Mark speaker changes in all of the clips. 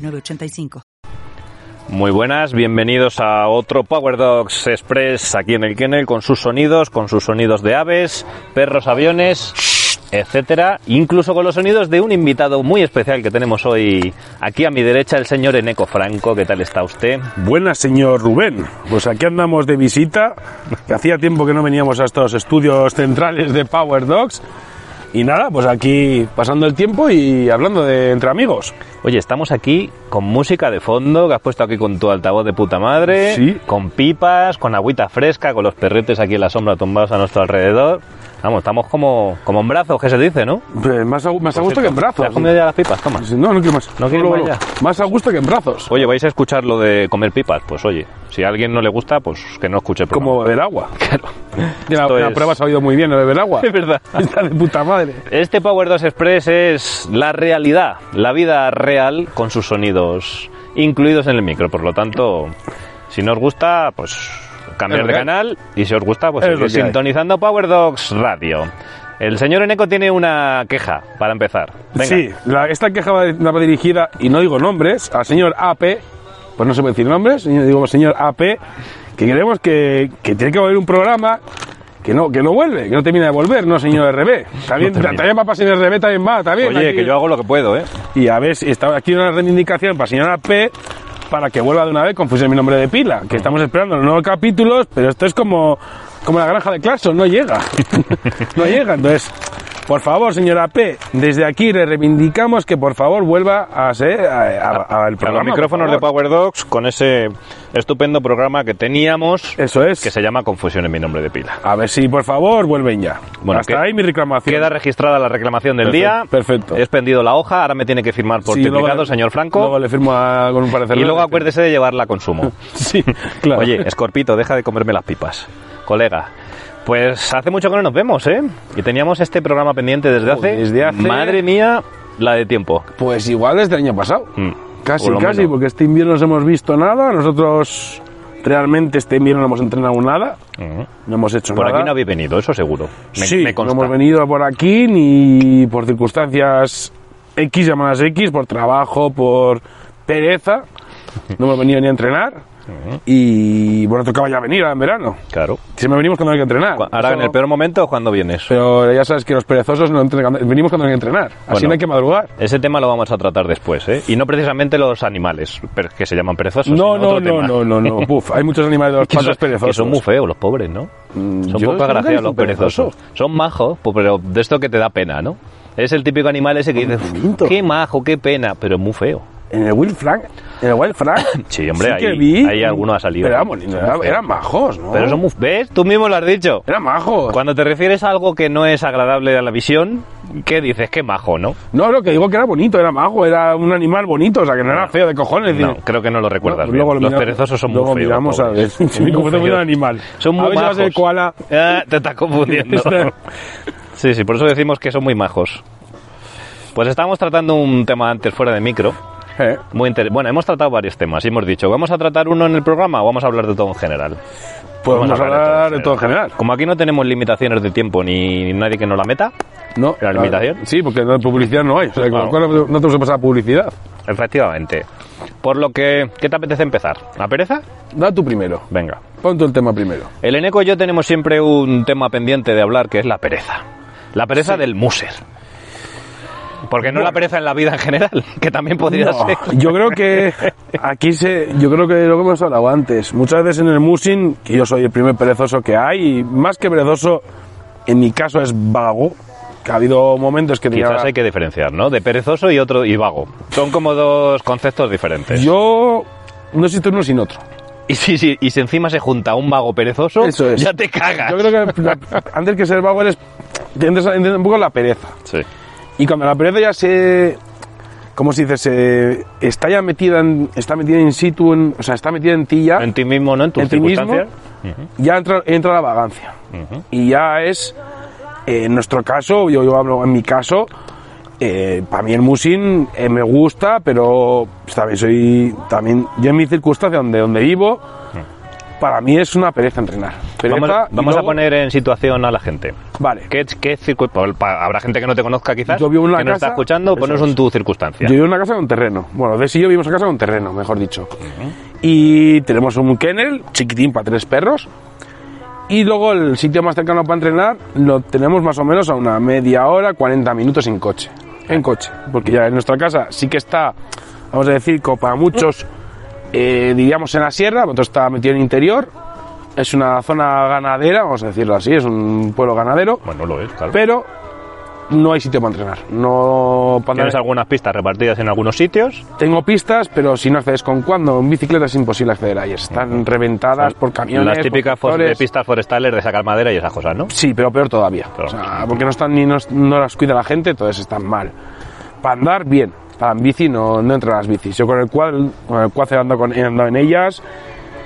Speaker 1: 985.
Speaker 2: Muy buenas, bienvenidos a otro Power Dogs Express aquí en el Kennel con sus sonidos, con sus sonidos de aves, perros, aviones, etcétera, incluso con los sonidos de un invitado muy especial que tenemos hoy aquí a mi derecha, el señor Eneco Franco. ¿Qué tal está usted?
Speaker 3: Buenas, señor Rubén. Pues aquí andamos de visita, que hacía tiempo que no veníamos a estos estudios centrales de Power Dogs. Y nada, pues aquí pasando el tiempo y hablando de entre amigos.
Speaker 2: Oye, estamos aquí con música de fondo, que has puesto aquí con tu altavoz de puta madre,
Speaker 3: Sí.
Speaker 2: con pipas, con agüita fresca, con los perretes aquí en la sombra tumbados a nuestro alrededor. Vamos, estamos como, como en brazos, que se dice, ¿no?
Speaker 3: Pues más a, más a
Speaker 2: Por cierto,
Speaker 3: gusto que en
Speaker 2: ¿Te has
Speaker 3: brazos.
Speaker 2: comido ya las pipas? Toma.
Speaker 3: Sí, No, no quiero más.
Speaker 2: ¿No quieres
Speaker 3: Luego,
Speaker 2: más
Speaker 3: luego. Más a gusto que en brazos.
Speaker 2: Oye, vais a escuchar lo de comer pipas. Pues oye, si a alguien no le gusta, pues que no escuche el programa.
Speaker 3: Como beber agua.
Speaker 2: Claro.
Speaker 3: De la,
Speaker 2: Esto
Speaker 3: de la
Speaker 2: es-
Speaker 3: prueba ha oído muy bien el beber agua.
Speaker 2: Es verdad.
Speaker 3: Está de puta madre.
Speaker 2: Este Power 2 Express es la realidad, la vida real con sus sonidos incluidos en el micro. Por lo tanto, si no os gusta, pues cambiar
Speaker 3: Es
Speaker 2: de
Speaker 3: lo que
Speaker 2: canal y si os gusta, pues
Speaker 3: Es lo
Speaker 2: seguir
Speaker 3: que hay.
Speaker 2: sintonizando Power Dogs Radio. El señor Eneco tiene una queja para empezar. Venga.
Speaker 3: Sí, la- esta queja va, va dirigida, y no digo nombres, al señor AP. Pues no se puede decir nombres, señor- digo señor AP, que queremos que, que tiene que volver un programa que no, que no vuelve, que no termina de volver, no señor RB. También,
Speaker 2: termina.
Speaker 3: también va para señor RB, también va, también.
Speaker 2: Oye,
Speaker 3: aquí-
Speaker 2: que yo hago lo que puedo, ¿eh?
Speaker 3: Y a ver, si está aquí una reivindicación para señora P para que vuelva de una vez con fusión mi nombre de pila, que estamos esperando los nuevos capítulos, pero esto es como, como la granja de Clarkson, no llega. no llega, entonces, por favor, señora P, desde aquí le reivindicamos que por favor vuelva a ser a- a- a- al
Speaker 2: A
Speaker 3: programa.
Speaker 2: los micrófonos de
Speaker 3: por favor.
Speaker 2: Power Dogs con ese estupendo programa que teníamos
Speaker 3: Eso es.
Speaker 2: que se llama Confusión en mi nombre de pila.
Speaker 3: A ver si por favor vuelven ya.
Speaker 2: Bueno,
Speaker 3: Hasta
Speaker 2: que-
Speaker 3: ahí mi reclamación.
Speaker 2: Queda registrada la reclamación del
Speaker 3: Perfecto,
Speaker 2: día.
Speaker 3: perfecto.
Speaker 2: He expendido la hoja, ahora me tiene que firmar por
Speaker 3: Sí, luego
Speaker 2: duplicado,
Speaker 3: le-
Speaker 2: señor Franco.
Speaker 3: Luego le firmo a- con un parecer.
Speaker 2: y luego acuérdese de llevarla a consumo.
Speaker 3: Sí, claro.
Speaker 2: Oye, Escorpito, deja de comerme las pipas. Colega, pues hace mucho que no nos vemos, ¿eh? Y teníamos este programa pendiente desde hace...
Speaker 3: Joder, desde hace-
Speaker 2: Madre mía, la de tiempo.
Speaker 3: Pues igual desde el año pasado.
Speaker 2: Mm,
Speaker 3: Casi,
Speaker 2: por lo
Speaker 3: casi,
Speaker 2: menos.
Speaker 3: porque este invierno no hemos visto nada. Nosotros realmente este invierno no hemos entrenado nada.
Speaker 2: Mm.
Speaker 3: No hemos hecho
Speaker 2: Por
Speaker 3: nada.
Speaker 2: aquí no habéis venido, eso seguro. Me,
Speaker 3: sí,
Speaker 2: me
Speaker 3: no
Speaker 2: consta.
Speaker 3: hemos venido por aquí ni por circunstancias X llamadas X, por trabajo, por pereza. No hemos venido ni a entrenar.
Speaker 2: Hmm.
Speaker 3: Y bueno, tocaba ya venir ahora en verano.
Speaker 2: Claro.
Speaker 3: Siempre venimos cuando hay que entrenar.
Speaker 2: Cu- Ahora,
Speaker 3: Eso-
Speaker 2: en el peor momento, ¿cuándo vienes?
Speaker 3: Pero ya sabes que los perezosos no entrenan, venimos cuando hay que entrenar. Así
Speaker 2: Bueno.
Speaker 3: no hay que madrugar.
Speaker 2: Ese tema lo vamos a tratar después, ¿eh? Y no precisamente los animales, per- que se llaman perezosos.
Speaker 3: No,
Speaker 2: sino
Speaker 3: no,
Speaker 2: Pues otro
Speaker 3: no,
Speaker 2: tema.
Speaker 3: no, no, no. Uf, hay muchos animales de los
Speaker 2: Que son,
Speaker 3: patos perezosos.
Speaker 2: que son muy feos los pobres, ¿no? Son
Speaker 3: Mm, yo
Speaker 2: poco
Speaker 3: nunca he
Speaker 2: agraciados
Speaker 3: visto
Speaker 2: los
Speaker 3: un perezoso.
Speaker 2: perezosos. Son majos, po- pero de esto que te da pena, ¿no? Es el típico animal ese que dices,
Speaker 3: bonito.
Speaker 2: qué majo, qué pena, pero muy feo.
Speaker 3: En el Will Frank, en el Wild Frank.
Speaker 2: Sí, hombre,
Speaker 3: que
Speaker 2: ahí-
Speaker 3: vi-
Speaker 2: ahí alguno ha salido.
Speaker 3: Pero vamos,
Speaker 2: Son
Speaker 3: era-
Speaker 2: feos.
Speaker 3: eran majos, ¿no?
Speaker 2: Pero son muy... ¿Ves? Tú mismo lo has dicho.
Speaker 3: Eran majos.
Speaker 2: Cuando te refieres a algo que no es agradable a la visión, ¿qué dices? Qué majo, ¿no?
Speaker 3: No, lo que digo que era bonito, era majo, era un animal bonito, o sea, que no era feo de cojones.
Speaker 2: No,
Speaker 3: decir-
Speaker 2: creo que no lo recuerdas
Speaker 3: Bueno,
Speaker 2: bien.
Speaker 3: luego lo
Speaker 2: Los
Speaker 3: miramos-
Speaker 2: perezosos son
Speaker 3: luego
Speaker 2: muy feos.
Speaker 3: miramos a
Speaker 2: pobres.
Speaker 3: ver. Sí,
Speaker 2: Son
Speaker 3: me
Speaker 2: muy
Speaker 3: confundo con
Speaker 2: feos.
Speaker 3: un animal.
Speaker 2: Son muy
Speaker 3: A ver si va a
Speaker 2: majos.
Speaker 3: ser koala.
Speaker 2: Ah, te estás confundiendo. sí, sí, por eso decimos que son muy majos. Pues estábamos tratando un tema antes fuera de micro.
Speaker 3: Eh,
Speaker 2: Muy inter- Bueno, hemos tratado varios temas y hemos dicho, ¿vamos a tratar uno en el programa o vamos a hablar de todo en general?
Speaker 3: Podemos
Speaker 2: Vamos a
Speaker 3: hablar de todo en general.
Speaker 2: Como aquí no tenemos limitaciones de tiempo ni nadie que nos la meta,
Speaker 3: No,
Speaker 2: ¿La
Speaker 3: claro.
Speaker 2: limitación? Ah.
Speaker 3: Sí, porque no- publicidad no hay. O sea, con lo
Speaker 2: Claro.
Speaker 3: cual no tenemos que pasar publicidad.
Speaker 2: efectivamente. Por lo que, ¿qué te apetece empezar? ¿La pereza?
Speaker 3: Da tú primero.
Speaker 2: Venga.
Speaker 3: Pon tú el tema primero.
Speaker 2: El Eneco y yo tenemos siempre un tema pendiente de hablar, que es la pereza. La pereza del muser. Porque no la pereza en la vida en general, que también podría
Speaker 3: No,
Speaker 2: ser.
Speaker 3: Yo creo que aquí se, yo creo que lo que hemos hablado antes, muchas veces en el musing, que yo soy el primer perezoso que hay, y más que perezoso, en mi caso es vago, que ha habido momentos que tenía-
Speaker 2: Quizás hay que diferenciar, ¿no? De perezoso y otro y vago. Son como dos conceptos diferentes.
Speaker 3: yo no existe uno sin otro.
Speaker 2: Y si, si- y si encima se junta un vago perezoso,
Speaker 3: Eso es.
Speaker 2: ya te cagas.
Speaker 3: Yo creo que la- antes que ser vago eres, entiendes, entiendes un poco la pereza.
Speaker 2: Sí.
Speaker 3: Y cuando la pereza ya se ¿cómo se dice? Se- está ya metida en, está metida in situ, en- o sea, está metida en ti ya,
Speaker 2: En ti mismo, ¿no? En tus
Speaker 3: en ti mismo,
Speaker 2: circunstancias.
Speaker 3: ya entra, entra la vagancia. Y ya es, eh, en nuestro caso, yo, yo hablo en mi caso, eh, para mí el musing eh, me gusta, pero pues, también soy, también, yo en mi circunstancia donde, donde vivo, para mí es una pereza entrenar. Pereza
Speaker 2: Mm. Vamos,
Speaker 3: y
Speaker 2: vamos a
Speaker 3: luego-
Speaker 2: poner en situación a la gente.
Speaker 3: Vale.
Speaker 2: ¿Qué, qué circu- pa- pa- Habrá gente que no te conozca quizás,
Speaker 3: Yo vivo en una
Speaker 2: que no está
Speaker 3: casa-
Speaker 2: escuchando,
Speaker 3: Eso
Speaker 2: ponos
Speaker 3: es.
Speaker 2: en tu circunstancia.
Speaker 3: Yo vivo en una casa con terreno. Bueno, Des y yo vivimos en casa con terreno, mejor dicho. Y tenemos un kennel chiquitín para tres perros. Y luego el sitio más cercano para entrenar lo tenemos más o menos a una media hora, 40 minutos en coche. En coche. Porque ya en nuestra casa sí que está, vamos a decir, como para muchos, eh, diríamos en la sierra, otro está metido en interior. Es una zona ganadera, vamos a decirlo así, es un pueblo ganadero.
Speaker 2: Bueno, lo es, claro.
Speaker 3: Pero no hay sitio para entrenar. No para
Speaker 2: Tienes
Speaker 3: entrenar.
Speaker 2: algunas pistas repartidas en algunos sitios.
Speaker 3: Tengo pistas, pero si no accedes con cuándo, en bicicleta es imposible acceder a ellas. Están reventadas por camiones.
Speaker 2: Las
Speaker 3: por
Speaker 2: típicas for-
Speaker 3: tractores.
Speaker 2: de pistas forestales de sacar madera y esas cosas, ¿no?
Speaker 3: Sí, pero peor todavía.
Speaker 2: Pero-
Speaker 3: O sea, porque no están ni nos- no las cuida la gente, entonces están mal. Para andar, bien. Para en bici no, no entran las bicis. Yo con el cuadro, con el cuace ando, con, he andado en ellas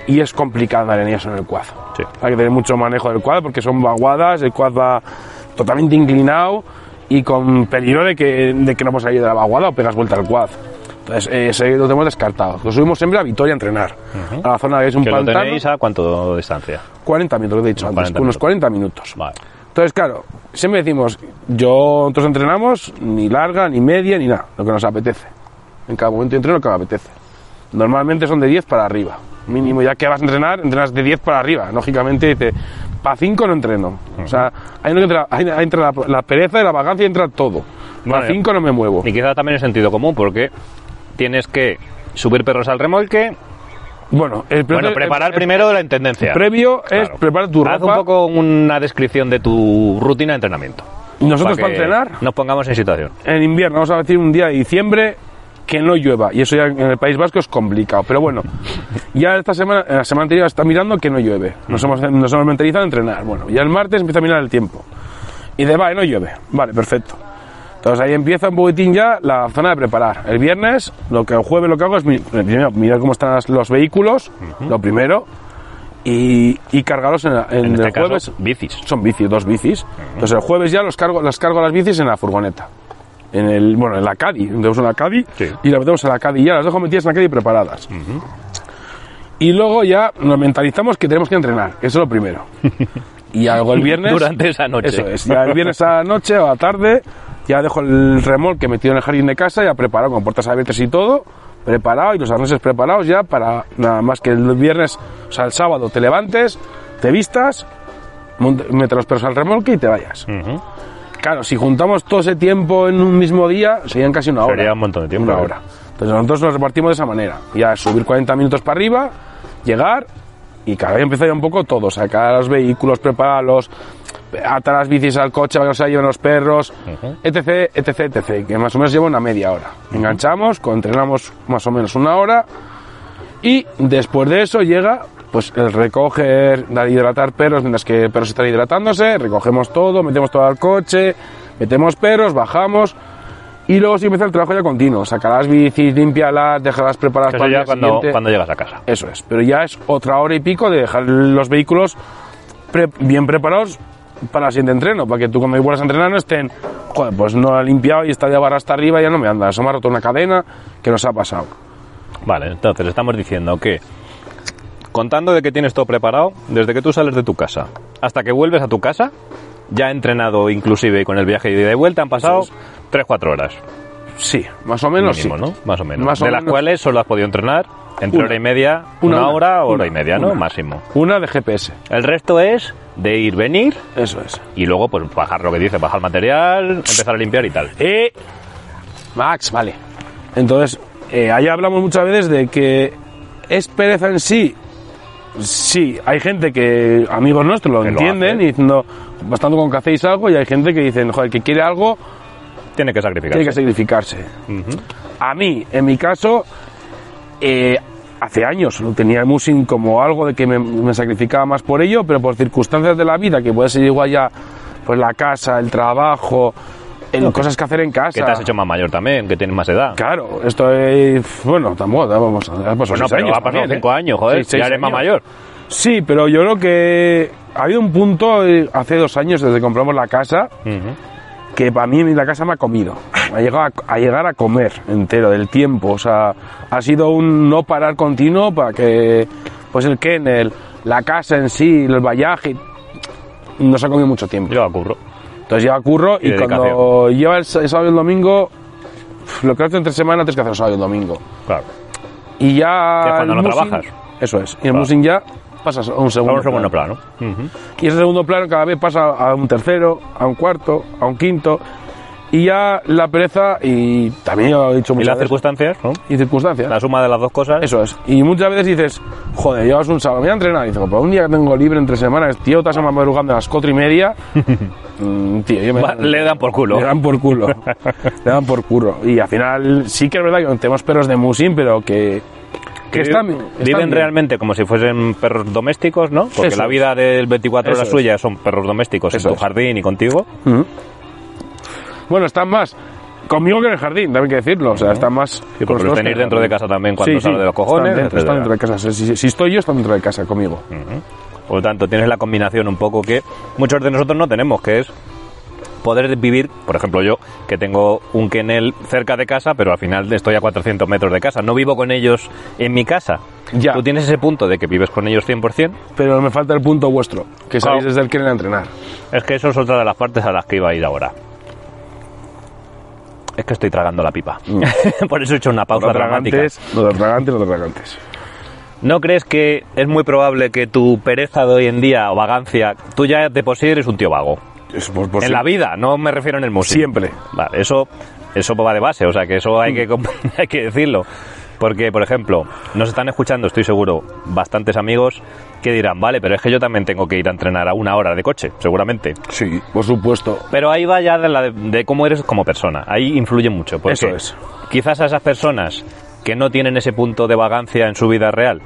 Speaker 3: y es complicado andar en ellas en el cuadro.
Speaker 2: Sí.
Speaker 3: Hay que tener mucho manejo del quad porque son vaguadas, el quad va totalmente inclinado y con peligro de que, de que no puedas salir de la vaguada o pegas vuelta al quad. Entonces, eh, ese lo tenemos descartado. Lo subimos siempre a Vitoria a entrenar. A la zona que es un
Speaker 2: Que lo
Speaker 3: pantano.
Speaker 2: tenéis a cuánto distancia.
Speaker 3: 40 minutos, lo he dicho
Speaker 2: Unos
Speaker 3: antes.
Speaker 2: 40
Speaker 3: unos
Speaker 2: minutos.
Speaker 3: 40 minutos.
Speaker 2: Vale.
Speaker 3: Entonces, claro, siempre decimos, yo, nosotros entrenamos ni larga, ni media, ni nada, lo que nos apetece. En cada momento yo entreno lo que me apetece. Normalmente son de 10 para arriba. Mínimo, ya que vas a entrenar, entrenas de 10 para arriba. Lógicamente, dice, para 5 no entreno. O sea, ahí, no entra, ahí entra la, la pereza y la vagancia, entra todo. Para
Speaker 2: Vale.
Speaker 3: 5 no me muevo.
Speaker 2: Y quizás también es sentido común, porque tienes que subir perros al remolque.
Speaker 3: Bueno, el pre-
Speaker 2: bueno,
Speaker 3: el-
Speaker 2: preparar
Speaker 3: el-
Speaker 2: primero la intendencia.
Speaker 3: el previo es
Speaker 2: Claro.
Speaker 3: preparar tu
Speaker 2: Haz
Speaker 3: ropa.
Speaker 2: un poco una descripción de tu rutina de entrenamiento.
Speaker 3: Nosotros para
Speaker 2: que
Speaker 3: entrenar-
Speaker 2: Nos pongamos en situación.
Speaker 3: en invierno, vamos a decir un día de diciembre que no llueva. Y eso ya en el País Vasco es complicado. Pero bueno, ya esta semana, en la semana anterior está mirando que no llueve. Nos hemos, nos hemos mentalizado a entrenar. Bueno, ya el martes empieza a mirar el tiempo. Y de vale, no llueve. Vale, perfecto. Entonces ahí empieza un poquitín ya la zona de preparar. El viernes, lo que el jueves lo que hago es mi- primero mirar cómo están las- los vehículos, lo primero, y, y cargarlos en, la- en
Speaker 2: En
Speaker 3: el
Speaker 2: este caso,
Speaker 3: jueves
Speaker 2: bicis.
Speaker 3: son bicis, dos bicis. Entonces el jueves ya los cargo, las cargo las bicis en la furgoneta. En el, bueno, en la Caddy, tenemos una Caddy
Speaker 2: Sí.
Speaker 3: y la metemos en la Caddy, ya las dejo metidas en la Caddy preparadas. Y luego ya nos mentalizamos que tenemos que entrenar, eso es lo primero. Y algo el viernes.
Speaker 2: Durante esa noche.
Speaker 3: Eso es, ya el viernes a la noche o a la tarde, ya dejo el remolque metido en el jardín de casa, ya preparado, con puertas abiertas y todo, preparado y los arneses preparados ya para nada más que el viernes, o sea, el sábado te levantes, te vistas, mont- metes los perros al remolque y te vayas.
Speaker 2: Ujú.
Speaker 3: Claro, si juntamos todo ese tiempo en un mismo día, serían casi una hora.
Speaker 2: Sería un montón de tiempo,
Speaker 3: Una
Speaker 2: ¿eh?
Speaker 3: hora. Entonces nosotros nos repartimos de esa manera. Ya subir 40 minutos para arriba, llegar y cada vez empieza ya un poco todo. Sacar los vehículos, prepararlos, atar las bicis al coche, o sea, llevan los perros, etc, etc, etc. Que más o menos lleva una media hora. Enganchamos, con- entrenamos más o menos una hora y después de eso llega pues el recoger, dar hidratar perros mientras que perros están hidratándose, recogemos todo, metemos todo al coche, metemos perros, bajamos y luego sí empieza el trabajo ya continuo, sacar las bicis, limpiarlas, dejarlas preparadas
Speaker 2: Eso
Speaker 3: para el
Speaker 2: ya
Speaker 3: día
Speaker 2: cuando,
Speaker 3: siguiente.
Speaker 2: cuando llegas a casa.
Speaker 3: Eso es, pero ya es otra hora y pico de dejar los vehículos pre- bien preparados para el siguiente entreno, para que tú cuando vuelvas a entrenar no estén, joder, pues no ha limpiado y está de barra hasta arriba, ya no me anda, eso me ha roto una cadena que nos ha pasado.
Speaker 2: Vale, entonces estamos diciendo que contando de que tienes todo preparado, desde que tú sales de tu casa hasta que vuelves a tu casa, ya entrenado inclusive y con el viaje de ida y vuelta han pasado 3-4 horas
Speaker 3: Sí, más o menos
Speaker 2: mínimo,
Speaker 3: sí.
Speaker 2: ¿no? Más o menos.
Speaker 3: Más o
Speaker 2: de las
Speaker 3: menos.
Speaker 2: cuales solo has podido entrenar entre
Speaker 3: Una.
Speaker 2: hora y media, una,
Speaker 3: Una, una,
Speaker 2: hora, hora
Speaker 3: una,
Speaker 2: y media, ¿no?
Speaker 3: una.
Speaker 2: Máximo.
Speaker 3: Una de GPS,
Speaker 2: El resto es de ir, venir
Speaker 3: eso es.
Speaker 2: y luego pues bajar lo que dices, bajar material, empezar a limpiar y tal.
Speaker 3: Eh, Max, vale. Entonces, eh, ahí hablamos muchas veces de que es pereza en sí. Sí, hay gente que, amigos nuestros, lo
Speaker 2: Que lo
Speaker 3: entienden
Speaker 2: hace.
Speaker 3: y diciendo, bastante con que hacéis algo, y hay gente que dicen, joder, que quiere algo,
Speaker 2: Tiene que sacrificarse.
Speaker 3: tiene que sacrificarse.
Speaker 2: Ujú.
Speaker 3: A mí, en mi caso, eh, hace años lo tenía el musing como algo de que me, me sacrificaba más por ello, pero por circunstancias de la vida, que puede ser igual ya pues la casa, el trabajo, en cosas que hacer en casa.
Speaker 2: Que te has hecho más mayor también, que tienes más edad.
Speaker 3: Claro, esto es. Bueno, tampoco, vamos, ha pasado
Speaker 2: Bueno,
Speaker 3: seis
Speaker 2: pero
Speaker 3: años
Speaker 2: ha pasado
Speaker 3: también, ¿eh?
Speaker 2: cinco años, joder,
Speaker 3: Seis- seis
Speaker 2: ya eres más
Speaker 3: años.
Speaker 2: mayor.
Speaker 3: Sí, pero yo creo que ha habido un punto eh, hace dos años desde que compramos la casa
Speaker 2: Ujú.
Speaker 3: que para mí la casa me ha comido. Ha llegado a, a llegar a comer entero del tiempo. O sea, ha sido un no parar continuo para que, pues el kennel, la casa en sí, el vallaje, nos ha comido mucho tiempo.
Speaker 2: Yo curro.
Speaker 3: Entonces lleva curro
Speaker 2: Y
Speaker 3: y, cuando
Speaker 2: dedicación.
Speaker 3: lleva el, s- el sábado y el domingo, lo que haces entre semana tienes que hacer el sábado y el domingo.
Speaker 2: Claro.
Speaker 3: Y ya.
Speaker 2: es cuando
Speaker 3: el
Speaker 2: no
Speaker 3: musing-
Speaker 2: trabajas.
Speaker 3: Eso es. Y el
Speaker 2: Claro.
Speaker 3: musing ya pasas a un segundo.
Speaker 2: Vamos a segundo
Speaker 3: plano.
Speaker 2: plano. Ujú.
Speaker 3: Y ese segundo plano cada vez pasa a un tercero, a un cuarto, a un quinto. Y ya la pereza, y también ya lo he dicho
Speaker 2: Y
Speaker 3: muchas
Speaker 2: las
Speaker 3: veces,
Speaker 2: circunstancias, ¿no?
Speaker 3: y circunstancias.
Speaker 2: La suma de las dos cosas.
Speaker 3: Eso es. Y muchas veces dices, joder, llevas un sábado, me voy a entrenar. Y dices, pues un día que tengo libre entre semanas, tío, te has llamado madrugando a las cuatro y media. Mm, tío, yo me...
Speaker 2: Va- le dan por culo.
Speaker 3: Le dan por culo. le dan por culo. Y al final, sí que es verdad que tenemos perros de musing, pero que...
Speaker 2: Que vi-
Speaker 3: están- están
Speaker 2: viven
Speaker 3: bien.
Speaker 2: realmente como si fuesen perros domésticos, ¿no? Porque
Speaker 3: Eso
Speaker 2: la
Speaker 3: es.
Speaker 2: vida del 24 horas
Speaker 3: Eso es.
Speaker 2: suya son perros domésticos
Speaker 3: Eso
Speaker 2: en tu
Speaker 3: es.
Speaker 2: jardín y contigo.
Speaker 3: Ujú. Bueno, están más conmigo que en el jardín, también hay que decirlo. O sea, están más.
Speaker 2: Sí,
Speaker 3: con
Speaker 2: porque los
Speaker 3: dos
Speaker 2: tenéis
Speaker 3: que-
Speaker 2: dentro de casa también cuando sale de los cojones.
Speaker 3: Están dentro,
Speaker 2: etcétera.
Speaker 3: están
Speaker 2: Mm.
Speaker 3: dentro de casa. Si, si- si estoy yo, están dentro de casa conmigo.
Speaker 2: Por lo tanto, tienes la combinación un poco que muchos de nosotros no tenemos, que es poder vivir, por ejemplo yo, que tengo un kennel cerca de casa, pero al final estoy a 400 metros de casa, no vivo con ellos en mi casa.
Speaker 3: Ya.
Speaker 2: Tú tienes ese punto de que vives con ellos 100%,
Speaker 3: Pero me falta el punto vuestro, que
Speaker 2: Claro.
Speaker 3: sabéis desde el quieren entrenar.
Speaker 2: es que eso es otra de las partes a las que iba a ir ahora. Es que estoy tragando la pipa.
Speaker 3: Mm.
Speaker 2: por eso he hecho una pausa
Speaker 3: Los
Speaker 2: dramática.
Speaker 3: tragantes, los tragantes, los tragantes.
Speaker 2: ¿No crees que es muy probable que tu pereza de hoy en día o vagancia, tú ya de por sí eres un tío vago?
Speaker 3: Es por- por
Speaker 2: en
Speaker 3: si-
Speaker 2: la vida, no me refiero en el músico.
Speaker 3: Siempre.
Speaker 2: Vale, eso, eso va de base, o sea que eso hay que, com- hay que decirlo. Porque, por ejemplo, nos están escuchando, estoy seguro, bastantes amigos que dirán, vale, pero es que yo también tengo que ir a entrenar a una hora de coche, seguramente.
Speaker 3: Sí, por supuesto.
Speaker 2: Pero ahí va ya de, la de, de cómo eres como persona, ahí influye mucho. Porque
Speaker 3: Eso es.
Speaker 2: Quizás a esas personas que no tienen ese punto de vagancia en su vida real,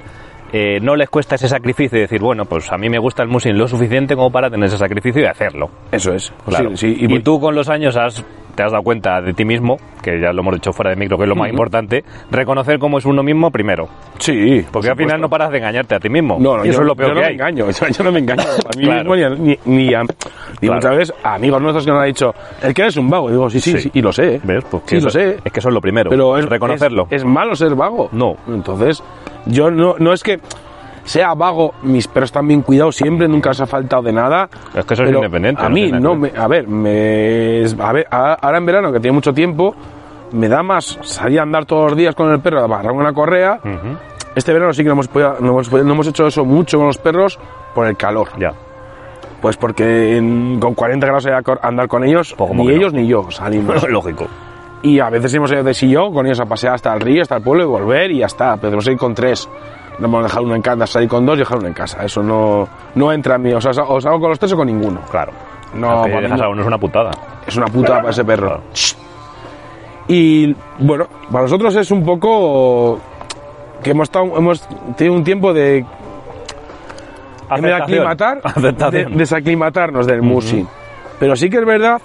Speaker 2: eh, no les cuesta ese sacrificio y decir, bueno, pues a mí me gusta el musing lo suficiente como para tener ese sacrificio y hacerlo.
Speaker 3: Eso es.
Speaker 2: Claro.
Speaker 3: Sí, sí,
Speaker 2: y,
Speaker 3: y,
Speaker 2: tú con los años has, te has dado cuenta de ti mismo, que ya lo hemos dicho fuera de micro, que es lo más importante, reconocer cómo es uno mismo primero.
Speaker 3: Sí. por
Speaker 2: Porque al final
Speaker 3: supuesto.
Speaker 2: no paras de engañarte a ti mismo.
Speaker 3: No, no,
Speaker 2: y eso
Speaker 3: yo,
Speaker 2: es lo peor
Speaker 3: yo
Speaker 2: que
Speaker 3: no
Speaker 2: hay.
Speaker 3: me engaño, yo, yo no me engaño a mí
Speaker 2: Claro.
Speaker 3: mismo ni, a- ni- ni a... Y
Speaker 2: Claro.
Speaker 3: muchas veces a amigos nuestros que nos han dicho, el que eres un vago, y digo, sí, sí,
Speaker 2: Sí.
Speaker 3: sí, y lo sé. ¿eh?
Speaker 2: ¿Ves? Pues que
Speaker 3: sí,
Speaker 2: eso-
Speaker 3: lo sé.
Speaker 2: Es que eso es lo primero.
Speaker 3: Pero es,
Speaker 2: reconocerlo.
Speaker 3: Es, es malo ser vago.
Speaker 2: No.
Speaker 3: Entonces, yo no, no es que sea vago, mis perros están bien cuidados siempre, nunca les ha faltado de nada.
Speaker 2: Es que eso es
Speaker 3: pero
Speaker 2: independiente,
Speaker 3: A
Speaker 2: no
Speaker 3: mí,
Speaker 2: tiene nada
Speaker 3: no,
Speaker 2: que
Speaker 3: me, a ver, me, es- a ver, a- ahora en verano, que tiene mucho tiempo, me da más salir a andar todos los días con el perro, agarrar una correa.
Speaker 2: Ujú.
Speaker 3: Este verano sí que no hemos, podido- no hemos podido- no hemos hecho eso mucho con los perros por el calor.
Speaker 2: Ya.
Speaker 3: Pues porque en- con 40 grados ir a cor- andar con ellos,
Speaker 2: Pues como
Speaker 3: ni
Speaker 2: que no.
Speaker 3: ellos ni yo salimos.
Speaker 2: Lógico.
Speaker 3: Y a veces hemos ido de sillón con ellos a pasear hasta el río, hasta el pueblo y volver y ya está. Pero tenemos que ir con tres. No vamos a dejar uno en casa, salir con dos y dejar uno en casa. Eso no, no entra en mí. O sea, os hago con los tres o con ninguno.
Speaker 2: Claro.
Speaker 3: No,
Speaker 2: Aunque
Speaker 3: para mí
Speaker 2: dejas
Speaker 3: no.
Speaker 2: a uno es una putada.
Speaker 3: Es una puta para ese perro.
Speaker 2: Claro.
Speaker 3: Y bueno, para nosotros es un poco que hemos, estado, hemos tenido un tiempo de, de
Speaker 2: Aceptación.
Speaker 3: aclimatar, de,
Speaker 2: Aceptación.
Speaker 3: desaclimatarnos del musing. Pero sí que es verdad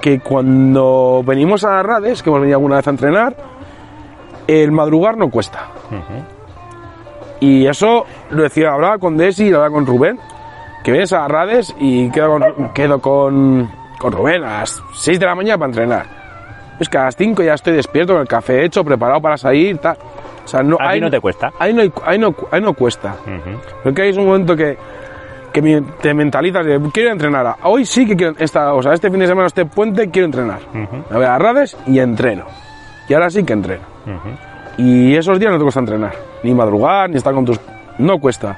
Speaker 3: que cuando venimos a Rades, que hemos venido alguna vez a entrenar, el madrugar no cuesta. Y eso lo decía, hablaba con Desi y hablaba con Rubén, que vienes a Rades y quedo con, quedo con, con Rubén a las 6 de la mañana para entrenar. Es que a las 5 ya estoy despierto con el café hecho, preparado para salir, tal. O sea, no,
Speaker 2: A ti no te cuesta.
Speaker 3: Ahí no, hay- ahí no, ahí no cuesta.
Speaker 2: Ujú.
Speaker 3: Creo que hay un momento que, que me- te mentalizas de quiero entrenar. a- Hoy sí que quiero, esta, o sea, este fin de semana, este puente, quiero entrenar. Me voy a Rades y entreno. Y ahora sí que entreno. Y esos días no te cuesta entrenar. Ni madrugar, ni estar con tus... No cuesta.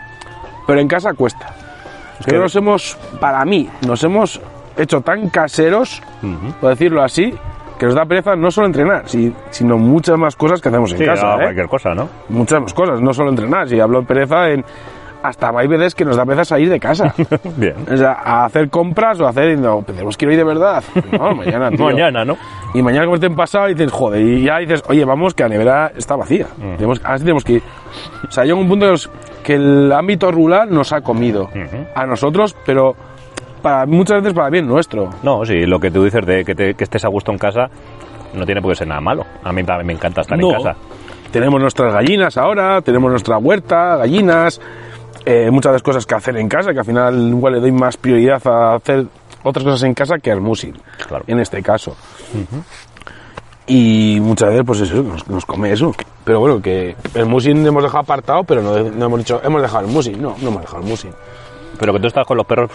Speaker 3: Pero en casa cuesta. Creo
Speaker 2: que-
Speaker 3: que nos hemos, para mí, nos hemos hecho tan caseros, por decirlo así, que nos da pereza no solo entrenar, si- sino muchas más cosas que hacemos en
Speaker 2: Sí,
Speaker 3: casa.
Speaker 2: a
Speaker 3: ¿eh?
Speaker 2: cualquier cosa, ¿no?
Speaker 3: muchas más cosas, no solo entrenar, si hablo en pereza en hasta hay veces que nos da pereza salir de casa.
Speaker 2: Bien.
Speaker 3: o sea, a hacer compras o a hacer no, tenemos que ir hoy de verdad. No, mañana, tío.
Speaker 2: Mañana, ¿no?
Speaker 3: Y mañana como te han pasado y dices, joder, y ya dices, oye, vamos que la nevera está vacía. Tenemos, así tenemos que ir. O sea, llega un punto que, los- que el ámbito rural nos ha comido.
Speaker 2: Ujú.
Speaker 3: A nosotros, pero para, muchas veces para bien nuestro.
Speaker 2: No, sí, lo que tú dices de que, te- que estés a gusto en casa no tiene por qué ser nada malo. A mí también me encanta estar
Speaker 3: No.
Speaker 2: en casa.
Speaker 3: Tenemos nuestras gallinas ahora, tenemos nuestra huerta, gallinas, eh, muchas de las cosas que hacer en casa, que al final igual le doy más prioridad a hacer otras cosas en casa que al música,
Speaker 2: Claro.
Speaker 3: en este caso. Y muchas veces, pues eso, nos, nos come eso. Pero bueno, que el musing hemos dejado apartado, pero no, no hemos dicho, hemos dejado el musing. No, no hemos dejado el musing.
Speaker 2: Pero que tú estás con los perros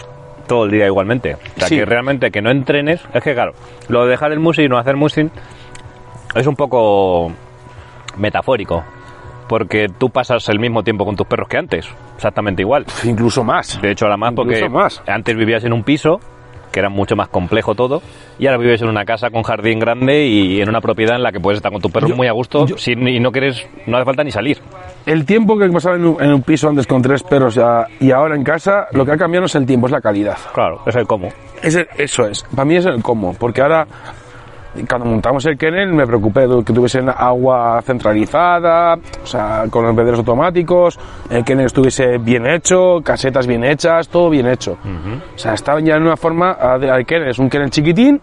Speaker 2: todo el día igualmente. O sea,
Speaker 3: Sí.
Speaker 2: que realmente que no entrenes. Es que claro, lo de dejar el musing y no hacer musing es un poco metafórico. Porque tú pasas el mismo tiempo con tus perros que antes. Exactamente igual.
Speaker 3: Incluso más.
Speaker 2: De hecho, ahora más porque
Speaker 3: Incluso más.
Speaker 2: antes vivías en un piso, que era mucho más complejo todo, y ahora vives en una casa con jardín grande y en una propiedad en la que puedes estar con tus perros
Speaker 3: Yo-
Speaker 2: muy a gusto
Speaker 3: yo-
Speaker 2: sin- y no quieres, no hace falta ni salir.
Speaker 3: El tiempo que pasaba en un, en un piso antes con tres perros ya- y ahora en casa, lo que ha cambiado no es el tiempo, es la calidad.
Speaker 2: Claro, eso es como.
Speaker 3: Es el- eso es. Para mí es el cómo, porque ahora cuando montamos el kennel me preocupé de que tuviesen agua centralizada, o sea, con los bebederos automáticos, el kennel estuviese bien hecho, casetas bien hechas, todo bien hecho. O sea, estaba ya en una forma ah, de- al kennel, es un kennel chiquitín,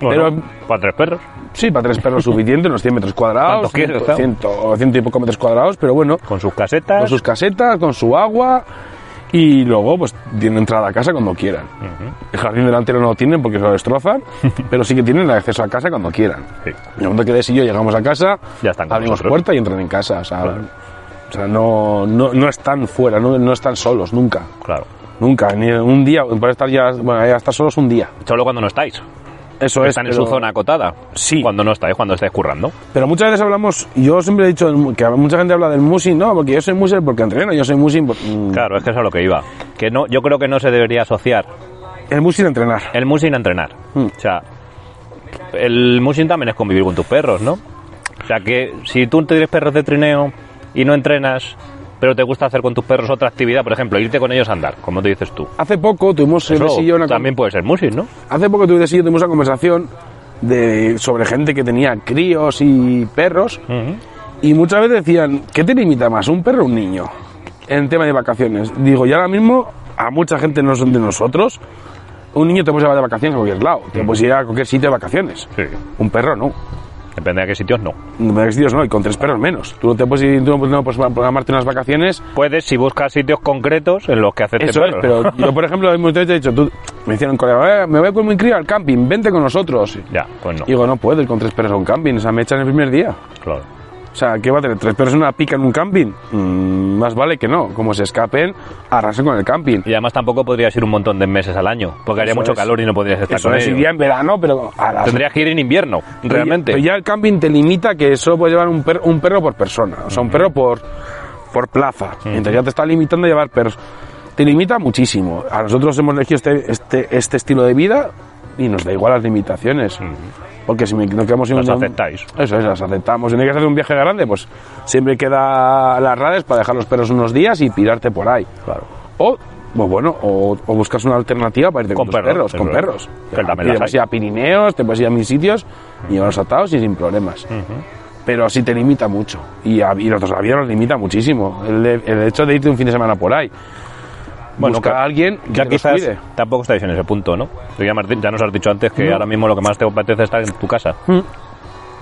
Speaker 3: pero
Speaker 2: para tres perros.
Speaker 3: sí, para tres perros suficiente, unos 100 metros cuadrados,
Speaker 2: ¿Cuántos quieres,
Speaker 3: 100,
Speaker 2: claro?
Speaker 3: ciento- ciento y poco metros cuadrados, pero bueno,
Speaker 2: Con sus casetas.
Speaker 3: con sus casetas, con su agua y luego pues tienen entrada a casa cuando quieran. El jardín delantero no lo tienen porque se lo destrozan, pero sí que tienen acceso a casa cuando quieran.
Speaker 2: Sí.
Speaker 3: En el momento que Des y yo llegamos a casa,
Speaker 2: Ya están con
Speaker 3: abrimos
Speaker 2: nosotros.
Speaker 3: puerta y entran en casa. O sea, o sea, no, no, no están fuera, no, no están solos, nunca.
Speaker 2: Claro.
Speaker 3: Nunca, ni un día, pueden estar ya, bueno, ya estar solos un día.
Speaker 2: Solo cuando no estáis.
Speaker 3: Eso es.
Speaker 2: Están en
Speaker 3: Pues, pero-
Speaker 2: su zona acotada.
Speaker 3: Sí.
Speaker 2: Cuando no estáis, cuando estáis currando.
Speaker 3: Pero muchas veces hablamos, yo siempre he dicho del mu- que mucha gente habla del musing, no, porque yo soy musing porque entreno, yo soy musing por- mm,
Speaker 2: Claro, es que eso es a lo que iba. Que no, yo creo que no se debería asociar
Speaker 3: El musing a entrenar.
Speaker 2: el musing a entrenar.
Speaker 3: Mm.
Speaker 2: O sea, el musing también es convivir con tus perros, ¿no? O sea que si tú tienes perros de trineo y no entrenas, pero te gusta hacer con tus perros otra actividad, por ejemplo, irte con ellos a andar, como te dices tú.
Speaker 3: Hace poco tuvimos
Speaker 2: Eso
Speaker 3: Des y yo una
Speaker 2: también puede ser musing, ¿no?
Speaker 3: Hace poco tuvimos, y yo tuvimos una conversación de, sobre gente que tenía críos y perros y muchas veces decían, ¿qué te limita más, un perro o un niño? En tema de vacaciones. Digo, y ahora mismo a mucha gente no son de nosotros, un niño te puedes llevar de vacaciones a cualquier lado, te puedes ir a cualquier sitio de vacaciones.
Speaker 2: Sí.
Speaker 3: Un perro no.
Speaker 2: Depende de qué sitios, no.
Speaker 3: No me hagas sitios, no, y con tres perros menos. Tú no te puedes ir, tú no- no puedes programarte unas vacaciones
Speaker 2: Puedes si buscas sitios concretos en los que hacerte
Speaker 3: Eso es,
Speaker 2: perros.
Speaker 3: pero yo, por ejemplo, muchas veces he dicho, tú, me hicieron colega, "Eh, me voy con mi crío al camping, vente con nosotros.
Speaker 2: Ya, pues no.
Speaker 3: Y digo, no puedo ir con tres perros a un camping, o sea, me echan el primer día.
Speaker 2: Claro.
Speaker 3: O sea, ¿qué va a tener? ¿Tres perros en una pica en un camping? Mm, más vale que no, como se escapen, arrasen con el camping.
Speaker 2: Y además tampoco podrías ir un montón de meses al año, porque haría
Speaker 3: Eso
Speaker 2: mucho
Speaker 3: es.
Speaker 2: calor y no podrías estar
Speaker 3: Eso
Speaker 2: con
Speaker 3: es,
Speaker 2: ellos.
Speaker 3: iría en verano, pero a las...
Speaker 2: Tendrías que ir en invierno,
Speaker 3: Pero ya-
Speaker 2: realmente.
Speaker 3: Pero ya el camping te limita que solo puedes llevar un perro, un perro por persona, o sea, un perro por, por plaza. Entonces ya te está limitando a llevar perros. Te limita muchísimo. A nosotros hemos elegido este, este, este estilo de vida y nos da igual las limitaciones. Porque si me- nos quedamos en
Speaker 2: Las
Speaker 3: un-
Speaker 2: aceptáis.
Speaker 3: Eso es, las aceptamos. Si no hay que hacer un viaje grande, pues siempre queda las redes para dejar los perros unos días y pirarte por ahí.
Speaker 2: Claro.
Speaker 3: O, pues bueno, o, o buscas una alternativa para irte con,
Speaker 2: Con
Speaker 3: tus
Speaker 2: perros,
Speaker 3: perros,
Speaker 2: eso
Speaker 3: con
Speaker 2: es.
Speaker 3: perros.
Speaker 2: Que también
Speaker 3: Y
Speaker 2: las
Speaker 3: te puedes
Speaker 2: hay.
Speaker 3: ir a Pirineos, te puedes ir a mis sitios y llevarlos atados y sin problemas. Pero sí te limita mucho. Y, a, y nosotros, la vida nos limita muchísimo. El, de- el hecho de irte un fin de semana por ahí.
Speaker 2: Bueno,
Speaker 3: Busca
Speaker 2: que-
Speaker 3: a alguien que
Speaker 2: ya
Speaker 3: te los
Speaker 2: quizás
Speaker 3: cuide.
Speaker 2: tampoco estáis en ese punto, ¿no? Tú ya, Martín, ya nos has dicho antes que ahora mismo lo que más te apetece es estar en tu casa.
Speaker 3: Mm.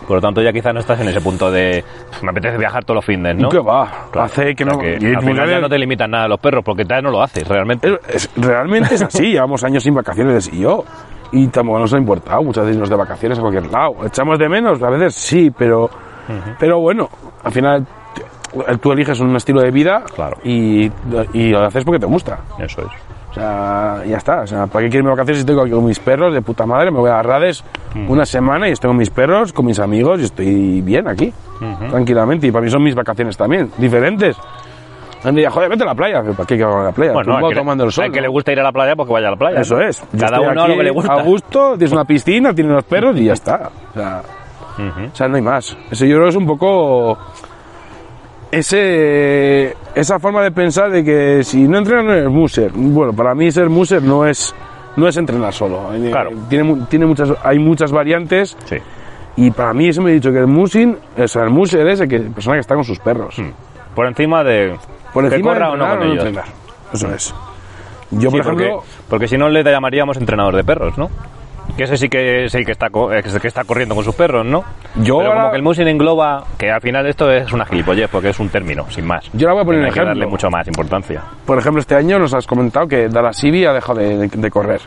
Speaker 2: Por lo tanto, ya quizás no estás en ese punto de "Pff, me apetece viajar todos los fines, ¿no?
Speaker 3: ¿Qué va?
Speaker 2: Claro.
Speaker 3: Hace que
Speaker 2: O sea
Speaker 3: no...
Speaker 2: que
Speaker 3: y
Speaker 2: al final ya
Speaker 3: muchas
Speaker 2: no te limitan nada a los perros, porque ya no lo haces realmente.
Speaker 3: Es- es- realmente es así, llevamos años sin vacaciones y yo. Y tampoco nos ha importado muchas veces irnos de vacaciones a cualquier lado. ¿Echamos de menos? A veces sí, pero, pero bueno, al final t- tú eliges un estilo de vida
Speaker 2: Claro.
Speaker 3: y, y lo haces porque te gusta.
Speaker 2: Eso es.
Speaker 3: O sea, ya está. O sea, ¿para qué quiero irme de vacaciones si estoy con- con mis perros de puta madre? Me voy a Rades una semana y estoy con mis perros, con mis amigos y estoy bien aquí, tranquilamente. Y para mí son mis vacaciones también, diferentes. Andy, ya, joder, vete a la playa. Pero, ¿Para qué quiero ir a la playa?
Speaker 2: Bueno,
Speaker 3: Tumbado
Speaker 2: al que, le-
Speaker 3: tomando el sol.
Speaker 2: al que
Speaker 3: ¿no?
Speaker 2: le gusta ir a la playa, pues que vaya a la playa.
Speaker 3: Eso
Speaker 2: ¿no?
Speaker 3: es. Yo
Speaker 2: Cada
Speaker 3: estoy
Speaker 2: uno a lo
Speaker 3: aquí
Speaker 2: que le gusta.
Speaker 3: A gusto, tienes una piscina, tienes unos perros y ya está. O sea, o sea, no hay más. Eso yo creo que es un poco. Ese, esa forma de pensar de que si no entrenas no eres muser. Bueno, para mí ser muser no es, no es entrenar solo. Eh,
Speaker 2: Claro.
Speaker 3: Tiene, mu- tiene muchas, hay muchas variantes
Speaker 2: Sí.
Speaker 3: y para mí eso me he dicho que el musing, o sea, el muser es el que, persona que está con sus perros.
Speaker 2: Por encima de.
Speaker 3: Por
Speaker 2: Hmm. que
Speaker 3: encima de
Speaker 2: corra o no
Speaker 3: entrenar
Speaker 2: con ellos.
Speaker 3: entrenar. Eso es. Yo,
Speaker 2: Sí,
Speaker 3: por
Speaker 2: porque-
Speaker 3: ejemplo,
Speaker 2: porque, si no le llamaríamos entrenador de perros, ¿no? Que ese sí que es el que está, co- es el que está corriendo con sus perros, ¿no?
Speaker 3: Yo
Speaker 2: Pero
Speaker 3: ahora-
Speaker 2: como que el musing engloba, que al final esto es una gilipollez, porque es un término, sin más.
Speaker 3: Yo ahora voy a poner
Speaker 2: No
Speaker 3: un
Speaker 2: hay que
Speaker 3: ejemplo.
Speaker 2: darle mucho más importancia.
Speaker 3: por ejemplo, este año nos has comentado que Dalasivi ha dejado de, de- de correr.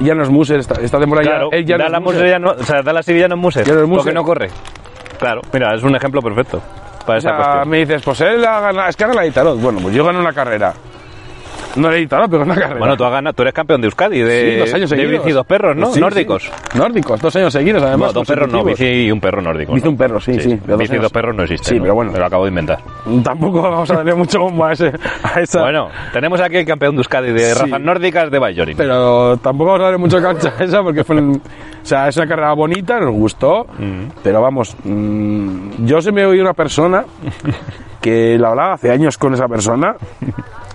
Speaker 3: Ya no es Muser esta, esta temporada. ya-
Speaker 2: Claro,
Speaker 3: él ya no es
Speaker 2: Dallas
Speaker 3: Muser.
Speaker 2: Muser ya no, o sea, Dallas City ya no es Muser,
Speaker 3: Ya no es
Speaker 2: porque
Speaker 3: Muser.
Speaker 2: no corre. Claro, mira, es un ejemplo perfecto para
Speaker 3: O sea,
Speaker 2: esta cuestión.
Speaker 3: me dices, pues él ha ganado, es que ha ganado la Itarot. Bueno, pues yo gano una carrera. No la Itarot, pero una carrera.
Speaker 2: Bueno, tú, has ganado, tú eres campeón de Euskadi, de,
Speaker 3: Sí, dos años
Speaker 2: de
Speaker 3: seguidos.
Speaker 2: bici y dos perros, ¿no?
Speaker 3: Sí, sí.
Speaker 2: Nórdicos.
Speaker 3: Nórdicos, dos años seguidos, además.
Speaker 2: No, dos perros no, bici
Speaker 3: consecutivos.
Speaker 2: y un perro nórdico.
Speaker 3: Bici
Speaker 2: ¿no?
Speaker 3: un perro, sí, sí, de dos
Speaker 2: Bici y
Speaker 3: años.
Speaker 2: dos perros no existen.
Speaker 3: Sí,
Speaker 2: ¿no?
Speaker 3: pero bueno.
Speaker 2: Me lo acabo de inventar.
Speaker 3: Tampoco vamos a darle mucho bombo a, ese, a esa.
Speaker 2: Bueno, tenemos aquí el campeón de Euskadi de
Speaker 3: Sí.
Speaker 2: razas nórdicas de Bajorin.
Speaker 3: Pero tampoco vamos a darle mucho cancha a esa porque fue. un- O sea, es una carrera bonita, nos gustó. Pero vamos, mm, yo se me oí una persona que la hablaba hace años con esa persona,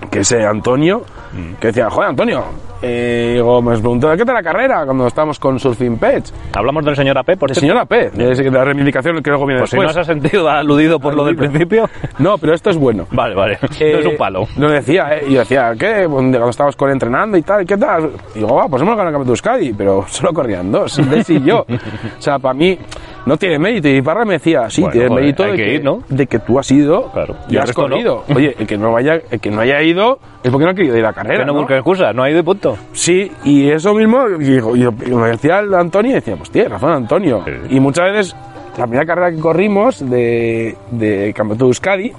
Speaker 3: que es eh, Antonio,
Speaker 2: Mm.
Speaker 3: que decía: Joder, Antonio. eh, digo, me preguntó: ¿de qué tal la carrera? Cuando estábamos con Surfing Page.
Speaker 2: ¿Hablamos del señor AP? Por
Speaker 3: El señor AP, es de la reivindicación que luego viene
Speaker 2: Pues si
Speaker 3: después.
Speaker 2: no se ha sentido aludido por lo del principio.
Speaker 3: No, pero esto es bueno.
Speaker 2: Vale, vale.
Speaker 3: Eh,
Speaker 2: no es un palo.
Speaker 3: Lo decía, ¿eh? Y yo decía, ¿qué? Cuando estábamos con entrenando y tal, ¿qué tal? Y digo, va, pues hemos ganado el campeonato de Euskadi, pero solo corrían dos, Des y yo. o sea, para mí no tiene mérito. Y Parra me decía, sí,
Speaker 2: Bueno,
Speaker 3: tiene
Speaker 2: joder,
Speaker 3: mérito
Speaker 2: hay
Speaker 3: de
Speaker 2: que ir, ¿no?
Speaker 3: de que tú has ido
Speaker 2: Claro. Y
Speaker 3: y
Speaker 2: el
Speaker 3: has
Speaker 2: resto no.
Speaker 3: corrido. Oye, el que, no vaya, el que no haya ido es porque no ha querido ir a la carrera,
Speaker 2: Que no
Speaker 3: ¿no?
Speaker 2: busca excusa, no ha ido y punto.
Speaker 3: Sí, y eso mismo, y, y- y lo decía el Antonio, y decía, pues tiene razón Antonio.
Speaker 2: Sí.
Speaker 3: Y muchas veces, la primera carrera que corrimos de, de Campeonato de Euskadi,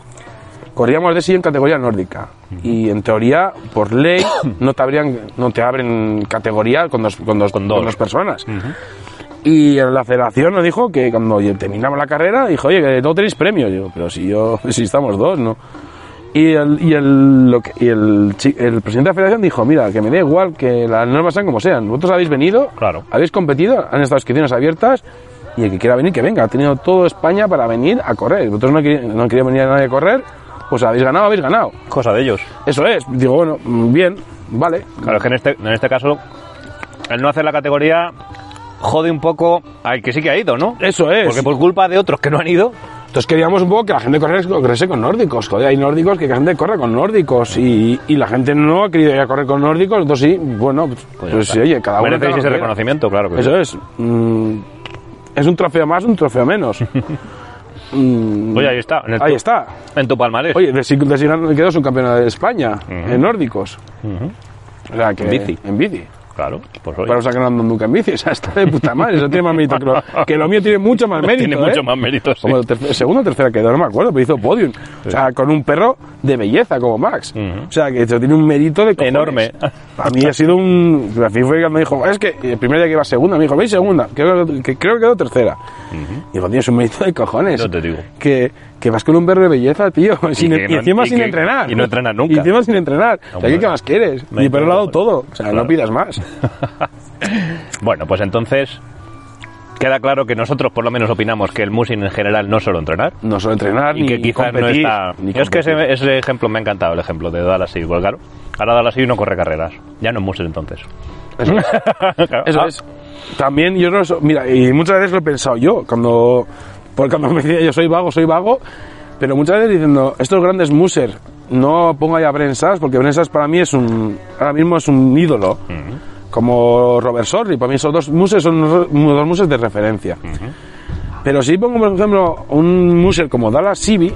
Speaker 3: corríamos de sí en categoría nórdica. Y en teoría, por ley, no te, abrían, no te abren categoría con dos, con dos,
Speaker 2: Con dos.
Speaker 3: con dos personas. Y en la federación nos dijo que cuando oye, terminamos la carrera, dijo, oye, que no tenéis premio. Digo, pero si yo, si estamos dos, ¿no? Y el, y el, lo que- y el, chi- el presidente de la federación dijo, mira, que me da igual que las normas sean como sean. Vosotros habéis venido,
Speaker 2: Claro.
Speaker 3: habéis competido, han estado inscripciones abiertas y el que quiera venir, que venga. Ha tenido todo España para venir a correr. Vosotros no, quer- no queríais venir a nadie a correr, pues habéis ganado, habéis ganado.
Speaker 2: Cosa de ellos.
Speaker 3: Eso es. Digo, bueno, mm, bien, vale.
Speaker 2: Claro, es que en este, en este caso, el no hacer la categoría jode un poco al que sí que ha ido, ¿no?
Speaker 3: Eso es.
Speaker 2: Porque por culpa de otros que no han ido,
Speaker 3: Entonces queríamos un poco que la gente corriese, corriese con nórdicos. Joder, hay nórdicos que la gente corre con nórdicos y, y la gente no ha querido ir a correr con nórdicos. Entonces sí, bueno, pues,
Speaker 2: pues ya
Speaker 3: pues
Speaker 2: está.
Speaker 3: sí, oye, cada uno...
Speaker 2: merecéis
Speaker 3: cada
Speaker 2: ese
Speaker 3: uno.
Speaker 2: reconocimiento, claro que sí.
Speaker 3: Eso es. Mm, es un trofeo más, un trofeo menos. Mm,
Speaker 2: Oye, ahí está. En el-
Speaker 3: ahí está.
Speaker 2: En tu palmarés.
Speaker 3: Oye, de Sigan quedó subcampeona de España en nórdicos. O sea, que,
Speaker 2: En bici.
Speaker 3: En bici.
Speaker 2: Claro, pues oye.
Speaker 3: Pero o sea que no ando nunca en bici. O sea, está de puta madre. Eso tiene más mérito que lo, que lo mío tiene mucho más mérito.
Speaker 2: tiene
Speaker 3: ¿eh?
Speaker 2: mucho más mérito, sí.
Speaker 3: Como el tercer- segundo o tercera quedó, no me acuerdo, pero hizo podium. O sea, con un perro de belleza como Max. O sea, que eso tiene un mérito de cojones.
Speaker 2: Enorme.
Speaker 3: A mí ha sido un. A mí fue que me dijo, es que el primer día que iba segunda, me dijo, veis segunda, creo que, que creo que quedó tercera. Y digo, tío, es un mérito de cojones.
Speaker 2: Yo te digo.
Speaker 3: Que, que vas con un perro de belleza, tío, sin- e-, y,
Speaker 2: que no-
Speaker 3: encima
Speaker 2: y
Speaker 3: sin
Speaker 2: que-
Speaker 3: entrenar.
Speaker 2: y no entrenas nunca.
Speaker 3: Y encima sin entrenar. O sea, ¿qué- ¿qué
Speaker 2: Hombre.
Speaker 3: más quieres?
Speaker 2: Me
Speaker 3: Y pero lo ha dado
Speaker 2: encanta,
Speaker 3: todo. O sea,
Speaker 2: claro.
Speaker 3: no pidas más.
Speaker 2: Bueno, pues entonces queda claro que nosotros por lo menos opinamos que el musing en general no es solo entrenar.
Speaker 3: No solo entrenar,
Speaker 2: Y
Speaker 3: ni
Speaker 2: que quizás no
Speaker 3: competir,
Speaker 2: está...
Speaker 3: ni
Speaker 2: Yo es que
Speaker 3: competir.
Speaker 2: ese, ese ejemplo me ha encantado, el ejemplo de Dallas y claro. Ahora Dallas y no corre carreras. Ya no es Muser entonces.
Speaker 3: Eso es. Eso
Speaker 2: Ah,
Speaker 3: es. También yo no so- mira, y muchas veces lo he pensado yo, cuando, por cuando me decía yo soy vago, soy vago, pero muchas veces diciendo, estos grandes muser, no pongo ahí a Brensas, porque Brensas para mí es un, ahora mismo es un ídolo, como Robert Sorri, para mí esos dos muses son unos- unos dos muses de referencia. Pero si pongo, por ejemplo, un muser como Dallas Sibi,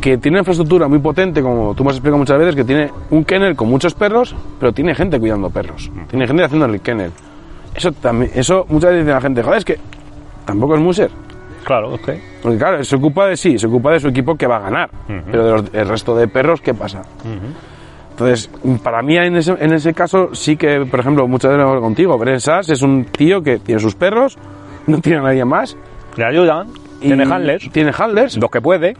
Speaker 3: que tiene una infraestructura muy potente, como tú me has explicado muchas veces, que tiene un kennel con muchos perros, pero tiene gente cuidando perros.
Speaker 2: Mm.
Speaker 3: Tiene gente haciendo el kennel. Eso también, eso muchas veces dice la gente, joder, es que tampoco es Muser.
Speaker 2: Claro, ok.
Speaker 3: Porque claro, se ocupa de sí, se ocupa de su equipo que va a ganar, pero del resto de perros, ¿qué pasa? Entonces, para mí en ese, en ese caso sí que, por ejemplo, muchas veces lo hablo contigo, Bren Sass es un tío que tiene sus perros, no tiene a nadie más.
Speaker 2: Le ayudan,
Speaker 3: y
Speaker 2: tiene handlers,
Speaker 3: Tiene handlers,
Speaker 2: los que puede,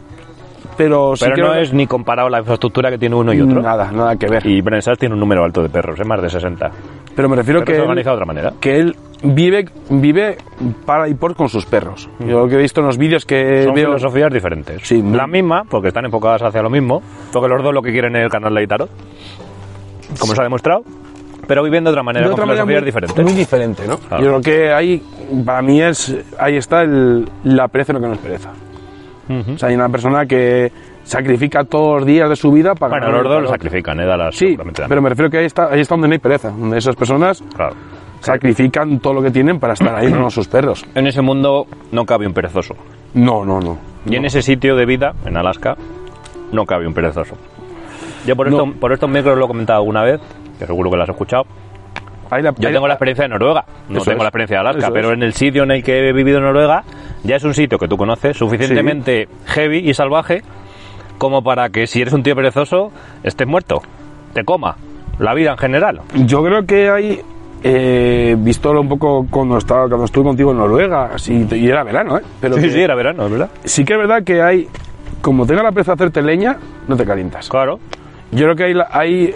Speaker 3: pero, sí
Speaker 2: pero
Speaker 3: que
Speaker 2: no es ni comparado la infraestructura que tiene uno y otro.
Speaker 3: Nada, nada que ver.
Speaker 2: Y Brensas tiene un número alto de perros, es más de 60.
Speaker 3: Pero me refiero
Speaker 2: Pero
Speaker 3: que
Speaker 2: se
Speaker 3: él-
Speaker 2: organiza de otra manera.
Speaker 3: que él vive, vive para y por con sus perros. Yo lo que he visto en los vídeos que
Speaker 2: Mm. Son
Speaker 3: Eh, veo...
Speaker 2: filosofías diferentes.
Speaker 3: Sí, muy-
Speaker 2: la misma, porque están enfocadas hacia lo mismo, porque los dos lo que quieren es el canal de Itarot, como se ha demostrado, pero viviendo de otra manera,
Speaker 3: de
Speaker 2: con
Speaker 3: otra manera
Speaker 2: filosofías
Speaker 3: muy,
Speaker 2: diferentes.
Speaker 3: muy diferente, ¿no?
Speaker 2: Claro.
Speaker 3: Yo creo que ahí, para mí es, ahí está el- la pereza en lo que no es pereza. O sea, hay una persona que sacrifica todos los días de su vida para
Speaker 2: Bueno,
Speaker 3: ganar
Speaker 2: los
Speaker 3: el
Speaker 2: dos lo
Speaker 3: valor.
Speaker 2: sacrifican, ¿eh? Dallas
Speaker 3: Sí,
Speaker 2: seguramente
Speaker 3: pero me refiero que ahí está, ahí está donde no hay pereza. Donde esas personas
Speaker 2: Claro.
Speaker 3: sacrifican todo lo que tienen para estar ahí, no sus perros.
Speaker 2: En ese mundo no cabe un perezoso.
Speaker 3: No, no, no.
Speaker 2: Y en ese sitio de vida, en Alaska, no cabe un perezoso. Yo por,
Speaker 3: No.
Speaker 2: esto, por estos micros lo he comentado alguna vez, que seguro que lo has escuchado.
Speaker 3: Ahí la-
Speaker 2: Yo
Speaker 3: ahí-
Speaker 2: tengo la experiencia de Noruega, no
Speaker 3: Eso
Speaker 2: tengo
Speaker 3: es.
Speaker 2: la experiencia de Alaska,
Speaker 3: Eso
Speaker 2: pero
Speaker 3: es.
Speaker 2: en el sitio en el que he vivido en Noruega, ya es un sitio que tú conoces, suficientemente heavy y salvaje, como para que si eres un tío perezoso, estés muerto, te coma, la vida en general.
Speaker 3: Yo creo que hay, eh, visto un poco cuando, estaba, cuando estuve contigo en Noruega, sí, y era verano, ¿eh? Pero
Speaker 2: Sí,
Speaker 3: que-
Speaker 2: sí, era verano, es verdad.
Speaker 3: sí que es verdad que hay, como tenga la pereza de hacerte leña, no te calientas.
Speaker 2: Claro.
Speaker 3: Yo creo que hay, la- hay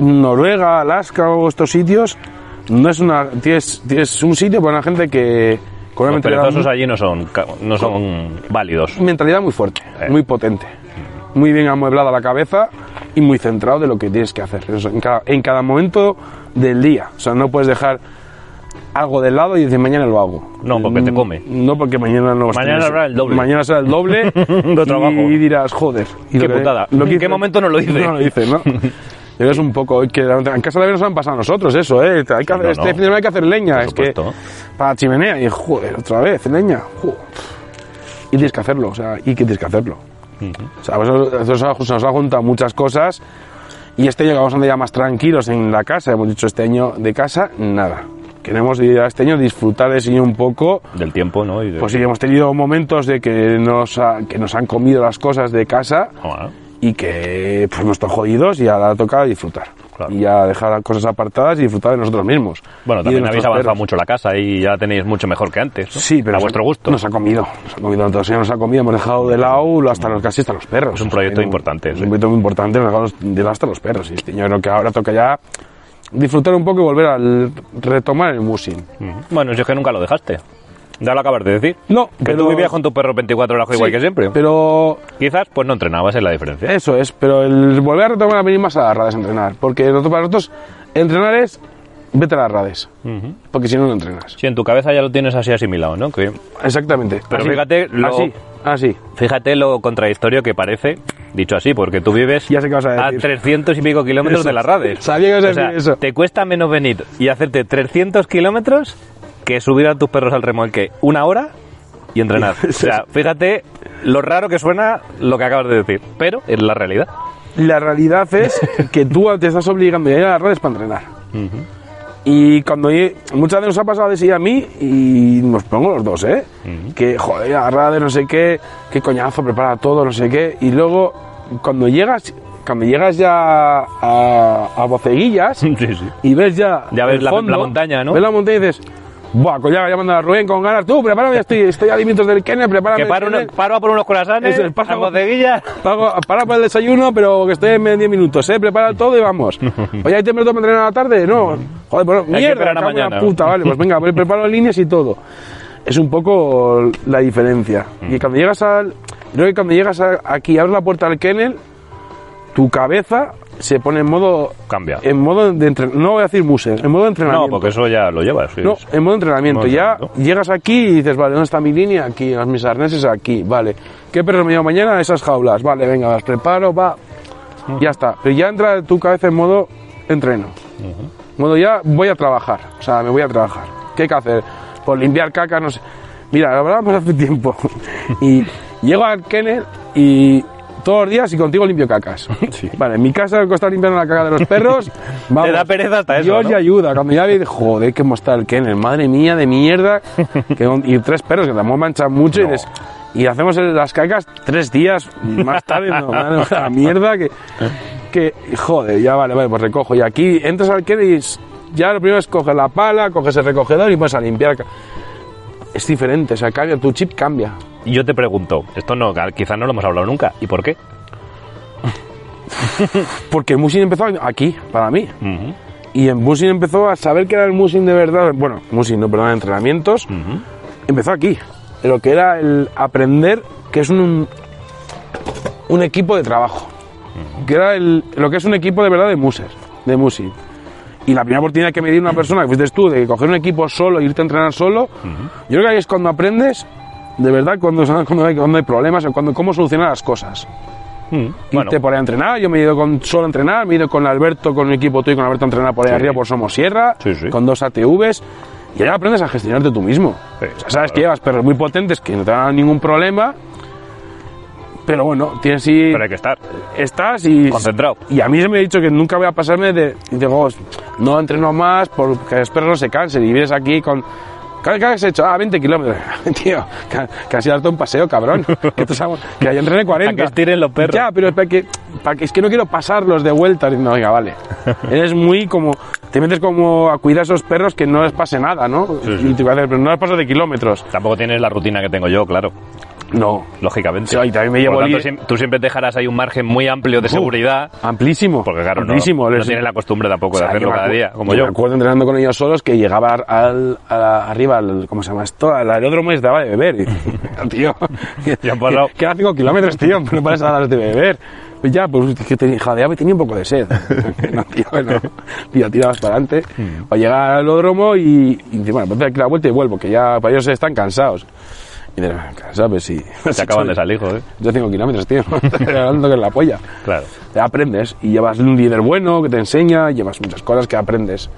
Speaker 3: Noruega, Alaska o estos sitios, no es una, tienes, tienes un sitio para una gente que con una
Speaker 2: Los
Speaker 3: mentalidad,
Speaker 2: perezosos allí no son, ca- no son válidos.
Speaker 3: mentalidad muy fuerte,
Speaker 2: Eh.
Speaker 3: muy potente, muy bien amueblada la cabeza y muy centrado de lo que tienes que hacer Eso en, cada, en cada momento del día. O sea, no puedes dejar algo de lado y decir mañana lo hago. Mm,
Speaker 2: No, porque te come.
Speaker 3: No, porque mañana no vas a
Speaker 2: Mañana
Speaker 3: tener-
Speaker 2: habrá el doble.
Speaker 3: Mañana será el doble
Speaker 2: De trabajo.
Speaker 3: y dirás, joder. y
Speaker 2: Qué
Speaker 3: lo que-
Speaker 2: putada.
Speaker 3: lo
Speaker 2: ¿En
Speaker 3: que
Speaker 2: qué
Speaker 3: hice-
Speaker 2: momento no lo hice?
Speaker 3: No lo hice, ¿no? Pero es un poco que en casa de nos han pasado a nosotros eso, ¿eh? Hay que
Speaker 2: No,
Speaker 3: hacer,
Speaker 2: no.
Speaker 3: este fin de semana hay que hacer leña,
Speaker 2: Por
Speaker 3: es que
Speaker 2: supuesto.
Speaker 3: para la chimenea y joder, otra vez leña. joder. Y tienes que hacerlo, o sea, y que tienes que hacerlo. O sea, pues, nos, nos- nos ha juntado muchas cosas y este año que vamos a andar ya más tranquilos en la casa, hemos dicho este año de casa, nada. Queremos ir a este año disfrutar de sí un poco.
Speaker 2: Del tiempo, ¿no? Y de-
Speaker 3: Pues sí, hemos tenido momentos de que nos, ha- que nos han comido las cosas de casa
Speaker 2: Ah,
Speaker 3: y que pues, hemos estado jodidos y ahora toca disfrutar.
Speaker 2: Claro.
Speaker 3: Y ya dejar las cosas apartadas y disfrutar de nosotros mismos.
Speaker 2: Bueno,
Speaker 3: Y de
Speaker 2: también habéis
Speaker 3: nuestros
Speaker 2: avanzado
Speaker 3: perros.
Speaker 2: mucho la casa y ya la tenéis mucho mejor que antes. ¿no?
Speaker 3: Sí, pero
Speaker 2: A
Speaker 3: nos-
Speaker 2: vuestro gusto.
Speaker 3: Nos ha comido, nos ha comido todo, sí, nos ha comido, hemos dejado de lado lo- hasta los, casi hasta los perros.
Speaker 2: Es un proyecto
Speaker 3: O sea,
Speaker 2: importante,
Speaker 3: Un,
Speaker 2: sí.
Speaker 3: un proyecto muy importante, hemos dejado los- de lado hasta los perros. Y este, yo creo que ahora toca ya disfrutar un poco y volver al retomar el musing.
Speaker 2: Ujú. Mm. Bueno, si es que nunca lo dejaste. Ya lo acabas de decir.
Speaker 3: No,
Speaker 2: Que tú vivías con tu perro 24 horas igual
Speaker 3: Sí,
Speaker 2: que siempre.
Speaker 3: Pero
Speaker 2: Quizás pues no entrenabas, es la diferencia.
Speaker 3: Eso es, pero el volver a retomar a venir más a las rades a entrenar. Porque nosotros- para nosotros, entrenar es vete a las rades. Porque si no, no entrenas.
Speaker 2: Sí, en tu cabeza ya lo tienes así asimilado, ¿no? Que
Speaker 3: Exactamente.
Speaker 2: Pero fíjate lo-
Speaker 3: Así, así.
Speaker 2: fíjate lo contradictorio que parece, dicho así, porque tú vives
Speaker 3: Ya sé qué vas a
Speaker 2: a
Speaker 3: decir.
Speaker 2: 300 y pico kilómetros
Speaker 3: Eso.
Speaker 2: de las Rades.
Speaker 3: Sabía que ibas a
Speaker 2: O sea,
Speaker 3: decir eso.
Speaker 2: Te cuesta menos venir y hacerte 300 kilómetros que subir a tus perros al remolque una hora y entrenar. O sea, fíjate lo raro que suena lo que acabas de decir, pero es la realidad.
Speaker 3: La realidad es que tú te estás obligando a ir a las redes para entrenar. Y cuando lle- muchas veces nos ha pasado de sí a mí y nos pongo los dos, ¿eh? Que joder, a las rades, no sé qué, qué coñazo, prepara todo, no sé qué. Y luego, cuando llegas, cuando llegas ya a, a Boceguillas,
Speaker 2: sí, sí.
Speaker 3: y ves ya.
Speaker 2: Ya ves
Speaker 3: el
Speaker 2: la-
Speaker 3: fondo,
Speaker 2: la montaña, ¿no?
Speaker 3: Ves la montaña y dices. Buah, colega, llamando a Rubén con ganas. Tú, prepárame, ya estoy, estoy a límites del Kennel, prepárame.
Speaker 2: Que paro,
Speaker 3: el
Speaker 2: uno-
Speaker 3: Kennel.
Speaker 2: paro a por unos corazones,
Speaker 3: Eso es, pasa
Speaker 2: a
Speaker 3: por-
Speaker 2: bodeguilla.
Speaker 3: Pago, para para el desayuno, pero que estoy en 10 minutos, ¿eh? Prepara todo y vamos. Oye, ¿hay temperatura para entrenar a la tarde? No. Joder, bueno,
Speaker 2: que
Speaker 3: mierda,
Speaker 2: esperar a
Speaker 3: cago en
Speaker 2: mañana.
Speaker 3: la puta, vale. Pues venga, voy, preparo líneas y todo. Es un poco la diferencia.
Speaker 2: Mm.
Speaker 3: Y cuando llegas al... Creo que cuando llegas a- aquí, abres la puerta al kennel, tu cabeza se pone en modo...
Speaker 2: Cambia.
Speaker 3: En modo de entrenamiento. No voy a decir muse, en modo de entrenamiento.
Speaker 2: No, porque eso ya lo llevas. sí.
Speaker 3: No, en modo entrenamiento.
Speaker 2: Modo
Speaker 3: ya
Speaker 2: entrenamiento.
Speaker 3: llegas aquí y dices, vale, ¿dónde está mi línea? Aquí, las mis arneses aquí, vale. ¿Qué perros me llevo mañana? Esas jaulas. Vale, venga, las preparo, va. Ya está. Pero ya entra tu cabeza en modo entreno. Modo ya voy a trabajar. O sea, me voy a trabajar. ¿Qué hay que hacer? Pues limpiar caca, no sé. Mira, lo hablábamos hace tiempo. y llego al kennel y todos los días y contigo limpio cacas.
Speaker 2: Sí.
Speaker 3: Vale, en mi casa me costado limpiar la caca de los perros. Vamos.
Speaker 2: da pereza hasta eso,
Speaker 3: Dios
Speaker 2: ¿no?
Speaker 3: y ayuda. Cuando ya vi, joder, cómo está el kennel, madre mía, de mierda. Que con- y tres perros que tampoco manchan mucho y
Speaker 2: No.
Speaker 3: des- y hacemos el- las cacas tres días más tarde, no, madre, la mierda que, que, joder, ya vale, vale, pues recojo. Y aquí entras al kennel y es- ya lo primero es coger la pala, coges el recogedor y vas a limpiar. ca- Es diferente, o sea, cambia, tu chip cambia.
Speaker 2: Y yo te pregunto, esto no, quizás no lo hemos hablado nunca. ¿Y por qué?
Speaker 3: Porque el musing empezó aquí, para mí. Y en Musing empezó a saber que era el Musing de verdad. Bueno, Musing, no, perdón, entrenamientos. Empezó aquí. Lo que era el aprender que es un, un equipo de trabajo. Que era el- lo que es un equipo de verdad de Muser, de Musing. Y la primera oportunidad que me dio una persona que fuiste tú, de coger un equipo solo e irte a entrenar solo, yo creo que ahí es cuando aprendes de verdad cuando, cuando, hay, cuando hay problemas o cuando, cómo solucionar las cosas.
Speaker 2: Mm,
Speaker 3: Irte
Speaker 2: bueno,
Speaker 3: por ahí a entrenar, yo me he ido con, solo a entrenar, me he ido con Alberto, con un equipo tuyo, con Alberto a entrenar por ahí
Speaker 2: Sí.
Speaker 3: arriba por Somosierra,
Speaker 2: Sí, sí.
Speaker 3: con dos ATVs, y ahí aprendes a gestionarte tú mismo.
Speaker 2: Sí,
Speaker 3: O sea, sabes
Speaker 2: claro.
Speaker 3: que llevas perros muy potentes que no te dan ningún problema, pero bueno, tienes y
Speaker 2: pero hay que estar
Speaker 3: estás y...
Speaker 2: concentrado.
Speaker 3: Y a mí se me ha dicho que nunca voy a pasarme de, de "Gos, no entreno más porque los perros no se cansen y vienes aquí con... ¿Qué, qué has hecho? Ah, 20 kilómetros. Tío, que, que has ido a darte un paseo, cabrón. Que, tú sabes- que yo entrené 40.
Speaker 2: A que estiren los perros.
Speaker 3: Ya, pero es para que, para que- es que no quiero pasarlos de vuelta. No, venga, vale. Eres muy como... Te metes como a cuidar a esos perros que no les pase nada, ¿no?
Speaker 2: Sí, sí.
Speaker 3: Y te voy a decir, pero no les paso de kilómetros.
Speaker 2: Tampoco tienes la rutina que tengo yo, claro,
Speaker 3: No.
Speaker 2: lógicamente.
Speaker 3: Sí, y también me llevo
Speaker 2: Por lo tanto,
Speaker 3: el-
Speaker 2: siem- tú siempre dejarás ahí un margen muy amplio de seguridad,
Speaker 3: Amplísimo.
Speaker 2: porque claro, no,
Speaker 3: amplísimo.
Speaker 2: no
Speaker 3: Les-
Speaker 2: tienes la costumbre tampoco de
Speaker 3: O sea,
Speaker 2: hacerlo
Speaker 3: yo me
Speaker 2: cada
Speaker 3: acu-
Speaker 2: día, como
Speaker 3: Me
Speaker 2: yo.
Speaker 3: acuerdo entrenando con ellos solos que llegaba al, al- a- arriba, al, ¿cómo se llama esto? Al aeródromo y les daba de beber. Y, tío,
Speaker 2: Ya han pasado.
Speaker 3: que- Quedan 5 kilómetros, tío, pero no pares a darles de beber. Pues ya, pues es que tenía, joder, ya tenía un poco de sed. no, tío, no. Tío, tirabas para adelante.
Speaker 2: Mm.
Speaker 3: O llegar al aeródromo y, y dices, bueno, pues doy aquí la vuelta y vuelvo, que ya para ellos están cansados. Y dices, cansados, pues sí.
Speaker 2: Se acaban de salir, joder.
Speaker 3: Yo 5 kilómetros, tío. Estoy hablando que es la polla
Speaker 2: Claro.
Speaker 3: te aprendes y llevas un líder bueno que te enseña, llevas muchas cosas que aprendes.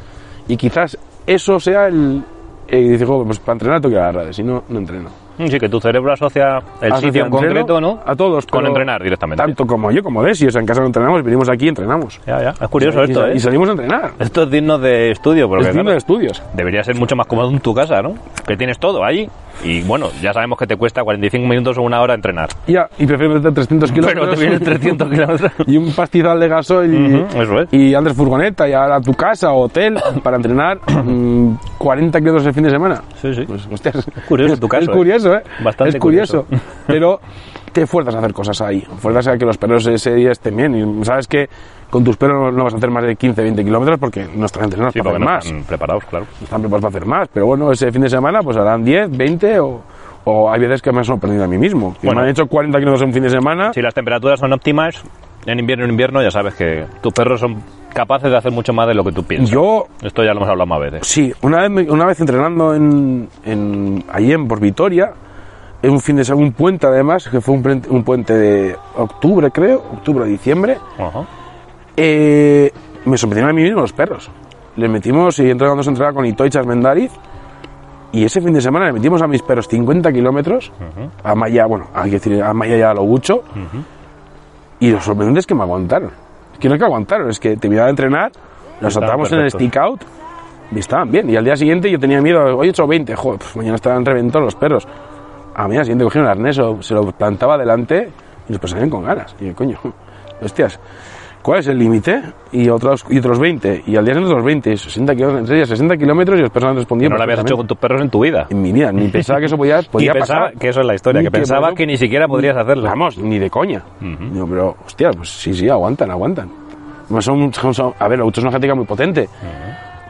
Speaker 3: Y quizás eso sea el... Y digo, pues para entrenar tengo que ir a las redes, si no, no entreno.
Speaker 2: Mm, Sí, que tu cerebro asocia el
Speaker 3: Asocia
Speaker 2: sitio en
Speaker 3: entreno
Speaker 2: concreto, ¿no?
Speaker 3: A todos.
Speaker 2: Con
Speaker 3: pero
Speaker 2: entrenar directamente.
Speaker 3: Tanto como yo, como Desi, o sea, en casa no entrenamos, venimos aquí y entrenamos.
Speaker 2: Ya, ya. Es curioso
Speaker 3: Y-
Speaker 2: esto,
Speaker 3: y,
Speaker 2: ¿eh?
Speaker 3: y salimos a entrenar.
Speaker 2: Esto es digno de estudio, porque
Speaker 3: Es digno
Speaker 2: claro,
Speaker 3: de estudios.
Speaker 2: debería ser mucho más cómodo en tu casa, ¿no? Que tienes todo ahí. Y bueno, ya sabemos que te cuesta 45 minutos o una hora entrenar.
Speaker 3: Ya, y prefiero meter 300 kilómetros.
Speaker 2: Pero te vienen 300 kilómetros.
Speaker 3: Y un pastizal de gasoil y,
Speaker 2: Ujú, eso es.
Speaker 3: y antes furgoneta y ahora a tu casa o hotel para entrenar mm, 40 kilómetros el fin de semana.
Speaker 2: Sí, sí.
Speaker 3: Pues, hostias, es
Speaker 2: curioso tu caso,
Speaker 3: Es
Speaker 2: ¿eh?
Speaker 3: curioso, ¿eh?
Speaker 2: Bastante
Speaker 3: es curioso.
Speaker 2: curioso.
Speaker 3: Pero te fuerzas a hacer cosas ahí. Fuerzas a que los perros ese día estén bien. Y sabes que con tus perros no- no vas a hacer más de 15, 20 kilómetros porque no están entrenados
Speaker 2: Sí,
Speaker 3: para
Speaker 2: porque
Speaker 3: hacer
Speaker 2: no
Speaker 3: más.
Speaker 2: están preparados, claro.
Speaker 3: No están preparados para hacer más. Pero bueno, ese fin de semana pues harán 10, 20 o, o hay veces que me han sorprendido a mí mismo. Que
Speaker 2: Bueno.
Speaker 3: me han hecho 40 kilómetros en un fin de semana.
Speaker 2: Si las temperaturas son óptimas, en invierno en invierno, ya sabes que tus perros son capaces de hacer mucho más de lo que tú piensas.
Speaker 3: Yo
Speaker 2: Esto ya lo hemos hablado más veces.
Speaker 3: Sí, una vez, me- una vez entrenando en, en, allí en por Vitoria, en un fin de semana, un puente además, que fue un, puente- un puente de octubre, creo, octubre o diciembre,
Speaker 2: Ajá.
Speaker 3: eh, me sorprendieron a mí mismo los perros. Les metimos y entrenamos entrenaba con Itoy Mendariz y ese fin de semana le metimos a mis perros 50 kilómetros, a Maya, bueno, hay que decir, a Maya y a Lobucho, y lo sorprendente es que me aguantaron. Es que no es que aguantaron, es que te miraba a entrenar, nos
Speaker 2: Estaban
Speaker 3: atamos en el
Speaker 2: perfectos.
Speaker 3: stick out y estaban bien. Y al día siguiente yo tenía miedo, hoy he hecho 20, joder, pues mañana estarán reventados los perros. A mí al siguiente cogieron el arnés, o se lo plantaba delante y los salían con ganas. Y yo, coño, hostias, ¿cuál es el límite? Y otros, y otros 20. Y al día siguiente otros 20, y 60 kilómetros, en serio, 60 kilómetros y los perros han respondido.
Speaker 2: no lo habías hecho con
Speaker 3: perfectamente.
Speaker 2: tus perros en tu vida.
Speaker 3: En mi vida, ni pensaba que eso podía, podía
Speaker 2: y pensaba
Speaker 3: pasar.
Speaker 2: que eso es la historia,
Speaker 3: Ni
Speaker 2: que pensaba
Speaker 3: bueno,
Speaker 2: que ni siquiera podrías hacerlo.
Speaker 3: Vamos, ni de coña. Digo, pero, hostia, pues sí, sí, aguantan, aguantan. Además, Son, son- son- a ver, la auto es una genética muy potente.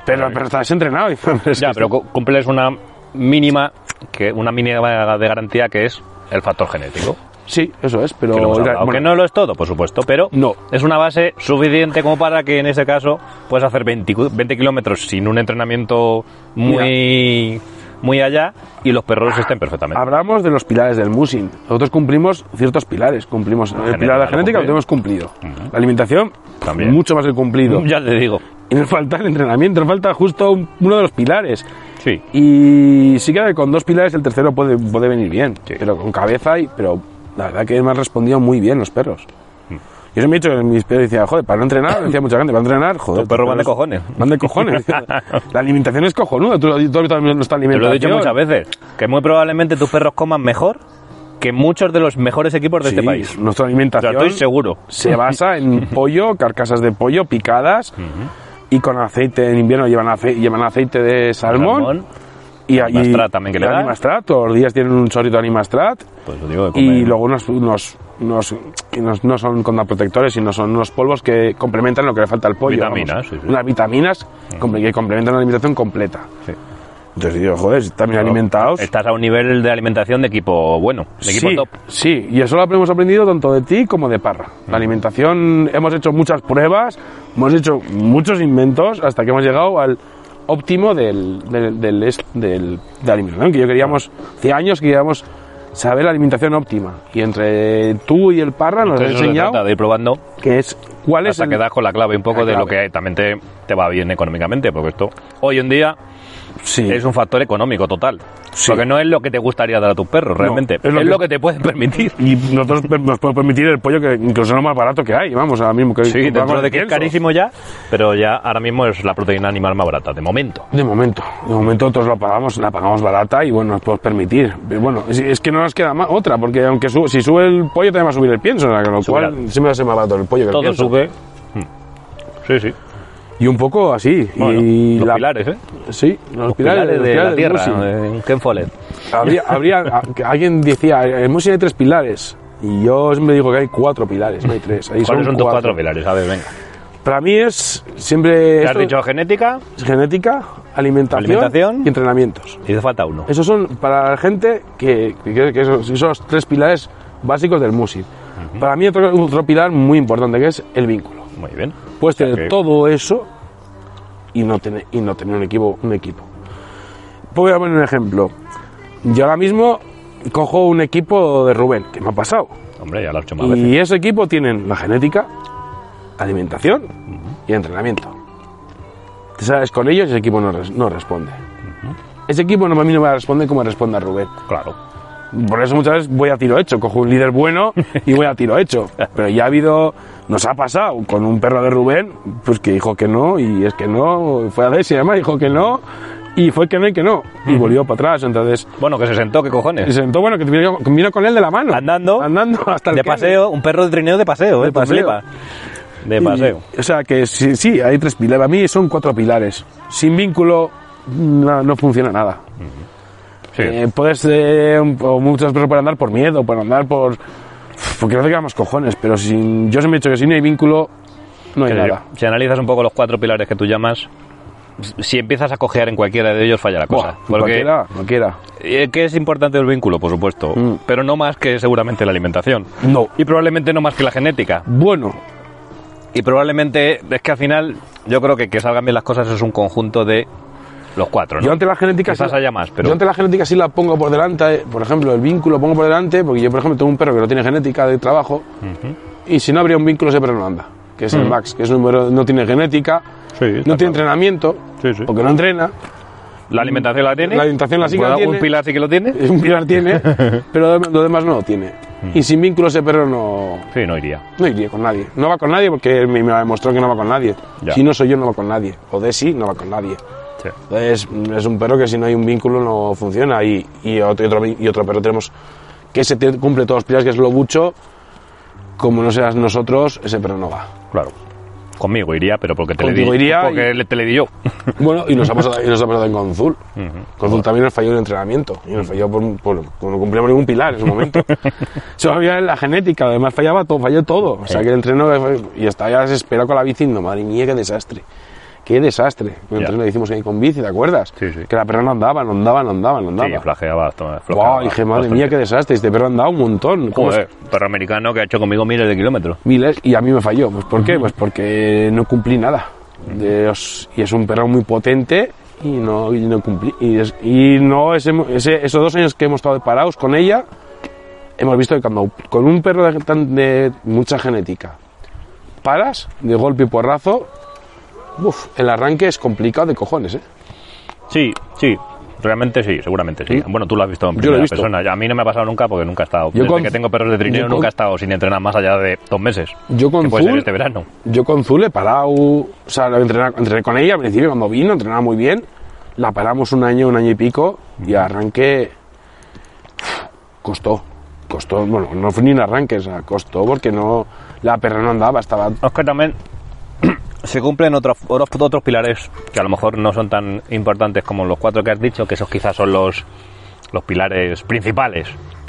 Speaker 3: Pero, pero estás entrenado. y- es
Speaker 2: Ya,
Speaker 3: que
Speaker 2: pero
Speaker 3: esto-
Speaker 2: cu- cumples una mínima, que una mínima de garantía que es el factor genético.
Speaker 3: Sí, eso es, pero...
Speaker 2: Que, lo hemos
Speaker 3: era-
Speaker 2: hablado.
Speaker 3: bueno,
Speaker 2: Que no lo es todo, por supuesto, pero
Speaker 3: No.
Speaker 2: es una base suficiente como para que en ese caso puedas hacer 20, cu- 20 kilómetros sin un entrenamiento muy, muy allá y los perros estén perfectamente.
Speaker 3: Hablamos de los pilares del musing. Nosotros cumplimos ciertos pilares. Cumplimos el
Speaker 2: genética,
Speaker 3: pilar de
Speaker 2: lo
Speaker 3: la genética, lo
Speaker 2: cumplido.
Speaker 3: tenemos cumplido. La alimentación,
Speaker 2: También.
Speaker 3: mucho más que cumplido.
Speaker 2: Ya te digo,
Speaker 3: Y nos falta el entrenamiento, nos falta justo un- uno de los pilares.
Speaker 2: sí.
Speaker 3: Y sí que con dos pilares el tercero puede, puede venir bien, pero con cabeza y... Pero la verdad que me han respondido muy bien los perros.
Speaker 2: Mm.
Speaker 3: Y eso me he dicho que mis perros decían, joder, para no entrenar, decía mucha gente, para no entrenar, joder.
Speaker 2: Los perros
Speaker 3: tus
Speaker 2: van de cojones.
Speaker 3: Van de cojones. la alimentación es cojonuda, tú, tú has visto nuestra alimentación.
Speaker 2: Te lo he dicho muchas veces, que muy probablemente tus perros coman mejor que muchos de los mejores equipos de
Speaker 3: Sí,
Speaker 2: este país.
Speaker 3: Nuestra
Speaker 2: O sea,
Speaker 3: alimentación
Speaker 2: estoy seguro.
Speaker 3: se basa en pollo, carcasas de pollo picadas y con aceite. En invierno llevan, ace- llevan aceite de salmón.
Speaker 2: Ramón,
Speaker 3: Y,
Speaker 2: Animastrat también que le
Speaker 3: y
Speaker 2: dan.
Speaker 3: Animastrat, todos los días tienen un chorrito de Animastrat.
Speaker 2: pues lo digo de comer.
Speaker 3: Y luego unos, unos, unos- que nos- no son condaprotectores, sino son unos polvos que complementan lo que le falta al pollo.
Speaker 2: Vitaminas,
Speaker 3: vamos.
Speaker 2: sí, sí.
Speaker 3: Unas vitaminas comple- que complementan la alimentación completa.
Speaker 2: Sí.
Speaker 3: Entonces digo, joder, si están bien alimentados.
Speaker 2: Estás a un nivel de alimentación de equipo bueno, de equipo
Speaker 3: sí,
Speaker 2: top.
Speaker 3: sí, y eso lo hemos aprendido tanto de ti como de Parra. La alimentación, hemos hecho muchas pruebas, hemos hecho muchos inventos hasta que hemos llegado al óptimo del, del, del, est- del- de la alimentación que yo queríamos, hace años que llevamos saber la alimentación óptima. Y entre tú y el parra nos has
Speaker 2: Entonces, eso se trata
Speaker 3: enseñado
Speaker 2: de ir probando
Speaker 3: que es cuál es
Speaker 2: hasta
Speaker 3: el-
Speaker 2: que das con la clave un poco
Speaker 3: La
Speaker 2: de lo
Speaker 3: clave.
Speaker 2: que también te, te va bien económicamente, porque esto hoy en día
Speaker 3: Sí.
Speaker 2: es un factor económico total.
Speaker 3: Sí.
Speaker 2: Porque no es lo que te gustaría dar a tus perros, realmente.
Speaker 3: es lo
Speaker 2: es
Speaker 3: que-
Speaker 2: lo que te pueden permitir.
Speaker 3: Y nosotros per- nos podemos permitir el pollo que incluso es lo más barato que hay, vamos, ahora mismo. Que
Speaker 2: Sí,
Speaker 3: compramos
Speaker 2: dentro de que es
Speaker 3: pienso.
Speaker 2: carísimo ya, pero ya ahora mismo es la proteína animal más barata, de momento.
Speaker 3: De momento, de momento nosotros la pagamos, la pagamos barata y bueno, nos podemos permitir. Pero bueno, es, es que no nos queda más otra, porque aunque su- si sube el pollo también va a subir el pienso, o sea, con lo
Speaker 2: Subirá.
Speaker 3: cual siempre va a ser más barato el pollo que el
Speaker 2: Todo
Speaker 3: pienso.
Speaker 2: sube. Sí, sí.
Speaker 3: Y un poco así.
Speaker 2: Bueno,
Speaker 3: y
Speaker 2: los
Speaker 3: la-
Speaker 2: pilares, ¿eh?
Speaker 3: Sí, los, pilares, los
Speaker 2: de
Speaker 3: pilares
Speaker 2: la
Speaker 3: del
Speaker 2: tierra,
Speaker 3: musi.
Speaker 2: en Ken Follett.
Speaker 3: Habría, habría, a- que alguien decía, en música hay tres pilares. Y yo siempre digo que hay cuatro pilares, no hay tres. Ahí
Speaker 2: ¿Cuáles son tus cuatro pilares? A ver, venga.
Speaker 3: Para mí es siempre
Speaker 2: Te has
Speaker 3: esto-
Speaker 2: dicho genética,
Speaker 3: genética, alimentación,
Speaker 2: Alimentación.
Speaker 3: y entrenamientos.
Speaker 2: y te falta uno.
Speaker 3: Esos son para la gente que, que, cree que esos, esos son los tres pilares básicos del músic. Para mí otro, otro pilar muy importante que es el vínculo.
Speaker 2: Muy bien.
Speaker 3: Puedes
Speaker 2: sea
Speaker 3: tener
Speaker 2: que-
Speaker 3: todo eso y no tener, y no tener un, equipo, un equipo. Voy a poner un ejemplo. Yo ahora mismo cojo un equipo de Rubén, que me ha pasado.
Speaker 2: Hombre, ya lo has hecho más veces.
Speaker 3: Y ese equipo tienen la genética, alimentación y entrenamiento. Te sabes con ellos y ese equipo no, res- no responde. Ese equipo no, para mí no va a responder como responde a Rubén.
Speaker 2: Claro.
Speaker 3: Por eso muchas veces voy a tiro hecho, cojo un líder bueno y voy a tiro hecho. Pero ya ha habido, nos ha pasado con un perro de Rubén, pues que dijo que no, y es que no, fue a ver si además dijo que no, y fue que no y que no, y volvió para atrás. Entonces,
Speaker 2: Bueno, que se sentó, ¿qué
Speaker 3: se
Speaker 2: cojones?
Speaker 3: sentó, bueno, que vino, vino con él de la mano.
Speaker 2: Andando.
Speaker 3: Andando hasta el
Speaker 2: de
Speaker 3: kennel.
Speaker 2: paseo, un perro de trineo de paseo, ¿eh?
Speaker 3: De
Speaker 2: Tú
Speaker 3: paseo.
Speaker 2: flipas. De
Speaker 3: Y-
Speaker 2: paseo.
Speaker 3: o sea que sí, sí, hay tres pilares. A mí son cuatro pilares. Sin vínculo no, no funciona nada.
Speaker 2: Sí.
Speaker 3: Eh, puedes, eh, un- o muchas personas pueden andar por miedo, pueden andar por. Porque no te quedan más cojones, pero sin, yo siempre he dicho que si no hay vínculo, no hay
Speaker 2: Qué sé yo.
Speaker 3: nada.
Speaker 2: Si analizas un poco los cuatro pilares que tú llamas, si empiezas a cojear en cualquiera de ellos, falla la cosa.
Speaker 3: Buah,
Speaker 2: porque
Speaker 3: cualquiera, cualquiera.
Speaker 2: eh, que es importante el vínculo, por supuesto,
Speaker 3: Mm.
Speaker 2: pero no más que seguramente la alimentación.
Speaker 3: No.
Speaker 2: Y probablemente no más que la genética.
Speaker 3: Bueno,
Speaker 2: Y probablemente es que al final yo creo que que salgan bien las cosas es un conjunto de los cuatro, ¿no?
Speaker 3: yo ante la genética.
Speaker 2: Quizás
Speaker 3: sí-
Speaker 2: haya más, pero-
Speaker 3: Yo ante la genética sí la pongo por delante. eh, Por ejemplo, el vínculo lo pongo por delante, porque yo, por ejemplo, tengo un perro que no tiene genética de trabajo, y si no habría un vínculo, ese perro no anda. Que es el Max, que es un perro no tiene genética,
Speaker 2: Sí,
Speaker 3: no tiene
Speaker 2: está claro.
Speaker 3: entrenamiento,
Speaker 2: Sí, sí.
Speaker 3: porque no entrena.
Speaker 2: La alimentación la tiene.
Speaker 3: La alimentación la sí que la
Speaker 2: ¿Algún
Speaker 3: tiene.
Speaker 2: pilar sí que lo tiene?
Speaker 3: Un pilar tiene, pero lo demás no lo tiene. Y sin vínculo ese perro no,
Speaker 2: Sí, no iría.
Speaker 3: no iría con nadie. No va con nadie porque me, me demostró que no va con nadie.
Speaker 2: Ya.
Speaker 3: Si no soy yo, no va con nadie. O de sí, no va con nadie.
Speaker 2: Sí.
Speaker 3: Entonces, mm, es un perro que si no hay un vínculo no funciona. Y, y otro, y, otro, vi- y otro perro tenemos que se cumple todos los pilares, que es lo bucho. Como no seas nosotros, ese perro no va.
Speaker 2: Claro. Conmigo iría, pero porque te
Speaker 3: Contigo
Speaker 2: le di
Speaker 3: iría
Speaker 2: porque
Speaker 3: y-
Speaker 2: le- te le di yo.
Speaker 3: Bueno, y nos ha pasado, y nos ha pasado en Conzul. Conzul también nos falló el entrenamiento. Y nos falló por, por- por no cumplir ningún pilar en su momento. Solo había la genética, además fallaba todo, falló todo. O sea, que el entreno fue- y estaba ya desesperado con la bici. No, madre mía, qué desastre. Qué desastre. El entreno que hicimos ahí con bici, ¿te acuerdas?
Speaker 2: Sí, sí.
Speaker 3: Que la perra no andaba, no andaba, no andaba, no
Speaker 2: Sí,
Speaker 3: andaba.
Speaker 2: flageaba. toma,
Speaker 3: Guau,
Speaker 2: flageaba
Speaker 3: dije, madre mía,
Speaker 2: bastante.
Speaker 3: qué desastre. Este perro ha andado un montón. ¿Cómo
Speaker 2: Joder, perro americano que ha hecho conmigo miles de kilómetros.
Speaker 3: miles y a mí me falló. Pues ¿Por qué? Pues porque no cumplí nada. De os- y es un perro muy potente y no, y no cumplí. Y, es- y no ese- ese- esos dos años que hemos estado parados con ella, hemos visto que cuando con un perro de, tan- de mucha genética paras de golpe y porrazo, uf, el arranque es complicado de cojones. ¿eh?
Speaker 2: Sí, sí. Realmente sí, seguramente sí.
Speaker 3: ¿Sí?
Speaker 2: Bueno, tú lo has visto en
Speaker 3: Yo
Speaker 2: primera
Speaker 3: lo he visto.
Speaker 2: persona. A mí no me ha pasado nunca porque nunca he estado. desde
Speaker 3: con-
Speaker 2: que tengo perros de trineo
Speaker 3: yo con-
Speaker 2: nunca he estado sin entrenar más allá de dos meses.
Speaker 3: Yo con
Speaker 2: que puede ser
Speaker 3: Zul-
Speaker 2: este verano.
Speaker 3: Yo con Zul he parado, o sea, la entrené, entrené con ella al principio cuando vino, entrenaba muy bien. La paramos un año, un año y pico, y arranque costó. Costó, bueno, no fue ni un arranque, o sea, costó porque no, la perra no andaba, estaba.
Speaker 2: Es que también se cumplen otros, otros, otros pilares que a lo mejor no son tan importantes como los cuatro que has dicho, que esos quizás son los, los pilares principales.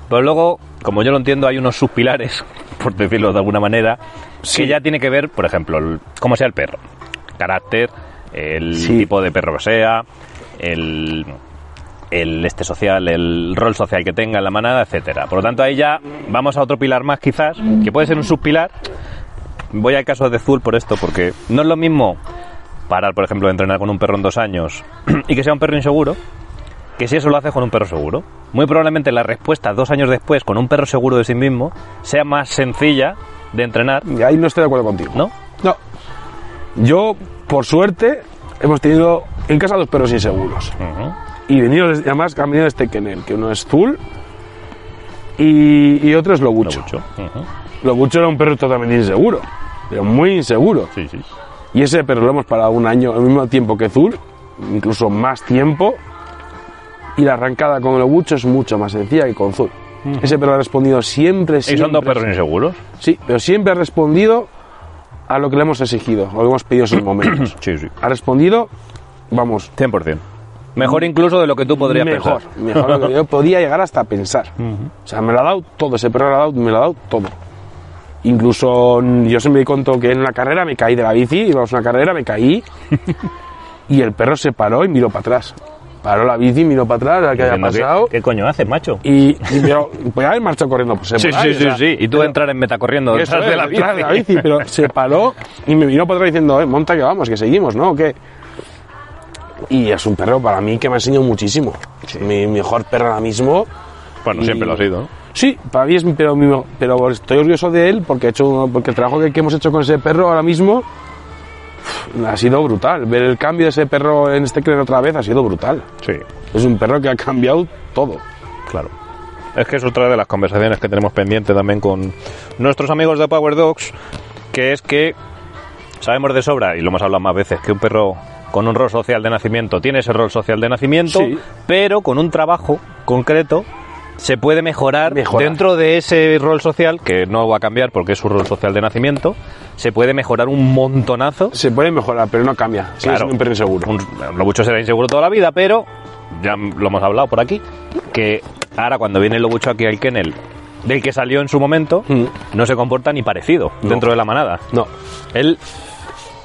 Speaker 2: Pero luego, como yo lo entiendo, hay unos subpilares, por decirlo de alguna manera,
Speaker 3: Sí.
Speaker 2: que ya tiene que ver, por ejemplo, el- cómo sea el perro. Carácter, el
Speaker 3: Sí.
Speaker 2: tipo de perro que sea, el, el este social, el rol social que tenga en la manada, etcétera. Por lo tanto, ahí ya vamos a otro pilar más quizás, que puede ser un subpilar, voy al caso de Zul por esto, porque no es lo mismo parar, por ejemplo, de entrenar con un perro en dos años y que sea un perro inseguro, que si eso lo haces con un perro seguro. Muy probablemente la respuesta dos años después con un perro seguro de sí mismo sea más sencilla de entrenar,
Speaker 3: Y ahí no estoy de acuerdo contigo.
Speaker 2: ¿no?
Speaker 3: No. Yo, por suerte, hemos tenido en casa dos perros inseguros.
Speaker 2: Ujú.
Speaker 3: Y venidos, desde- además, han venido desde Kenel, que uno es Zul y, y otro es
Speaker 2: Lo
Speaker 3: Lobucho.
Speaker 2: mucho. Ujú.
Speaker 3: Lobucho era un perro totalmente inseguro, pero muy inseguro.
Speaker 2: Sí, sí.
Speaker 3: Y ese perro lo hemos parado un año, al mismo tiempo que Zul, incluso más tiempo. Y la arrancada con Lobucho es mucho más sencilla que con Zul. Ese perro ha respondido siempre,
Speaker 2: Mm. Y
Speaker 3: siempre.
Speaker 2: son dos perros inseguros.
Speaker 3: Sí, pero siempre ha respondido a lo que le hemos exigido, a lo que hemos pedido en sus momentos.
Speaker 2: Sí, sí.
Speaker 3: Ha respondido, vamos,
Speaker 2: 100%. Mejor incluso de lo que tú podrías
Speaker 3: mejor,
Speaker 2: pensar.
Speaker 3: mejor de lo que yo podía llegar hasta a pensar. O sea, me lo ha dado todo, ese perro lo ha dado- me lo ha dado todo. Incluso mm, yo se me contó que en una carrera me caí de la bici, íbamos a una carrera, me caí y el perro se paró y miró para atrás. Paró la bici, miró para atrás, a ver qué había
Speaker 2: Diciendo, ¿qué-
Speaker 3: pasado.
Speaker 2: ¿Qué, coño haces, macho?
Speaker 3: Y, y miró, pues ya marchó corriendo, pues se
Speaker 2: Sí,
Speaker 3: por
Speaker 2: sí,
Speaker 3: ahí,
Speaker 2: sí,
Speaker 3: o sea,
Speaker 2: sí. Y tú
Speaker 3: pero-
Speaker 2: entrar en meta corriendo
Speaker 3: Eso
Speaker 2: detrás
Speaker 3: es,
Speaker 2: de la bici.
Speaker 3: detrás de la bici, pero se paró y me miró para atrás diciendo, eh, monta que vamos, que seguimos, ¿no? ¿O qué? Y es un perro para mí que me ha enseñado muchísimo. Mi mejor perro ahora mismo.
Speaker 2: Bueno,
Speaker 3: y-
Speaker 2: siempre lo ha sido, ¿no?
Speaker 3: Sí, para mí es mi pero, mi me- pero estoy orgulloso de él porque, he hecho, porque el trabajo que, que hemos hecho con ese perro ahora mismo uf, ha sido brutal. Ver el cambio de ese perro en este clero otra vez ha sido brutal.
Speaker 2: Sí,
Speaker 3: Es un perro que ha cambiado todo.
Speaker 2: claro. Es que es otra de las conversaciones que tenemos pendiente también con nuestros amigos de Power Dogs, que es que sabemos de sobra, y lo hemos hablado más veces, que un perro con un rol social de nacimiento tiene ese rol social de nacimiento,
Speaker 3: Sí.
Speaker 2: pero con un trabajo concreto se puede mejorar,
Speaker 3: Mejorar.
Speaker 2: dentro de ese rol social, que no va a cambiar porque es un rol social de nacimiento, se puede mejorar un montonazo.
Speaker 3: Se puede mejorar, pero no cambia. Sigue siendo un perro inseguro.
Speaker 2: Un- Lobucho será inseguro toda la vida, pero ya lo hemos hablado por aquí, que ahora cuando viene el Lobucho aquí al kennel, del que salió en su momento,
Speaker 3: Mm.
Speaker 2: no se comporta ni parecido
Speaker 3: No.
Speaker 2: dentro de la manada.
Speaker 3: No.
Speaker 2: Él,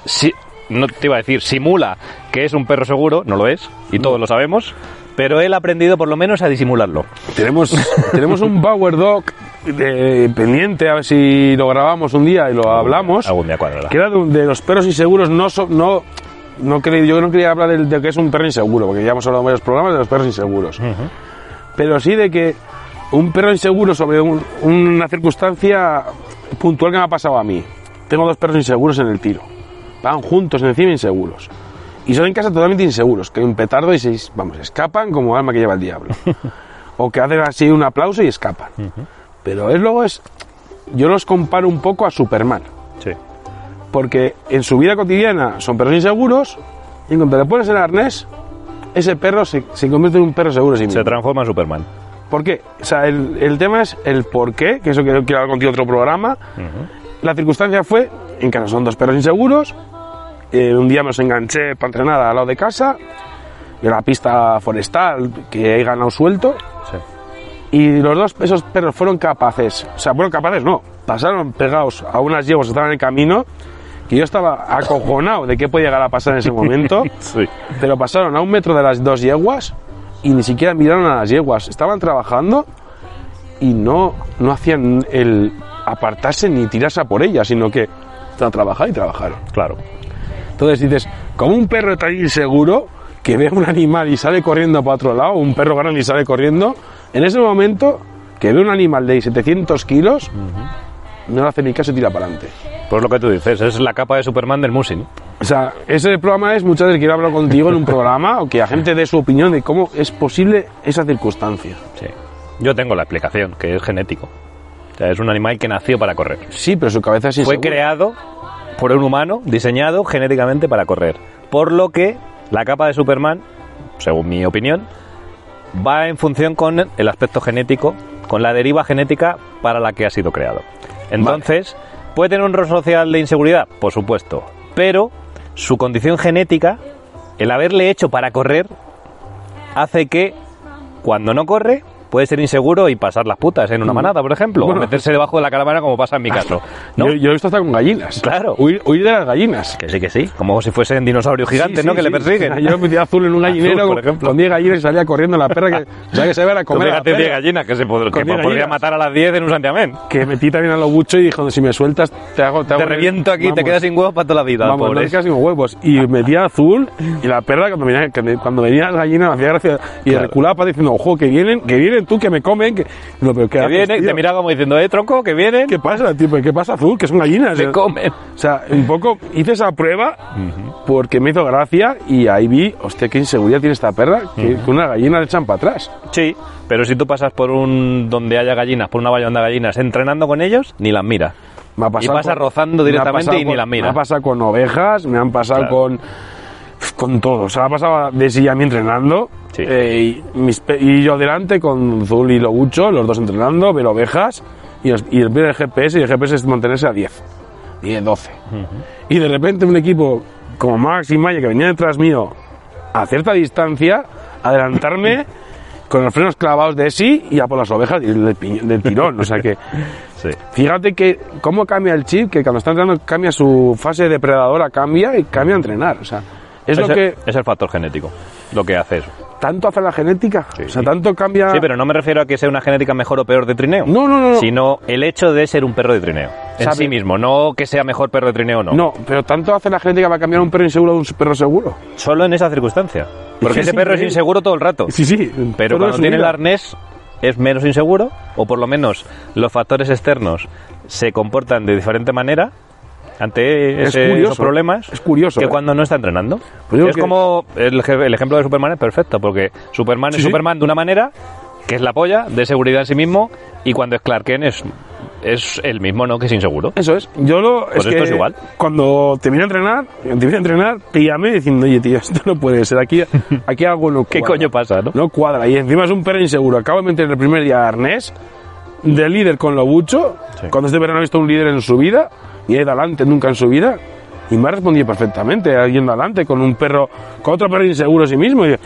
Speaker 2: si, no te iba a decir, simula que es un perro seguro, no lo es, y todos lo sabemos, pero él ha aprendido por lo menos a disimularlo.
Speaker 3: Tenemos, tenemos un Power Dog de- pendiente, a ver si lo grabamos un día y lo hablamos.
Speaker 2: Algún día cuadrará.
Speaker 3: Que era de, un- de los perros inseguros, no. so- no no quería- yo no quería hablar del- de, que es un perro inseguro, porque ya hemos hablado en varios programas de los perros inseguros. Pero sí de que un perro inseguro sobre un- una circunstancia puntual que me ha pasado a mí. Tengo dos perros inseguros en el tiro. Van juntos encima inseguros. Y son en casa totalmente inseguros, que hay un petardo y se, vamos, escapan como alma que lleva el diablo. o que hacen así un aplauso y escapan. Pero es luego es. Yo los comparo un poco a Superman.
Speaker 2: Sí.
Speaker 3: Porque en su vida cotidiana son perros inseguros. Y en cuanto le pones el arnés, ese perro se, se convierte en un perro seguro. Sí
Speaker 2: Se
Speaker 3: mismo.
Speaker 2: transforma en Superman.
Speaker 3: ¿Por qué? O sea, el, el tema es el por qué, que eso que quiero hablar contigo en otro programa. La circunstancia fue, en casa son dos perros inseguros, eh, un día me los enganché para entrenar al lado de casa, y la pista forestal que he ganado suelto,
Speaker 2: Sí.
Speaker 3: y los dos, esos perros fueron capaces, o sea, fueron capaces, no, pasaron pegados a unas yeguas que estaban en el camino, que yo estaba acojonado de qué podía llegar a pasar en ese momento,
Speaker 2: Sí.
Speaker 3: pero pasaron a un metro de las dos yeguas y ni siquiera miraron a las yeguas. Estaban trabajando y no, no hacían el apartarse ni tirarse a por ellas, sino que tra- trabajar y trabajaron.
Speaker 2: Claro.
Speaker 3: Entonces dices, como un perro tan inseguro que ve a un animal y sale corriendo para otro lado, un perro grande y sale corriendo, en ese momento que ve un animal de 700 kilos, no le hace ni caso y tira para adelante.
Speaker 2: Pues lo que tú dices, es la capa de Superman del Musin.
Speaker 3: O sea, ese programa es muchas veces quiero hablar contigo en un programa o que la gente dé su opinión de cómo es posible esa circunstancia.
Speaker 2: Sí. Yo tengo la explicación, que es genético. O sea, es un animal que nació para correr.
Speaker 3: Sí, pero su cabeza es
Speaker 2: Fue
Speaker 3: insegura.
Speaker 2: creado por un humano, diseñado genéticamente para correr. Por lo que la capa de Superman, según mi opinión, va en función con el aspecto genético, con la deriva genética para la que ha sido creado. Entonces, ¿puede tener un rol social de inseguridad? Por supuesto. Pero su condición genética, el haberle hecho para correr, hace que cuando no corre puede ser inseguro y pasar las putas en una manada, por ejemplo, o meterse debajo de la caravana como pasa en mi caso. ¿No?
Speaker 3: Ah, Yo, yo lo he visto hasta con gallinas.
Speaker 2: Claro.
Speaker 3: Huir, huir de las gallinas.
Speaker 2: Que sí, que sí. Como si fuesen dinosaurios gigantes,
Speaker 3: Sí,
Speaker 2: ¿no?
Speaker 3: sí,
Speaker 2: que le
Speaker 3: sí.
Speaker 2: persiguen.
Speaker 3: Yo me metí azul en un gallinero
Speaker 2: por ejemplo.
Speaker 3: con 10 gallinas y salía corriendo la perra que, o sea, que se iba a
Speaker 2: Tú
Speaker 3: comer. a la
Speaker 2: fíjate, 10
Speaker 3: perra.
Speaker 2: gallinas, que se pod- que
Speaker 3: diez
Speaker 2: podría
Speaker 3: gallinas.
Speaker 2: matar a las 10 en un santiamén.
Speaker 3: Que metí también a los buchos y dijo, si me sueltas, te hago... Te,
Speaker 2: Te
Speaker 3: hago-
Speaker 2: reviento aquí, te
Speaker 3: Vamos.
Speaker 2: quedas sin huevos para toda la vida,
Speaker 3: Vamos, no
Speaker 2: pobre.
Speaker 3: me quedas sin huevos. Y metía azul y la perra cuando venía, que me- cuando venía las gallinas me hacía gracia y
Speaker 2: Claro.
Speaker 3: reculaba para diciendo, ojo, que vienen, que vienen tú, que me comen. Que... No, pero ¿qué
Speaker 2: Que
Speaker 3: haces,
Speaker 2: viene,
Speaker 3: tío?
Speaker 2: te mira como diciendo, eh, tronco, que viene.
Speaker 3: ¿Qué pasa, tío? ¿Qué pasa, azul? Que son gallinas.
Speaker 2: Se comen.
Speaker 3: O sea, un poco hice esa prueba porque me hizo gracia y ahí vi, hostia, qué inseguridad tiene esta perra, que, que una gallina le echan para atrás.
Speaker 2: Sí, pero si tú pasas por un donde haya gallinas, por una vallonda de gallinas, entrenando con ellos, ni las mira.
Speaker 3: Me ha pasado
Speaker 2: y pasa
Speaker 3: con-
Speaker 2: rozando
Speaker 3: me ha
Speaker 2: directamente
Speaker 3: pasado
Speaker 2: y ni
Speaker 3: con-
Speaker 2: las mira.
Speaker 3: Me ha pasado con ovejas, me han pasado
Speaker 2: Claro.
Speaker 3: con con todo. O sea, me ha pasado de silla a mí entrenando
Speaker 2: Sí.
Speaker 3: eh, y, mis pe- y yo delante con Zul y Logucho, los dos entrenando, pero ovejas y, os- y el pie del GPS y el GPS es mantenerse a 10, 10, 12. Y de repente un equipo como Max y Maya que venía detrás mío a cierta distancia, adelantarme con los frenos clavados de sí y a por las ovejas y del pi- del tirón. O sea que
Speaker 2: Sí.
Speaker 3: Fíjate que cómo cambia el chip, que cuando está entrenando cambia su fase depredadora, cambia y cambia a entrenar. O sea, es lo
Speaker 2: Ese-
Speaker 3: que
Speaker 2: es el factor genético, lo que hace eso.
Speaker 3: tanto hace la genética.
Speaker 2: Sí.
Speaker 3: O sea, tanto cambia.
Speaker 2: Sí, pero no me refiero a que sea una genética mejor o peor de trineo.
Speaker 3: Ah. No, no, no, no.
Speaker 2: Sino el hecho de ser un perro de trineo. En
Speaker 3: Sabe-
Speaker 2: sí mismo, no que sea mejor perro de trineo o no.
Speaker 3: No, pero tanto hace la genética para cambiar un perro inseguro a un perro seguro.
Speaker 2: Solo en esa circunstancia. Porque
Speaker 3: Es
Speaker 2: ese perro es
Speaker 3: increíble.
Speaker 2: inseguro todo el rato.
Speaker 3: sí.
Speaker 2: Pero cuando tiene el arnés es menos inseguro, o por lo menos los factores externos se comportan de diferente manera ante
Speaker 3: Es
Speaker 2: ese-
Speaker 3: curioso,
Speaker 2: esos problemas
Speaker 3: es curioso,
Speaker 2: que
Speaker 3: eh.
Speaker 2: cuando no está entrenando.
Speaker 3: Pues yo
Speaker 2: es
Speaker 3: que-
Speaker 2: como el, eje- el ejemplo de Superman es perfecto, porque Superman
Speaker 3: Sí,
Speaker 2: es
Speaker 3: sí.
Speaker 2: Superman de una manera que es la polla, de seguridad en sí mismo, y cuando es Clark Kent es, es el mismo, ¿no? Que es inseguro.
Speaker 3: Eso es. Yo lo.
Speaker 2: Pues
Speaker 3: es
Speaker 2: esto
Speaker 3: que
Speaker 2: es igual.
Speaker 3: Cuando te viene a entrenar, te viene a entrenar, píllame diciendo, oye, tío, esto no puede ser. Aquí, aquí algo no
Speaker 2: ¿Qué
Speaker 3: cuadra".
Speaker 2: coño pasa, no?
Speaker 3: No cuadra. Y encima es un perro inseguro. Acabo de meter el primer día a Arnés, de líder con Lobucho.
Speaker 2: Sí.
Speaker 3: Cuando este verano he visto un líder en su vida, y he adelante nunca en su vida. Y me ha respondido perfectamente, yendo adelante con un perro, con otro perro inseguro a sí mismo. Y yo,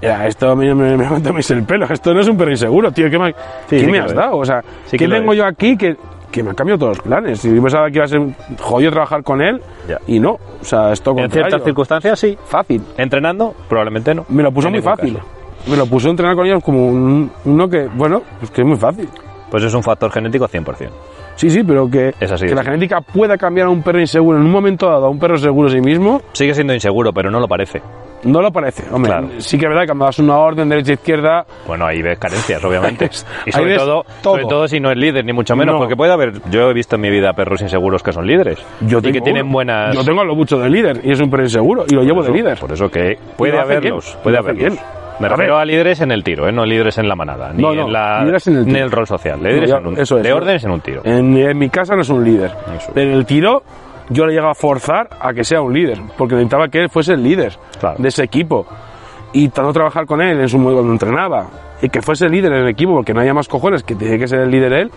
Speaker 3: "Ya, esto me, me, me levantáis el pelo, esto no es un perro inseguro, tío. ¿Qué me, ¿qué
Speaker 2: sí
Speaker 3: me
Speaker 2: que lo
Speaker 3: has
Speaker 2: es.
Speaker 3: dado? O sea,
Speaker 2: Sí que
Speaker 3: ¿qué
Speaker 2: lo
Speaker 3: tengo
Speaker 2: es.
Speaker 3: yo aquí que, que me ha cambiado todos los planes? Y yo pensaba que iba a ser un jodido trabajar con él,
Speaker 2: Ya.
Speaker 3: y no. O sea, esto
Speaker 2: En ciertas circunstancias sí.
Speaker 3: Fácil.
Speaker 2: Entrenando, probablemente no.
Speaker 3: Me lo puso
Speaker 2: En
Speaker 3: muy
Speaker 2: ningún
Speaker 3: fácil.
Speaker 2: caso.
Speaker 3: Me lo puso a entrenar con ellos como un- uno que, bueno, pues que es muy fácil.
Speaker 2: Pues es un factor genético 100%.
Speaker 3: Sí, sí, pero que,
Speaker 2: Es así,
Speaker 3: que
Speaker 2: es
Speaker 3: la
Speaker 2: así.
Speaker 3: genética pueda cambiar a un perro inseguro en un momento dado a un perro seguro a sí mismo,
Speaker 2: Sigue siendo inseguro, pero no lo parece.
Speaker 3: no lo parece. Hombre,
Speaker 2: Claro.
Speaker 3: sí que es verdad que cuando das una orden derecha-izquierda,
Speaker 2: Bueno, ahí ves carencias, obviamente. Y
Speaker 3: Ahí
Speaker 2: sobre
Speaker 3: ves
Speaker 2: todo,
Speaker 3: todo.
Speaker 2: sobre todo si no es líder, ni mucho menos,
Speaker 3: No.
Speaker 2: porque puede haber. Yo he visto en mi vida perros inseguros que son líderes
Speaker 3: yo
Speaker 2: y
Speaker 3: tengo
Speaker 2: que tienen
Speaker 3: uno.
Speaker 2: buenas.
Speaker 3: Yo tengo a lo mucho de líder y es un perro inseguro y lo llevo
Speaker 2: Por
Speaker 3: de
Speaker 2: eso-
Speaker 3: líder.
Speaker 2: Por eso que puede
Speaker 3: lo hacen
Speaker 2: haberlos,
Speaker 3: bien,
Speaker 2: puede
Speaker 3: lo hacen
Speaker 2: haberlos.
Speaker 3: bien.
Speaker 2: Me
Speaker 3: A
Speaker 2: refiero
Speaker 3: ver.
Speaker 2: a líderes en el tiro, ¿eh? no líderes en la manada, ni,
Speaker 3: No, no,
Speaker 2: en la,
Speaker 3: líderes en el
Speaker 2: ni
Speaker 3: tiro.
Speaker 2: rol social.
Speaker 3: No,
Speaker 2: Líderes
Speaker 3: ya,
Speaker 2: en un,
Speaker 3: eso es,
Speaker 2: de
Speaker 3: eso
Speaker 2: órdenes
Speaker 3: es.
Speaker 2: en un tiro.
Speaker 3: En, en mi casa no es un líder.
Speaker 2: Eso.
Speaker 3: Pero en el tiro yo le llegaba a forzar a que sea un líder, porque necesitaba que él fuese el líder
Speaker 2: Claro.
Speaker 3: de ese equipo. Y tanto trabajar con él en su modo cuando entrenaba, y que fuese el líder en el equipo, porque no haya más cojones que tiene que ser el líder él,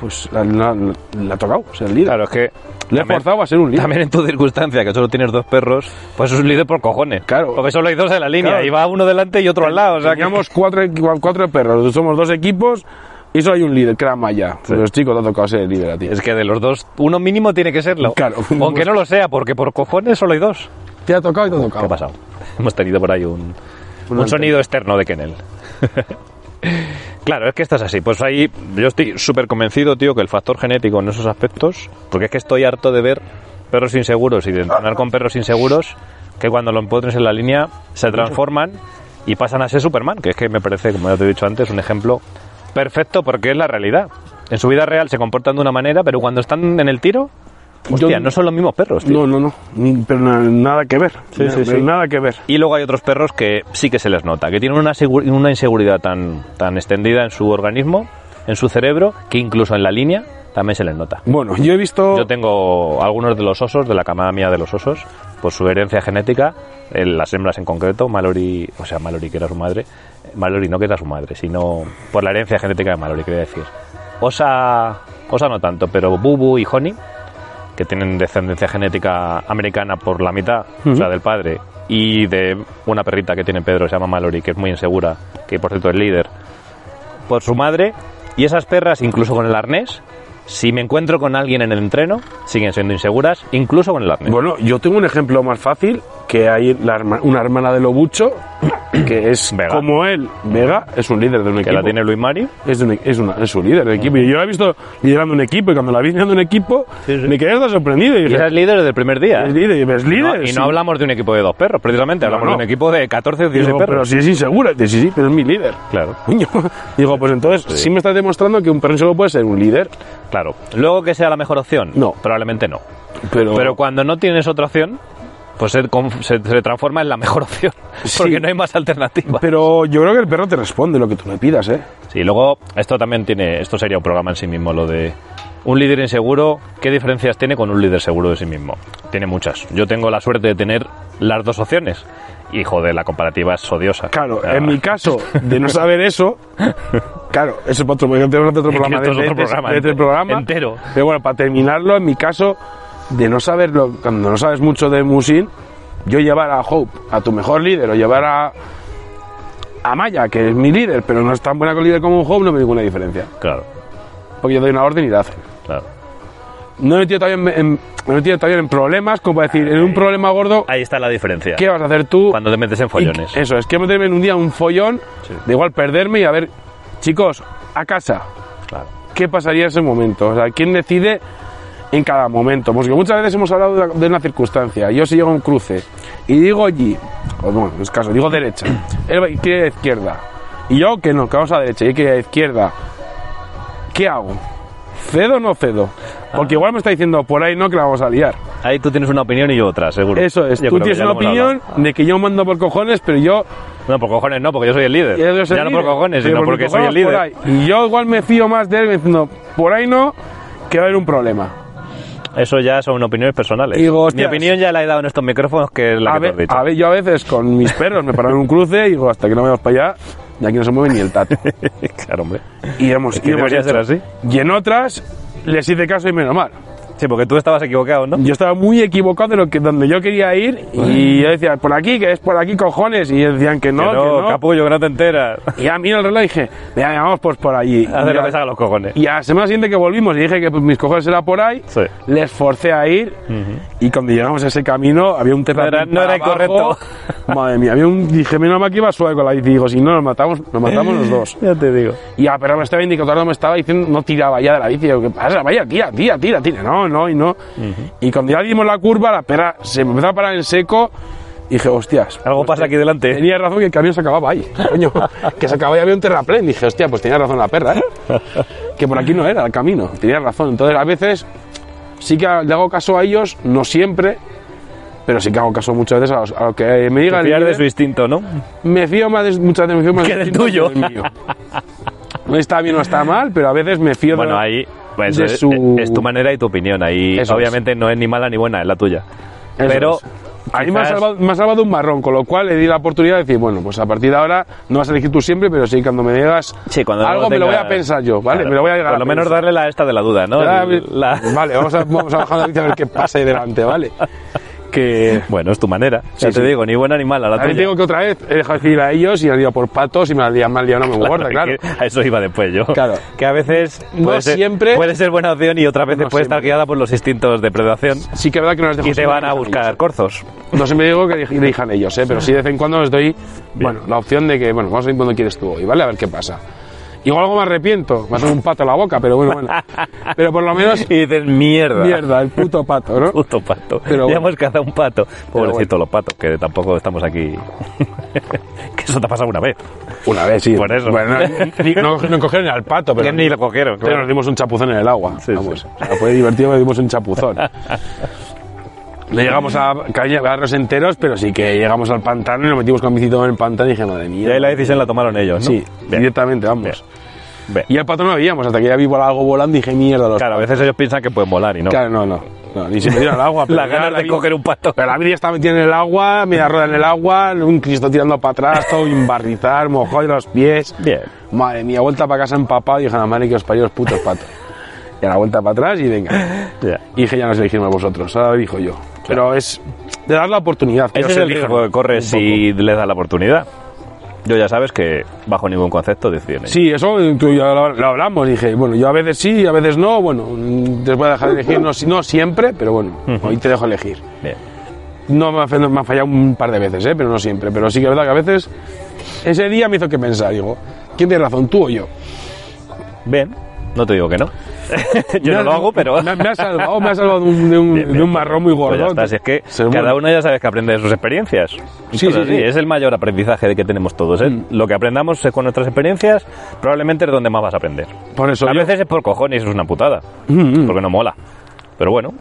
Speaker 3: pues la, la- la ha tocado ser el líder.
Speaker 2: Claro, es que.
Speaker 3: Le he
Speaker 2: también-
Speaker 3: forzado a ser un líder.
Speaker 2: También en tu circunstancia, que solo tienes dos perros, pues es un líder por cojones.
Speaker 3: Claro.
Speaker 2: Porque solo hay dos en la línea,
Speaker 3: Claro.
Speaker 2: y va uno delante y otro al lado. O sea que-
Speaker 3: Teníamos cuatro, equi- cuatro perros, somos dos equipos y solo hay un líder, que era Maya. Los chicos te ha tocado ser el líder a ti.
Speaker 2: Es que de los dos, uno mínimo tiene que serlo.
Speaker 3: Claro.
Speaker 2: Aunque no lo sea, porque por cojones solo hay dos.
Speaker 3: Te ha tocado y te ha
Speaker 2: ¿Qué ha
Speaker 3: tocado.
Speaker 2: pasado? Hemos tenido por ahí un, un
Speaker 3: antena.
Speaker 2: sonido externo de Kennel. claro, es que estás así. Pues ahí yo estoy súper convencido, tío, que el factor genético en esos aspectos, porque es que estoy harto de ver perros inseguros y de entrenar con perros inseguros que cuando lo encuentres en la línea se transforman y pasan a ser Superman, que es que me parece, como ya te he dicho antes, un ejemplo perfecto porque es la realidad. En su vida real se comportan de una manera, pero cuando están en el tiro, hostia,
Speaker 3: Yo-
Speaker 2: no son los mismos perros, tío.
Speaker 3: No, no, no. Ni- Pero na- nada que ver.
Speaker 2: Sí, sí,
Speaker 3: Na-
Speaker 2: sí.
Speaker 3: Nada que ver.
Speaker 2: Y luego hay otros perros que sí que se les nota, que tienen una, segu- una inseguridad tan, tan extendida en su organismo, en su cerebro, que incluso en la línea también se les nota.
Speaker 3: Bueno, yo he visto.
Speaker 2: Yo tengo algunos de los osos, de la camada mía de los osos, por su herencia genética, en las hembras en concreto, Mallory, o sea, Mallory que era su madre, eh, Mallory no que era su madre, sino por la herencia genética de Mallory, quería decir. Osa, Osa no tanto, pero Bubu y Honey, que tienen descendencia genética americana por la mitad, o sea, del padre, y de una perrita que tiene Pedro, se llama Mallory, que es muy insegura, que por cierto es líder, por su madre, y esas perras, incluso con el arnés, Si me encuentro con alguien en el entreno, siguen siendo inseguras, incluso con el apnea.
Speaker 3: Bueno, yo tengo un ejemplo más fácil, que hay la herma- una hermana de Lobucho, que es
Speaker 2: Vega.
Speaker 3: como él, Vega, es un líder de un
Speaker 2: que
Speaker 3: equipo.
Speaker 2: la tiene Luis Mari.
Speaker 3: es, de un, es, una- es un líder de equipo. Y yo la he visto liderando un equipo, y cuando la vi liderando un equipo,
Speaker 2: Sí, sí.
Speaker 3: me quedé hasta sorprendido. Y
Speaker 2: Y
Speaker 3: dije,
Speaker 2: esa es líder desde el primer día.
Speaker 3: es
Speaker 2: ¿eh?
Speaker 3: líder, y digo, es
Speaker 2: Y no-
Speaker 3: líder.
Speaker 2: y
Speaker 3: sí.
Speaker 2: no hablamos de un equipo de dos perros, precisamente,
Speaker 3: No,
Speaker 2: hablamos
Speaker 3: no.
Speaker 2: de un equipo de 14 o 16
Speaker 3: Digo, pero
Speaker 2: perros.
Speaker 3: si es insegura, dice, sí, sí, pero es mi líder.
Speaker 2: Claro.
Speaker 3: Coño. Digo, pues entonces, sí. me estás demostrando que un perro solo puede ser un líder,
Speaker 2: Claro. Luego que sea la mejor opción,
Speaker 3: No.
Speaker 2: probablemente no.
Speaker 3: pero...
Speaker 2: Pero cuando no tienes otra opción, pues se, conf- se- se transforma en la mejor opción,
Speaker 3: Sí.
Speaker 2: porque no hay más alternativa.
Speaker 3: pero yo creo que el perro te responde lo que tú le pidas, ¿eh?
Speaker 2: Sí, luego esto también tiene, esto sería un programa en sí mismo, lo de un líder inseguro, ¿qué diferencias tiene con un líder seguro de sí mismo? Tiene muchas. Yo tengo la suerte de tener las dos opciones. Y joder, la comparativa es odiosa.
Speaker 3: Claro,
Speaker 2: Ah,
Speaker 3: en mi caso, de no saber eso, claro, eso es otro, porque tenemos otro
Speaker 2: que
Speaker 3: programa,
Speaker 2: esto es
Speaker 3: de-
Speaker 2: otro
Speaker 3: de- de-
Speaker 2: programa
Speaker 3: de este
Speaker 2: ente-
Speaker 3: programa.
Speaker 2: entero.
Speaker 3: Pero bueno, para terminarlo, en mi caso, de no saberlo, cuando no sabes mucho de Musin, yo llevar a Hope, a tu mejor líder, o llevar a, a Maya, que es mi líder, pero no es tan buena con líder como un Hope, no me ninguna diferencia.
Speaker 2: Claro,
Speaker 3: Porque yo doy una orden y la hacen.
Speaker 2: claro.
Speaker 3: No me he metido también en, me he metido también en problemas, como para decir, en un problema gordo,
Speaker 2: Ahí está la diferencia.
Speaker 3: ¿qué vas a hacer tú?
Speaker 2: Cuando te metes en follones.
Speaker 3: Y- Eso, es que meterme en un día un follón,
Speaker 2: Sí.
Speaker 3: de igual perderme y a ver, chicos, a casa,
Speaker 2: Claro.
Speaker 3: ¿qué pasaría en ese momento? O sea, ¿quién decide en cada momento? Porque muchas veces hemos hablado de, la- de una circunstancia. Yo si llego a un cruce y digo allí, o bueno, en este caso, digo derecha, él va- quiere ir a izquierda, y yo que no, que vamos a derecha, y él quiere ir a izquierda, ¿qué hago? ¿Cedo o no cedo? Porque
Speaker 2: Ah.
Speaker 3: igual me está diciendo por ahí no que la vamos a liar.
Speaker 2: Ahí tú tienes una opinión y yo otra, seguro.
Speaker 3: Eso es,
Speaker 2: Yo
Speaker 3: tú
Speaker 2: creo que
Speaker 3: tienes
Speaker 2: ya
Speaker 3: una
Speaker 2: lo hemos
Speaker 3: opinión
Speaker 2: hablado.
Speaker 3: de que yo mando por cojones, pero yo
Speaker 2: No, por cojones no, porque yo soy el líder.
Speaker 3: Y él es el
Speaker 2: ya no
Speaker 3: líder.
Speaker 2: por cojones,
Speaker 3: Sí,
Speaker 2: sino
Speaker 3: por
Speaker 2: porque soy el
Speaker 3: cojones, por
Speaker 2: líder.
Speaker 3: ahí. Y yo igual me fío más de él diciendo, por ahí no, que va a haber un problema.
Speaker 2: Eso ya son opiniones personales.
Speaker 3: Digo,
Speaker 2: Mi
Speaker 3: hostias.
Speaker 2: opinión ya la he dado en estos micrófonos, que es la
Speaker 3: a,
Speaker 2: que te
Speaker 3: ve-
Speaker 2: has dicho.
Speaker 3: a ve- yo a veces con mis perros me paro en un cruce y digo, hasta que no vayamos para allá, de aquí no se mueve ni el tato.
Speaker 2: claro, hombre.
Speaker 3: Y hemos,
Speaker 2: Es que
Speaker 3: y hemos
Speaker 2: debería ser
Speaker 3: hecho.
Speaker 2: así.
Speaker 3: Y en otras les hice caso y menos mal.
Speaker 2: Sí, porque tú estabas equivocado, ¿no?
Speaker 3: Yo estaba muy equivocado de lo que, donde yo quería ir y yo decía, por aquí, que es por aquí, cojones. Y ellos decían que no,
Speaker 2: Que
Speaker 3: que no.
Speaker 2: capullo, que no te enteras.
Speaker 3: Y ya miro el reloj y dije, venga, vamos pues por allí.
Speaker 2: Hacer
Speaker 3: Y
Speaker 2: lo
Speaker 3: ya-
Speaker 2: que salga a los cojones.
Speaker 3: Y a la semana siguiente que volvimos y dije que pues, mis cojones era por ahí,
Speaker 2: Sí.
Speaker 3: les forcé a ir y cuando llegamos a ese camino había un terreno.
Speaker 2: No era- no era incorrecto.
Speaker 3: Madre mía, había un. Dije, menos mal que iba suave con la bici. Digo, si no, nos matamos, nos matamos los dos.
Speaker 2: Ya te digo.
Speaker 3: Y a pero me estaba indicando, me estaba diciendo, no tiraba ya de la bici. Digo, ¿qué pasa? Vaya, tira, tira, tira, tira. No, no, y no. Y cuando ya dimos la curva, la perra se me empezó a parar en seco. Y dije, hostias.
Speaker 2: Algo
Speaker 3: pues
Speaker 2: pasa
Speaker 3: te-
Speaker 2: aquí delante.
Speaker 3: Tenía razón que el camión se acababa ahí. Coño, que se acababa y había un terraplén. Dije, hostia, pues tenía razón la perra, ¿eh? Que por aquí no era el camino. Tenía razón. Entonces, a veces sí que le hago caso a ellos, no siempre, pero sí que hago caso muchas veces a, los- a lo que me diga el
Speaker 2: Fiar de
Speaker 3: líder.
Speaker 2: su instinto, ¿no?
Speaker 3: Me fío más de, muchas veces me fío más
Speaker 2: Que
Speaker 3: de
Speaker 2: del
Speaker 3: Chino
Speaker 2: tuyo.
Speaker 3: que del mío. No está bien o está mal, pero a veces me fío
Speaker 2: Bueno,
Speaker 3: de
Speaker 2: ahí pues,
Speaker 3: de
Speaker 2: es,
Speaker 3: su-
Speaker 2: es tu manera y tu opinión. Ahí
Speaker 3: Eso
Speaker 2: obviamente no es ni mala ni buena, es la tuya.
Speaker 3: Eso
Speaker 2: Pero
Speaker 3: es. A mí me ha,
Speaker 2: quizás-
Speaker 3: salvado, me ha salvado un marrón, con lo cual le di la oportunidad de decir, bueno, pues a partir de ahora no vas a elegir tú siempre, pero sí, cuando me digas
Speaker 2: Sí, cuando
Speaker 3: algo
Speaker 2: no
Speaker 3: me lo voy
Speaker 2: tengas-
Speaker 3: a pensar yo, ¿vale?
Speaker 2: Claro,
Speaker 3: me lo voy a llegar
Speaker 2: Por lo
Speaker 3: a
Speaker 2: menos
Speaker 3: pensar.
Speaker 2: darle la esta de la duda, ¿no?
Speaker 3: Ah,
Speaker 2: La-
Speaker 3: Vale, vamos a, vamos a bajar la bici a ver qué pasa ahí delante, ¿vale? Que...
Speaker 2: Bueno, es tu manera. ya
Speaker 3: Sí,
Speaker 2: te
Speaker 3: sí.
Speaker 2: digo, ni buena ni mala. La
Speaker 3: A mí
Speaker 2: tuya.
Speaker 3: tengo que otra vez he dejado de ir a ellos y me han ido por patos y me han liado mal liado, no me guarda, claro.
Speaker 2: que A eso iba después yo.
Speaker 3: Claro.
Speaker 2: Que a veces
Speaker 3: No
Speaker 2: puede ser,
Speaker 3: siempre-
Speaker 2: puede ser buena opción y otras veces
Speaker 3: No
Speaker 2: puede estar
Speaker 3: siempre.
Speaker 2: guiada por los instintos de predación
Speaker 3: Sí que es verdad que no les dejo
Speaker 2: y te
Speaker 3: siempre
Speaker 2: van a
Speaker 3: con ellos.
Speaker 2: buscar corzos.
Speaker 3: No siempre digo que elij- elijan ellos, ¿eh? pero sí de vez en cuando les doy bueno, la opción de que, bueno, vamos a ir cuando quieres tú hoy, ¿vale? A ver qué pasa. Igual algo me arrepiento, me hace un pato a la boca, pero bueno, bueno. Pero por lo menos,
Speaker 2: Y dices, mierda.
Speaker 3: mierda, el puto pato, ¿no?
Speaker 2: Puto pato.
Speaker 3: Pero
Speaker 2: ya
Speaker 3: bueno.
Speaker 2: hemos cazado un pato. Pobrecito
Speaker 3: bueno.
Speaker 2: los patos, que tampoco estamos aquí. que eso te ha pasado una vez.
Speaker 3: Una vez, sí.
Speaker 2: Por eso.
Speaker 3: Bueno, ni- no, no cogieron al pato, pero,
Speaker 2: Que ni lo cogieron.
Speaker 3: pero
Speaker 2: claro.
Speaker 3: nos dimos un chapuzón en el agua.
Speaker 2: Sí,
Speaker 3: vamos.
Speaker 2: sí.
Speaker 3: O sea, fue divertido, nos dimos un chapuzón. No llegamos a calle- a barros enteros, pero sí que llegamos al pantano y nos metimos con bicicleta en el pantano y dije, madre
Speaker 2: Y
Speaker 3: mía.
Speaker 2: ahí la decisión la tomaron ellos, ¿no?
Speaker 3: Sí,
Speaker 2: Bien.
Speaker 3: directamente, vamos.
Speaker 2: Bien. Bien.
Speaker 3: Y el pato no lo veíamos, hasta que ya vi volar algo volando y dije, mierda, los
Speaker 2: Claro, a veces ellos piensan que pueden volar y no.
Speaker 3: Claro, no, no. No, ni se me al agua. pero
Speaker 2: Las
Speaker 3: ya
Speaker 2: ganas de
Speaker 3: vi-
Speaker 2: coger un pato.
Speaker 3: Pero la vida está metida en el agua, media rueda en el agua, un Cristo tirando para atrás, todo imbarrizar, mojado de los pies.
Speaker 2: Bien.
Speaker 3: Madre mía, vuelta para casa empapado y dije, la madre que os parió los putos patos. Y a la vuelta para atrás y venga.
Speaker 2: Ya.
Speaker 3: Y dije, ya no os elegimos vosotros, ahora dijo yo. Pero es de dar la oportunidad. que
Speaker 2: Ese
Speaker 3: os
Speaker 2: es el
Speaker 3: elijan
Speaker 2: riesgo que
Speaker 3: un
Speaker 2: corres
Speaker 3: poco.
Speaker 2: si les das la oportunidad. Yo ya sabes que bajo ningún concepto deciden ellos.
Speaker 3: Sí, eso tú y yo lo, lo hablamos. Dije, bueno, yo a veces sí, a veces no. Bueno, mm, te voy a dejar elegir, no, si- no siempre, pero bueno, hoy te dejo elegir.
Speaker 2: Bien.
Speaker 3: No me ha, fe- no, me ha fallado un par de veces, ¿eh? pero no siempre. Pero sí que es verdad que a veces ese día me hizo que pensar. Digo, ¿quién tiene razón, tú o yo?
Speaker 2: Bien. No te digo que no. Yo
Speaker 3: Me
Speaker 2: no
Speaker 3: has-
Speaker 2: lo hago, pero.
Speaker 3: Me, me ha salvado, me ha salvado de un, de un-
Speaker 2: Bien, bien.
Speaker 3: de un marrón muy gordo.
Speaker 2: Pues ya está, así es que
Speaker 3: Se lo
Speaker 2: cada
Speaker 3: muero.
Speaker 2: uno ya sabes que aprende de sus experiencias.
Speaker 3: Sí,
Speaker 2: Entonces,
Speaker 3: sí, sí. Mm.
Speaker 2: Es el mayor aprendizaje que tenemos todos. ¿eh? Lo que aprendamos es con nuestras experiencias probablemente es donde más vas a aprender.
Speaker 3: Por eso
Speaker 2: a
Speaker 3: yo-
Speaker 2: veces es por cojones, es una putada.
Speaker 3: Mm, mm.
Speaker 2: Porque no mola. Pero bueno,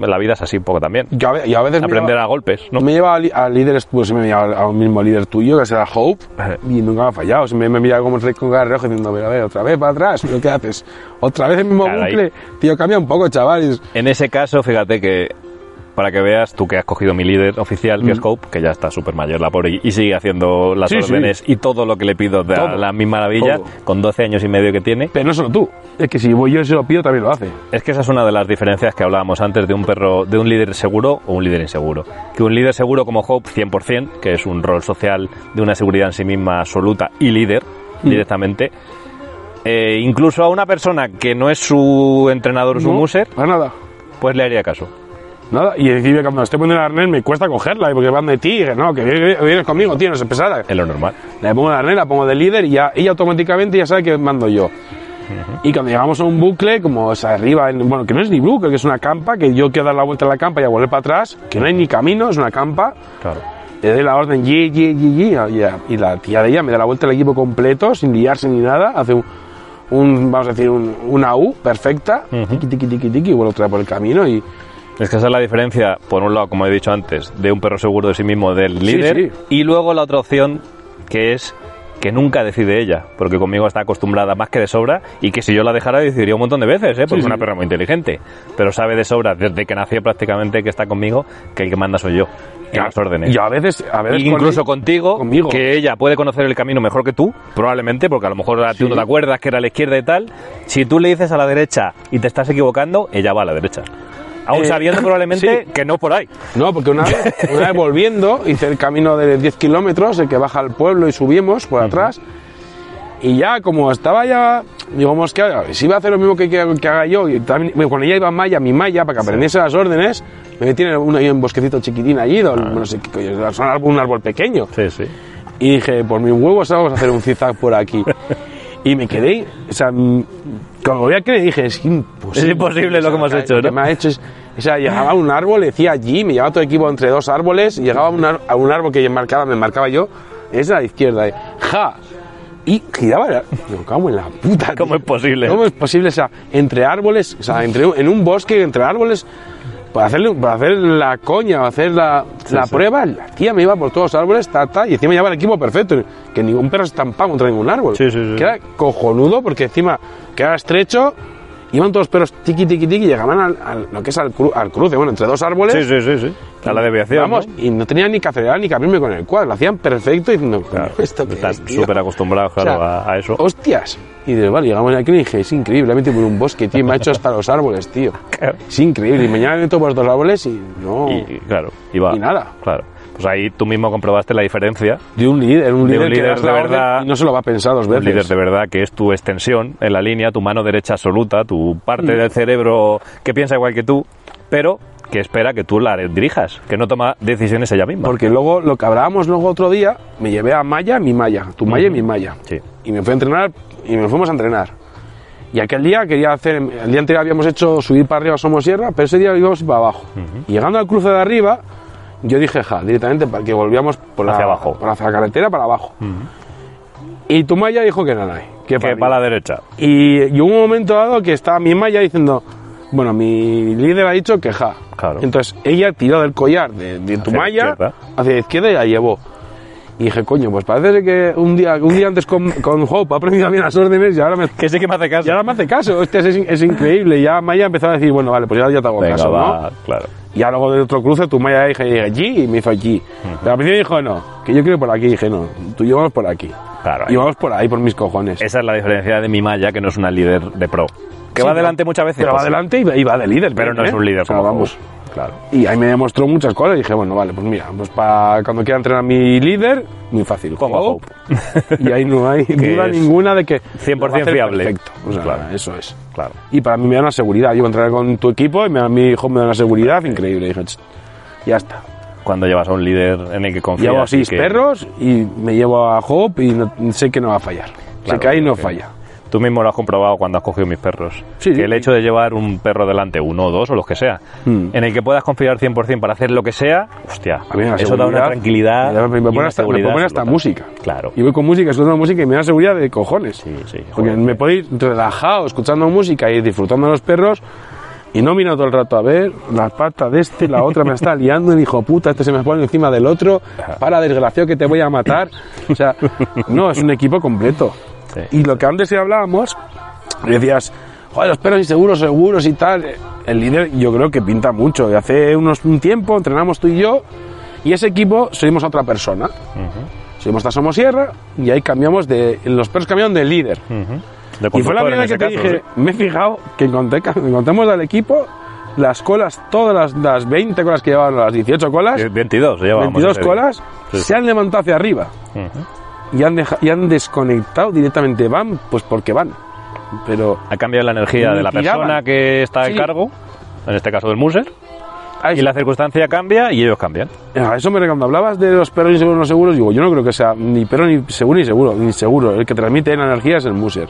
Speaker 2: la vida es así un poco también.
Speaker 3: Yo a ve- yo a veces me
Speaker 2: Aprender
Speaker 3: lleva-
Speaker 2: a golpes, ¿no?
Speaker 3: Me lleva a, li- a líderes, pues me lleva a un mismo líder tuyo, que será Hope, y nunca me ha fallado. Siempre me mira como el rey con cada reloj diciendo, a ver, a ver, otra vez para atrás, ¿pero qué haces? Otra vez el mismo
Speaker 2: Caray.
Speaker 3: bucle. Tío, cambia un poco, chaval. Y es-
Speaker 2: En ese caso, fíjate que para que veas tú que has cogido mi líder oficial, que es Hope, que ya está súper mayor la pobre y sigue haciendo las
Speaker 3: Mm. Sí, sí.
Speaker 2: órdenes y todo lo que le pido de
Speaker 3: Todo.
Speaker 2: las mis maravillas,
Speaker 3: Todo.
Speaker 2: con 12 años y medio que tiene.
Speaker 3: Pero no solo tú. Es que si voy yo y se lo pido, también lo hace.
Speaker 2: Es que esa es una de las diferencias que hablábamos antes de un perro, de un líder seguro o un líder inseguro. Que un líder seguro como Hope, 100%, que es un rol social de una seguridad en sí misma absoluta y líder
Speaker 3: Mm.
Speaker 2: directamente, eh, incluso a una persona que no es su entrenador o su
Speaker 3: No,
Speaker 2: muser,
Speaker 3: Para nada.
Speaker 2: pues le haría caso.
Speaker 3: Nada. Y decirme que cuando estoy poniendo el arnés me cuesta cogerla, porque van de tigre, ¿no? Que vi- vienes conmigo, tío, no se pesada.
Speaker 2: Es lo normal.
Speaker 3: Le pongo la arnés, la pongo de líder y ya, ella automáticamente ya sabe que mando yo. Y cuando llegamos a un bucle, como es arriba, en- bueno, que no es ni bucle, que es una campa, que yo quiero dar la vuelta a la campa y a volver para atrás, que no hay ni camino, es una campa,
Speaker 2: Claro.
Speaker 3: le doy la orden, ye, ye, ye, ye, y la- y la tía de ella me da la vuelta al equipo completo, sin liarse ni nada, hace un, un, vamos a decir, un- una U perfecta, tiqui, tiqui, tiqui, tiqui, y vuelve otra vez por el camino y...
Speaker 2: Es que esa es la diferencia, por un lado, como he dicho antes, de un perro seguro de sí mismo del líder.
Speaker 3: sí.
Speaker 2: Y luego la otra opción, que es que nunca decide ella, porque conmigo está acostumbrada más que de sobra y que si yo la dejara decidiría un montón de veces, ¿eh? porque
Speaker 3: Sí,
Speaker 2: es una
Speaker 3: sí.
Speaker 2: perra muy inteligente, pero sabe de sobra desde que nació prácticamente que está conmigo que el que manda soy yo en las órdenes.
Speaker 3: Y a veces, a veces con-
Speaker 2: Incluso contigo,
Speaker 3: conmigo.
Speaker 2: que ella puede conocer el camino mejor que tú, probablemente, porque a lo mejor a ti
Speaker 3: Sí.
Speaker 2: no te acuerdas que era a la izquierda y tal. Si tú le dices a la derecha y te estás equivocando, ella va a la derecha. Aún
Speaker 3: Eh,
Speaker 2: sabiendo probablemente
Speaker 3: sí.
Speaker 2: que no por ahí.
Speaker 3: No, porque una vez, una vez volviendo, hice el camino de 10 kilómetros, el que baja al pueblo y subimos por atrás. Y ya, como estaba ya, digo, mosqueado, si iba a hacer lo mismo que, que, que haga yo, y también, bueno, cuando ella iba a Maya, mi Maya, para que aprendiese las órdenes, me metí en un, en un bosquecito chiquitín allí, donde, no sé qué coño, es un árbol, un árbol pequeño.
Speaker 2: Sí, sí.
Speaker 3: Y dije, por mis huevos vamos a hacer un zigzag por aquí. Y me quedé, o sea, mm, cuando voy a que le dije, es imposible.
Speaker 2: Es imposible lo que hemos
Speaker 3: O sea,
Speaker 2: hecho,
Speaker 3: lo que
Speaker 2: ¿no?
Speaker 3: me ha hecho es, o sea, llegaba a un árbol, decía allí, me llevaba todo el equipo entre dos árboles, y llegaba a un, ar- a un árbol que yo marcaba, me marcaba yo, es a la izquierda, eh, ¡ja! Y giraba, la- digo, cago en la puta.
Speaker 2: ¿Cómo
Speaker 3: tío.
Speaker 2: es posible?
Speaker 3: ¿Cómo es posible? O sea, entre árboles, o sea, entre, un- en un bosque, entre árboles, para, hacerle, para hacer la coña, para hacer la, la
Speaker 2: sí.
Speaker 3: prueba, la tía me iba por todos los árboles, ta, ta, y encima llevaba el equipo perfecto, que ningún perro se estampaba contra ningún árbol.
Speaker 2: Sí, sí, sí.
Speaker 3: Que era cojonudo, porque encima que era estrecho, iban todos los perros tiqui, tiqui, tiqui, y llegaban al, al- lo que es al, cru- al cruce, bueno, entre dos árboles.
Speaker 2: Sí, sí, sí, sí. A la desviación.
Speaker 3: Vamos,
Speaker 2: ¿no?
Speaker 3: y no tenían ni que acelerar ni que abrirme con el cuadro, lo hacían perfecto y diciendo,
Speaker 2: Claro,
Speaker 3: ¿esto qué
Speaker 2: están
Speaker 3: es, tío?".
Speaker 2: súper acostumbrados, claro,
Speaker 3: O sea,
Speaker 2: a, a eso.
Speaker 3: ¡Hostias! Y de vale, llegamos aquí y dije, es increíble, me he metido por un bosque, tío, y me ha hecho hasta los árboles, tío.
Speaker 2: Claro.
Speaker 3: Es increíble. Y mañana me meto por los árboles y no.
Speaker 2: Y, y claro, y va.
Speaker 3: Y nada.
Speaker 2: Claro. Pues ahí tú mismo comprobaste la diferencia
Speaker 3: de un líder, un
Speaker 2: de
Speaker 3: líder,
Speaker 2: un
Speaker 3: que
Speaker 2: líder
Speaker 3: das la
Speaker 2: de
Speaker 3: orden
Speaker 2: verdad-
Speaker 3: y no se lo va a pensar dos veces.
Speaker 2: Un líder de verdad que es tu extensión en la línea, tu mano derecha absoluta, tu parte
Speaker 3: Mm.
Speaker 2: del cerebro que piensa igual que tú, pero que espera que tú la dirijas, que no toma decisiones ella misma.
Speaker 3: Porque luego, lo que hablábamos luego otro día, me llevé a Maya, mi Maya, tu Maya y mi Maya.
Speaker 2: Sí.
Speaker 3: Y me fui a entrenar y nos fuimos a entrenar. Y aquel día quería hacer, el día anterior habíamos hecho subir para arriba Somosierra, pero ese día íbamos para abajo. Y llegando al cruce de arriba, yo dije, ja, directamente para que volvíamos por
Speaker 2: Hacia
Speaker 3: la,
Speaker 2: abajo.
Speaker 3: por hacia la carretera para abajo. Y tu Maya dijo que nada, que
Speaker 2: Que va a
Speaker 3: para arriba.
Speaker 2: la derecha.
Speaker 3: Y, y hubo un momento dado que estaba mi Maya diciendo, bueno, mi líder ha dicho que ja.
Speaker 2: Claro.
Speaker 3: Entonces ella tiró del collar de, de tu
Speaker 2: Hacia la
Speaker 3: Maya
Speaker 2: izquierda.
Speaker 3: hacia la izquierda y la llevó. Y dije, coño, pues parece que un día, un día antes con, con Hope ha aprendido bien las órdenes y ahora me,
Speaker 2: Que sí que me hace caso.
Speaker 3: y ahora me hace caso. Hostias, es, in- es increíble. Ya Maya empezó a decir, bueno, vale, pues ya, ya te hago
Speaker 2: Venga,
Speaker 3: caso,
Speaker 2: va,
Speaker 3: ¿no?
Speaker 2: claro.
Speaker 3: Y ahora luego del otro cruce tu Maya dije, dije, allí, y me hizo allí. Pero al principio dijo, no, que yo quiero ir por aquí. Dije, no, tú y yo vamos por aquí.
Speaker 2: Claro, ahí.
Speaker 3: y vamos por ahí, por mis cojones.
Speaker 2: Esa es la diferencia de mi Maya, que no es una líder de pro. Que
Speaker 3: Sí,
Speaker 2: va
Speaker 3: pero-
Speaker 2: adelante muchas veces.
Speaker 3: Pero va
Speaker 2: pues sí.
Speaker 3: adelante y va, y va de líder.
Speaker 2: Pero no
Speaker 3: ¿eh?
Speaker 2: es un líder
Speaker 3: O sea,
Speaker 2: como
Speaker 3: vamos.
Speaker 2: Hope. Claro.
Speaker 3: Y ahí me demostró muchas cosas. Y dije, bueno, vale, pues mira, pues para cuando quiera entrenar a mi líder, muy fácil.
Speaker 2: Pongo
Speaker 3: Hope. Y ahí no hay duda
Speaker 2: es
Speaker 3: ninguna de que.
Speaker 2: 100%
Speaker 3: lo va a hacer
Speaker 2: fiable.
Speaker 3: Perfecto. O sea,
Speaker 2: Claro.
Speaker 3: eso es.
Speaker 2: Claro.
Speaker 3: Y para mí me da una seguridad. Yo voy a entrenar con tu equipo y me, da- mi hijo me da una seguridad increíble. Y dije, "Ch, ya está.
Speaker 2: Cuando llevas a un líder en el que confías.
Speaker 3: Llevo a
Speaker 2: y
Speaker 3: seis
Speaker 2: que-
Speaker 3: perros y me llevo a Hope y no- sé que no va a fallar. sé
Speaker 2: Claro,
Speaker 3: que ahí no
Speaker 2: que-
Speaker 3: falla.
Speaker 2: Tú mismo lo has comprobado cuando has cogido mis perros.
Speaker 3: Sí.
Speaker 2: que el hecho de llevar un perro delante, uno o dos o los que sea,
Speaker 3: Mm.
Speaker 2: en el que puedas confiar 100% para hacer lo que sea, hostia,
Speaker 3: A mí me da
Speaker 2: eso da una
Speaker 3: seguridad.
Speaker 2: tranquilidad.
Speaker 3: Me da- me
Speaker 2: y
Speaker 3: pone
Speaker 2: una
Speaker 3: hasta- me
Speaker 2: seguridad
Speaker 3: pone hasta
Speaker 2: absoluta.
Speaker 3: música.
Speaker 2: Claro.
Speaker 3: Y voy con música, escuchando música y me da seguridad de cojones.
Speaker 2: Sí, sí, joder.
Speaker 3: Porque me puedo ir relajado, escuchando música y disfrutando a los perros. Y no miro todo el rato a ver las patas de este, la otra me está liando y dijo, puta, este se me pone encima del otro, para desgraciado que te voy a matar. O sea, no, es un equipo completo.
Speaker 2: Sí.
Speaker 3: Y lo que antes hablábamos, decías, joder, los perros inseguros, seguros y tal. El líder yo creo que pinta mucho. Y hace unos, un tiempo entrenamos tú y yo y ese equipo subimos a otra persona. Subimos a Somosierra y ahí cambiamos de... Los perros cambiaron de líder.
Speaker 2: Ujú. De
Speaker 3: Y fue
Speaker 2: conductor,
Speaker 3: la
Speaker 2: en
Speaker 3: primera que
Speaker 2: ese
Speaker 3: te
Speaker 2: caso, ¿eh?
Speaker 3: dije, me he fijado que encontré, cuando encontramos al equipo, las colas, todas las, las 20 colas que llevaban, las 18 colas,
Speaker 2: sí. 22 Eh, llevábamos
Speaker 3: 22
Speaker 2: ese día.
Speaker 3: colas,
Speaker 2: Sí.
Speaker 3: se han levantado hacia arriba
Speaker 2: Ujú.
Speaker 3: y han, deja- y han desconectado directamente. Van, pues porque van. Pero
Speaker 2: Ha cambiado la energía
Speaker 3: Ni
Speaker 2: de la
Speaker 3: tiraban.
Speaker 2: persona que está en
Speaker 3: Sí.
Speaker 2: cargo, en este caso del Muser,
Speaker 3: ahí
Speaker 2: y la circunstancia cambia y ellos cambian.
Speaker 3: A eso me recuerdo. Cuando hablabas de los perros inseguros no seguros, digo, yo no creo que sea ni perro ni seguro ni seguro, ni seguro. El que transmite la energía es el muser.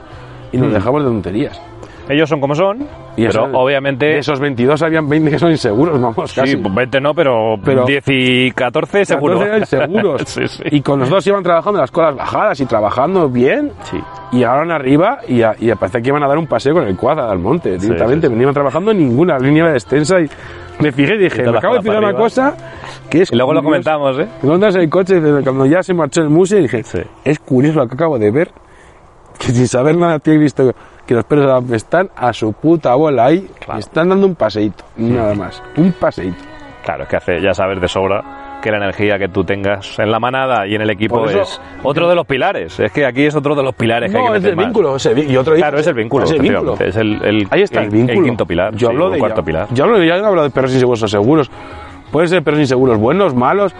Speaker 3: Y nos dejamos de tonterías.
Speaker 2: Ellos son como son,
Speaker 3: Y
Speaker 2: Mm. pero
Speaker 3: eso-
Speaker 2: obviamente...
Speaker 3: De esos 22 habían 20 que son inseguros, vamos,
Speaker 2: Sí,
Speaker 3: casi.
Speaker 2: pues 20 no, pero,
Speaker 3: Pero-
Speaker 2: 10 y 14 seguro.
Speaker 3: 14 eran seguros.
Speaker 2: sí, sí.
Speaker 3: Y con los dos iban trabajando las colas bajadas y trabajando bien.
Speaker 2: Sí.
Speaker 3: Y llegaron arriba y, a- y parecía que iban a dar un paseo con el quad al monte directamente.
Speaker 2: sí, sí.
Speaker 3: Venían trabajando en ninguna línea extensa. Y me fijé y dije,
Speaker 2: toda
Speaker 3: me
Speaker 2: la
Speaker 3: acabo de
Speaker 2: cola
Speaker 3: fijar
Speaker 2: para
Speaker 3: una
Speaker 2: arriba.
Speaker 3: cosa que es.
Speaker 2: Y luego lo
Speaker 3: curioso.
Speaker 2: comentamos, ¿eh?
Speaker 3: Entonces el coche, desde cuando ya se marchó el museo, dije,
Speaker 2: Sí.
Speaker 3: es curioso lo que acabo de ver, que sin saber nada te he visto que los perros están a su puta bola ahí,
Speaker 2: Claro.
Speaker 3: y están dando un paseíto, nada más, un paseíto.
Speaker 2: Claro, es que hace, ya sabes de sobra que la energía que tú tengas en la manada y en el equipo
Speaker 3: Por eso-
Speaker 2: es otro de los pilares. Es que aquí es otro de los pilares que hay que
Speaker 3: No, es
Speaker 2: meter
Speaker 3: el
Speaker 2: más.
Speaker 3: vínculo, ese vi- y otro
Speaker 2: Claro, es el vínculo,
Speaker 3: ese vínculo.
Speaker 2: efectivamente. Es el, el-
Speaker 3: Ahí está el,
Speaker 2: el-
Speaker 3: vínculo.
Speaker 2: el quinto pilar.
Speaker 3: Yo
Speaker 2: sí,
Speaker 3: hablo
Speaker 2: o
Speaker 3: de
Speaker 2: cuarto
Speaker 3: ya-
Speaker 2: pilar.
Speaker 3: Yo hablo de, ya no hablo de perros inseguros o seguros. Pueden ser perros inseguros buenos, malos,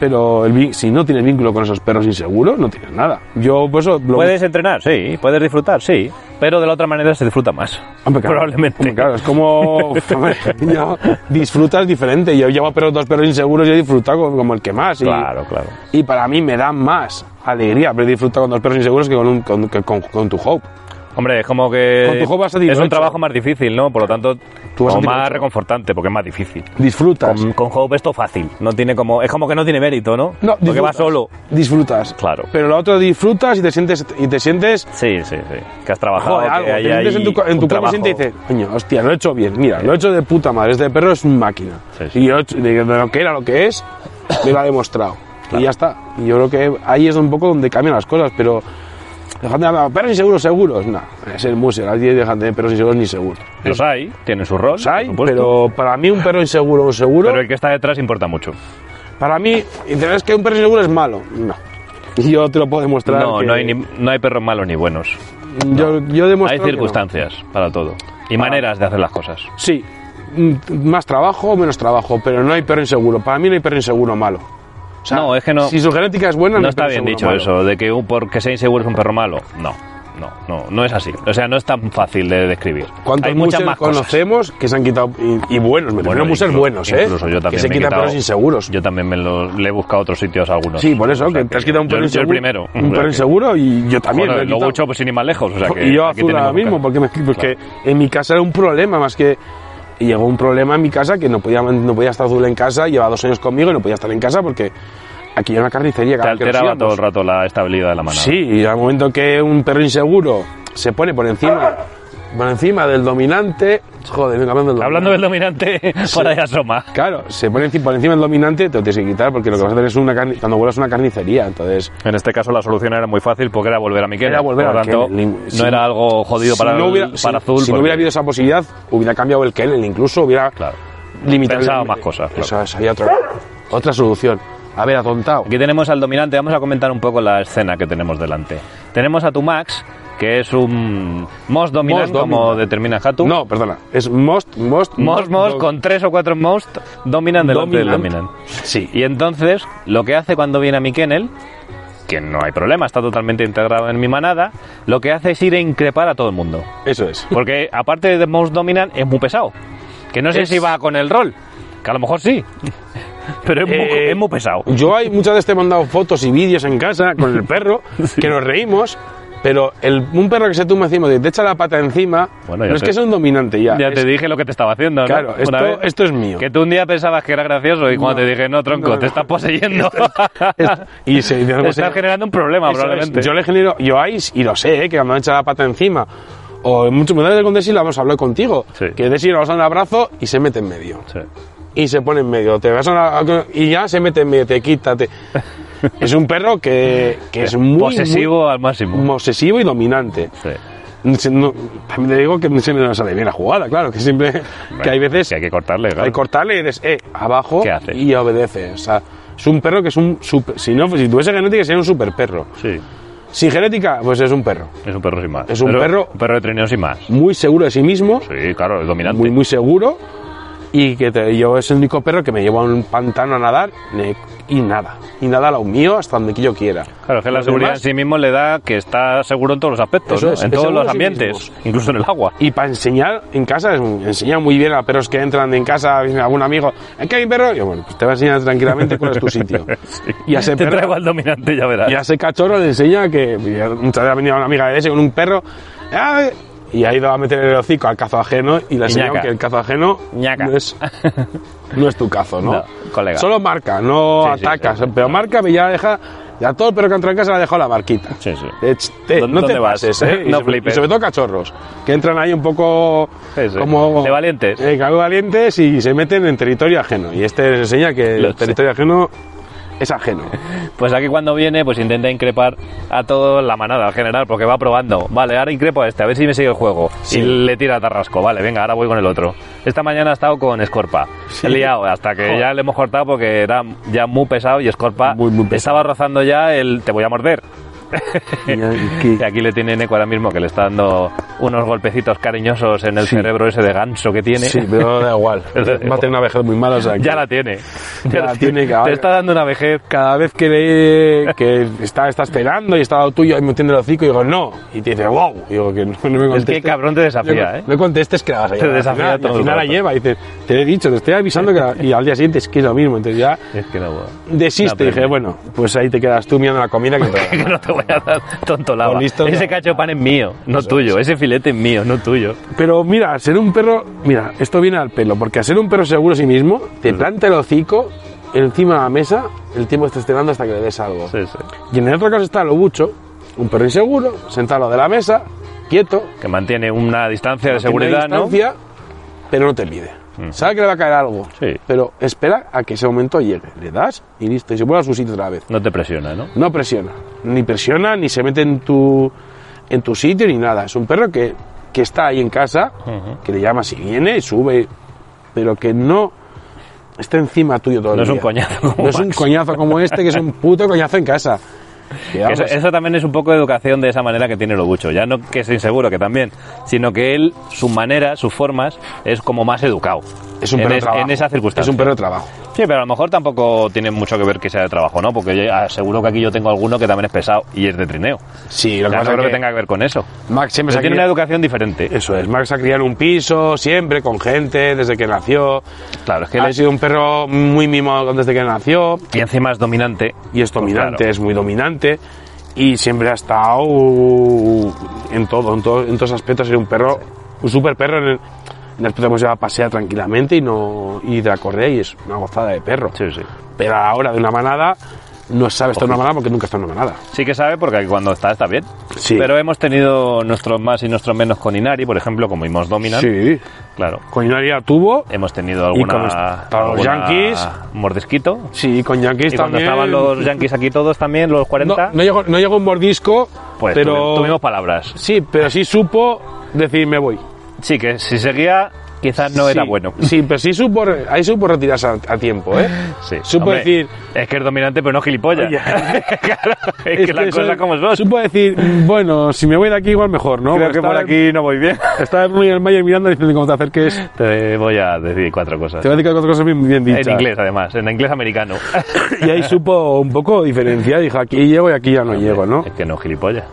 Speaker 3: pero el vi- si no tienes vínculo con esos perros inseguros, no tienes nada. Yo, por eso, lo-
Speaker 2: Puedes entrenar, sí, puedes disfrutar, sí, pero de la otra manera se disfruta más.
Speaker 3: Hombre, claro.
Speaker 2: probablemente.
Speaker 3: Hombre, claro, es como. hombre, yo- disfrutas diferente. Yo llevo perros, dos perros inseguros y he disfrutado como, como el que más. Y,
Speaker 2: claro, claro.
Speaker 3: y para mí me da más alegría haber disfrutado con dos perros inseguros que con, un- con, que con- con tu hope.
Speaker 2: Hombre, es como que
Speaker 3: Con tu juego vas a
Speaker 2: es
Speaker 3: 18.
Speaker 2: un trabajo más difícil, ¿no? Por lo tanto,
Speaker 3: Tú vas a
Speaker 2: como más
Speaker 3: 18.
Speaker 2: reconfortante, porque es más difícil.
Speaker 3: Disfrutas.
Speaker 2: Con, con Hope esto fácil, no tiene como, es como que no tiene mérito, ¿no?
Speaker 3: No,
Speaker 2: porque va
Speaker 3: disfrutas.
Speaker 2: solo.
Speaker 3: Disfrutas.
Speaker 2: Claro.
Speaker 3: Pero lo otro disfrutas y te sientes. Y te sientes
Speaker 2: Sí, sí, sí. Que has trabajado,
Speaker 3: joder, algo.
Speaker 2: que hay
Speaker 3: Te sientes
Speaker 2: Ah,
Speaker 3: en
Speaker 2: ahí
Speaker 3: tu, ca- en
Speaker 2: un
Speaker 3: tu
Speaker 2: trabajo.
Speaker 3: camiseta y dices, coño, hostia, lo he hecho bien. Mira, lo he hecho de puta madre. Este perro es una máquina.
Speaker 2: Sí, sí.
Speaker 3: Y yo, de lo que era, lo que es, me lo ha demostrado. Y ya está. Y yo creo que ahí es un poco donde cambian las cosas, pero. Dejadme hablar, perros inseguros, seguros. No, es el museo. Aquí dejan de perros inseguros ni seguros.
Speaker 2: Los hay, tienen su rol,
Speaker 3: Los hay,
Speaker 2: por supuesto,
Speaker 3: pero para mí un perro inseguro o un seguro.
Speaker 2: pero el que está detrás importa mucho.
Speaker 3: Para mí, dices, es que un perro inseguro es malo. No. Y yo te lo puedo demostrar.
Speaker 2: No,
Speaker 3: que-
Speaker 2: no hay, ni- no hay perros malos ni buenos.
Speaker 3: Yo, yo demuestro
Speaker 2: Hay
Speaker 3: que no. Ah.
Speaker 2: circunstancias para todo y maneras de hacer las cosas.
Speaker 3: Sí, mm, más trabajo o menos trabajo, pero no hay perro inseguro. Para mí no hay perro inseguro malo. O
Speaker 2: No, es que no-
Speaker 3: Si su genética es buena,
Speaker 2: No
Speaker 3: hay
Speaker 2: está
Speaker 3: perro
Speaker 2: bien
Speaker 3: inseguro
Speaker 2: dicho
Speaker 3: malo.
Speaker 2: eso, de que un- porque sea inseguro es un perro malo. No, no, no, no es así. O sea, no es tan fácil de describir.
Speaker 3: ¿Cuántos
Speaker 2: Hay muchas
Speaker 3: muses
Speaker 2: más cosas.
Speaker 3: conocemos que se han quitado? Y, y buenos, me refiero a muses
Speaker 2: inclu-
Speaker 3: buenos, ¿eh?
Speaker 2: Incluso yo también
Speaker 3: que se
Speaker 2: me he
Speaker 3: quitan
Speaker 2: quitado-
Speaker 3: perros inseguros.
Speaker 2: Yo también me lo, le he buscado a otros sitios a algunos.
Speaker 3: sí, por eso,
Speaker 2: O sea
Speaker 3: que te has quitado un
Speaker 2: yo-
Speaker 3: perro
Speaker 2: yo el
Speaker 3: inseguro.
Speaker 2: primero.
Speaker 3: Un perro inseguro y yo también.
Speaker 2: Bueno,
Speaker 3: me he
Speaker 2: lo
Speaker 3: quitado.
Speaker 2: mucho pues sin ir más lejos. O sea, que
Speaker 3: y yo
Speaker 2: aquí
Speaker 3: azul ahora
Speaker 2: tenemos
Speaker 3: mismo,
Speaker 2: ca-
Speaker 3: porque, me- porque en mi casa era un problema más que. Y llegó un problema en mi casa que no podía, no podía estar azul en casa, llevaba dos años conmigo y no podía estar en casa porque aquí era una carnicería.
Speaker 2: Te
Speaker 3: cada vez que nos
Speaker 2: alteraba todo
Speaker 3: íbamos.
Speaker 2: el rato la estabilidad de la manada.
Speaker 3: Sí, y al momento que un perro inseguro se pone por encima, por encima del dominante, joder, venga, hablando del dominante.
Speaker 2: Hablando del dominante, para allá asoma.
Speaker 3: Claro, se pone enci- por encima del dominante, te lo tienes que quitar porque lo que vas a hacer es una carni- cuando vuelas una carnicería, entonces
Speaker 2: En este caso la solución era muy fácil porque era volver a Miquel.
Speaker 3: Era volver
Speaker 2: Por
Speaker 3: a
Speaker 2: lo tanto,
Speaker 3: Miquel.
Speaker 2: no
Speaker 3: Si-
Speaker 2: era algo jodido
Speaker 3: si
Speaker 2: para,
Speaker 3: no
Speaker 2: el-
Speaker 3: hubiera,
Speaker 2: para
Speaker 3: si-
Speaker 2: Azul.
Speaker 3: si no
Speaker 2: porque-
Speaker 3: hubiera habido esa posibilidad, hubiera cambiado el kennel, incluso hubiera
Speaker 2: Claro.
Speaker 3: limitado el-
Speaker 2: Pensaba más cosas, claro.
Speaker 3: Eso es, había otra otra solución. A ver, atontado.
Speaker 2: Aquí tenemos al dominante, vamos a comentar un poco la escena que tenemos delante. Tenemos a tu Max, que es un most dominant,
Speaker 3: Most dominant.
Speaker 2: como determina Hatu.
Speaker 3: No, perdona. Es most, most,
Speaker 2: Most, most,
Speaker 3: dog-
Speaker 2: con tres o cuatro most dominant delante del
Speaker 3: Dominant.
Speaker 2: dominant. Sí. Y entonces, lo que hace cuando viene a mi kennel, que no hay problema, está totalmente integrado en mi manada, lo que hace es ir a increpar a todo el mundo.
Speaker 3: Eso es.
Speaker 2: Porque aparte de most dominant, es muy pesado. Que no sé
Speaker 3: Es-
Speaker 2: si va con el rol, que a lo mejor sí. Pero es, muy,
Speaker 3: Eh,
Speaker 2: es muy pesado.
Speaker 3: Yo hay muchas veces te he mandado fotos y vídeos en casa con el perro, que nos reímos, pero el, un perro que se tumba encima y te echa la pata encima,
Speaker 2: Bueno, ya
Speaker 3: no es
Speaker 2: te-
Speaker 3: que sea un dominante ya.
Speaker 2: Ya
Speaker 3: es-
Speaker 2: te dije lo que te estaba haciendo, ¿no?
Speaker 3: Claro,
Speaker 2: Una
Speaker 3: esto,
Speaker 2: vez.
Speaker 3: esto es mío.
Speaker 2: Que tú un día pensabas que era gracioso y cuando
Speaker 3: No,
Speaker 2: te dije, no, tronco,
Speaker 3: no, no.
Speaker 2: te estás poseyendo.
Speaker 3: Esto- y se dice algo
Speaker 2: estás
Speaker 3: así.
Speaker 2: generando un problema,
Speaker 3: Eso es.
Speaker 2: probablemente.
Speaker 3: Yo le genero, yo ahí, y lo sé, eh, que cuando me echa la pata encima, o en muchos momentos con Desi lo hemos hablado contigo,
Speaker 2: Sí.
Speaker 3: que Desi nos da un abrazo y se mete en medio.
Speaker 2: Sí.
Speaker 3: y se pone en medio. Te vas a una- y ya se mete en medio, te quítate. Es un perro que, que es muy
Speaker 2: Posesivo al máximo.
Speaker 3: muy obsesivo y dominante.
Speaker 2: Sí.
Speaker 3: Se- no- también te digo que no siempre nos sale bien la jugada, claro, que siempre que hay veces
Speaker 2: Que hay que cortarle, claro.
Speaker 3: hay que cortarle y eres eh, abajo
Speaker 2: ¿Qué hace?
Speaker 3: y obedece. O sea, es un perro que es un super, si no si tuviese genética sería un super perro.
Speaker 2: Sí.
Speaker 3: Sin genética, pues es un perro.
Speaker 2: Es un perro sin más.
Speaker 3: Es un
Speaker 2: Pero-
Speaker 3: perro-
Speaker 2: Un perro de trineo sin más.
Speaker 3: Muy seguro de sí mismo,
Speaker 2: Sí, claro, es dominante.
Speaker 3: muy muy seguro y que te- yo es el único perro que me lleva a un pantano a nadar ne- y nada y nada lo mío hasta donde yo quiera
Speaker 2: Claro, es que la
Speaker 3: Los
Speaker 2: seguridad
Speaker 3: demás-
Speaker 2: en sí mismo le da que está seguro en todos los aspectos,
Speaker 3: Eso
Speaker 2: ¿no?
Speaker 3: es,
Speaker 2: en
Speaker 3: es
Speaker 2: todos
Speaker 3: seguro
Speaker 2: los
Speaker 3: de sí
Speaker 2: ambientes,
Speaker 3: mismo.
Speaker 2: incluso en el agua.
Speaker 3: y para enseñar en casa es- enseña muy bien a perros que entran en casa a algún amigo ¿es que hay un perro? yo bueno pues te va a enseñar tranquilamente cuál es tu sitio y a ese
Speaker 2: Te
Speaker 3: perro-
Speaker 2: traigo al dominante, ya verás.
Speaker 3: Y a ese cachorro le enseña que y a- muchas veces ha venido una amiga de ese con un perro ¡ah! y ha ido a meter el hocico al cazo ajeno y le ha enseñado
Speaker 2: ñaca.
Speaker 3: que el cazo ajeno
Speaker 2: Ñaca.
Speaker 3: no es, no es tu cazo, ¿no?
Speaker 2: No, colega.
Speaker 3: Solo marca, no
Speaker 2: Sí, sí,
Speaker 3: atacas,
Speaker 2: sí, sí.
Speaker 3: pero marca y ya deja ya todo el perro que entra en casa le ha dejado la marquita.
Speaker 2: Sí, sí.
Speaker 3: Eh, ch- te-
Speaker 2: ¿Dó-
Speaker 3: no te
Speaker 2: dónde vas?
Speaker 3: pases, ¿eh? Y
Speaker 2: No
Speaker 3: sobre-
Speaker 2: flipes.
Speaker 3: Y sobre todo cachorros, que entran ahí un poco
Speaker 2: Sí, sí.
Speaker 3: como...
Speaker 2: De valientes.
Speaker 3: Eh, que valientes y se meten en territorio ajeno. Y este les enseña que
Speaker 2: Lo
Speaker 3: el
Speaker 2: sé.
Speaker 3: territorio ajeno es ajeno.
Speaker 2: Pues aquí cuando viene, pues intenta increpar a toda la manada al general, porque va probando. Vale, ahora increpo a este, a ver si me sigue el juego.
Speaker 3: Sí.
Speaker 2: Y le tira a Tarrasco. Vale, venga, ahora voy con el otro. Esta mañana ha estado con Scorpa. He liado, hasta que
Speaker 3: Joder.
Speaker 2: ya le hemos cortado porque era ya muy pesado y Scorpa
Speaker 3: Muy, muy pesado.
Speaker 2: estaba rozando ya el te voy a morder. Y aquí le tiene Neko ahora mismo que le está dando unos golpecitos cariñosos en el
Speaker 3: Sí.
Speaker 2: cerebro ese de ganso que tiene.
Speaker 3: Sí, pero da igual. Va a tener una vejez muy mala. O sea, que
Speaker 2: Ya la tiene.
Speaker 3: Ya la tiene, cabrón.
Speaker 2: Te está dando una vejez.
Speaker 3: Cada vez que, le, que está, está esperando y está al lado tuyo y me tiende el hocico y digo, no. Y te dice, wow. Y digo, que no, no me
Speaker 2: Es
Speaker 3: contestes.
Speaker 2: que cabrón te desafía,
Speaker 3: no,
Speaker 2: ¿eh?
Speaker 3: No contestes que la vas a
Speaker 2: Te
Speaker 3: llevar. Al
Speaker 2: desafía
Speaker 3: final- y
Speaker 2: todo
Speaker 3: Al
Speaker 2: el
Speaker 3: final la
Speaker 2: rato.
Speaker 3: lleva. Y dice, te he dicho, te estoy avisando que la- Y al día siguiente es que es lo mismo. Entonces ya
Speaker 2: Es que no.
Speaker 3: desiste.
Speaker 2: No
Speaker 3: y dije,
Speaker 2: aprende.
Speaker 3: bueno, pues ahí te quedas tú mirando la comida que te va a dar".
Speaker 2: que no te voy a dar tonto lava.
Speaker 3: O listo,
Speaker 2: ese
Speaker 3: no.
Speaker 2: cacho de pan es mío, no tuyo. Ese filete es mío, no tuyo.
Speaker 3: Pero mira, al ser un perro, mira, esto viene al pelo, porque al ser un perro seguro a sí mismo, te planta el hocico encima de la mesa el tiempo que estés cenando hasta que le des algo.
Speaker 2: Sí, sí.
Speaker 3: Y en el otro caso está el obucho, un perro inseguro, sentado a lo de la mesa, quieto,
Speaker 2: Que mantiene una distancia de
Speaker 3: tiene
Speaker 2: seguridad, ¿no? Mm.
Speaker 3: distancia, pero no te pide. Sabe que le va a caer algo,
Speaker 2: Sí.
Speaker 3: pero espera a que ese momento llegue. Le das y listo, y se vuelve a su sitio otra vez.
Speaker 2: No te presiona, ¿no?
Speaker 3: No presiona, ni presiona, ni se mete en tu, en tu sitio, ni nada. Es un perro que, que está ahí en casa,
Speaker 2: Ujú.
Speaker 3: que le llama si viene, sube, pero que no está encima tuyo todo el
Speaker 2: No es un
Speaker 3: día.
Speaker 2: coñazo como
Speaker 3: No es un
Speaker 2: Max.
Speaker 3: coñazo como este, que es un puto coñazo en casa. Que vamos,
Speaker 2: Eso, eso también es un poco de educación de esa manera que tiene Lobucho. Ya no que es inseguro, que también, sino que él, su manera, sus formas, es como más educado.
Speaker 3: es un
Speaker 2: en,
Speaker 3: perro de
Speaker 2: es-
Speaker 3: trabajo.
Speaker 2: en esa circunstancia.
Speaker 3: Es un perro de trabajo.
Speaker 2: Sí, pero a lo mejor tampoco tiene mucho que ver que sea de trabajo, ¿no? Porque yo aseguro que aquí yo tengo alguno que también es pesado y es de trineo.
Speaker 3: Sí, lo
Speaker 2: O sea, no
Speaker 3: que pasa es
Speaker 2: creo
Speaker 3: que
Speaker 2: que tenga que ver con eso.
Speaker 3: Max
Speaker 2: Pero
Speaker 3: siempre se ha
Speaker 2: tiene una
Speaker 3: criado-
Speaker 2: educación diferente.
Speaker 3: Eso es, Max ha criado en un piso, siempre, con gente, desde que nació.
Speaker 2: Claro, es que él
Speaker 3: ha
Speaker 2: es-
Speaker 3: sido un perro muy mimado desde que nació.
Speaker 2: y encima es dominante. Pues
Speaker 3: y es dominante,
Speaker 2: Claro.
Speaker 3: es muy dominante y siempre ha estado en todo, en, todo- en todos aspectos, era un perro, un super perro en el, en el aspecto de que se va a pasear tranquilamente y no y de la correa y es una gozada de perro.
Speaker 2: Sí, sí.
Speaker 3: Pero ahora de una manada no sabe estar en una manada porque nunca está en una manada.
Speaker 2: Sí que sabe porque cuando está, está bien.
Speaker 3: Sí.
Speaker 2: Pero hemos tenido nuestros más y nuestros menos con Inari, por ejemplo, como hemos dominante.
Speaker 3: Sí,
Speaker 2: Claro.
Speaker 3: con Inaria tuvo,
Speaker 2: Hemos tenido
Speaker 3: Y con
Speaker 2: alguna,
Speaker 3: los- para los
Speaker 2: alguna
Speaker 3: Yankees.
Speaker 2: mordisquito.
Speaker 3: sí, con Yankees
Speaker 2: Y cuando
Speaker 3: también.
Speaker 2: estaban los Yankees aquí todos también, los 40,
Speaker 3: no, no llegó, no llegó un mordisco,
Speaker 2: pues
Speaker 3: pero
Speaker 2: tuvi- tuvimos palabras.
Speaker 3: sí, pero sí supo decir me voy.
Speaker 2: Sí, que si seguía quizás no
Speaker 3: Sí,
Speaker 2: era bueno.
Speaker 3: Sí, pero sí supo, ahí supo retirarse a, a tiempo, ¿eh?
Speaker 2: Sí,
Speaker 3: Supo
Speaker 2: hombre,
Speaker 3: decir.
Speaker 2: Es que es dominante, pero no gilipollas.
Speaker 3: Oye.
Speaker 2: Claro, es,
Speaker 3: "Es
Speaker 2: que las
Speaker 3: soy-
Speaker 2: cosas como son.
Speaker 3: Supo decir, bueno, si me voy de aquí, igual mejor, ¿no?
Speaker 2: Creo que por
Speaker 3: Estaba-
Speaker 2: aquí no voy bien.
Speaker 3: Estaba Rooney y el Mayer mirando diciendo cómo te acerques.
Speaker 2: Te voy a decir cuatro cosas.
Speaker 3: Te voy a decir cuatro cosas bien, bien dichas.
Speaker 2: En inglés, además, en inglés americano.
Speaker 3: Y ahí supo un poco diferenciar. Dijo, aquí llego y aquí ya no llego, ¿no?
Speaker 2: Es que no, gilipollas.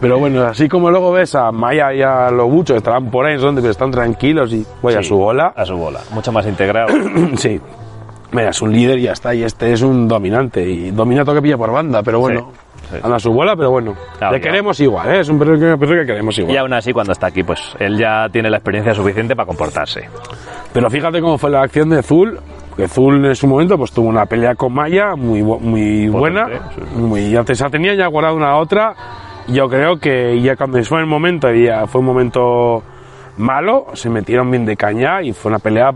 Speaker 3: Pero bueno, así como luego ves a Maya y a los buchos, estarán por ahí, son, pero están tranquilos y voy a
Speaker 2: Sí,
Speaker 3: su bola.
Speaker 2: A su bola. Mucho más integrado.
Speaker 3: sí. Mira, es un líder y ya está. Y este es un dominante. Y domina todo lo que pilla por banda, pero bueno.
Speaker 2: sí.
Speaker 3: Anda a su bola, pero bueno.
Speaker 2: Claro,
Speaker 3: le
Speaker 2: ya.
Speaker 3: queremos igual, ¿eh? Es un perro que, una persona que queremos igual.
Speaker 2: y aún así, cuando está aquí, pues él ya tiene la experiencia suficiente para comportarse.
Speaker 3: Pero fíjate cómo fue la acción de Zul. Que Zul en su momento pues tuvo una pelea con Maya muy, bu- muy buena.
Speaker 2: sí, sí.
Speaker 3: Muy, antes la tenía ya guardada una a otra. Yo creo que ya cuando fue el momento, y ya fue un momento malo, se metieron bien de caña y fue una pelea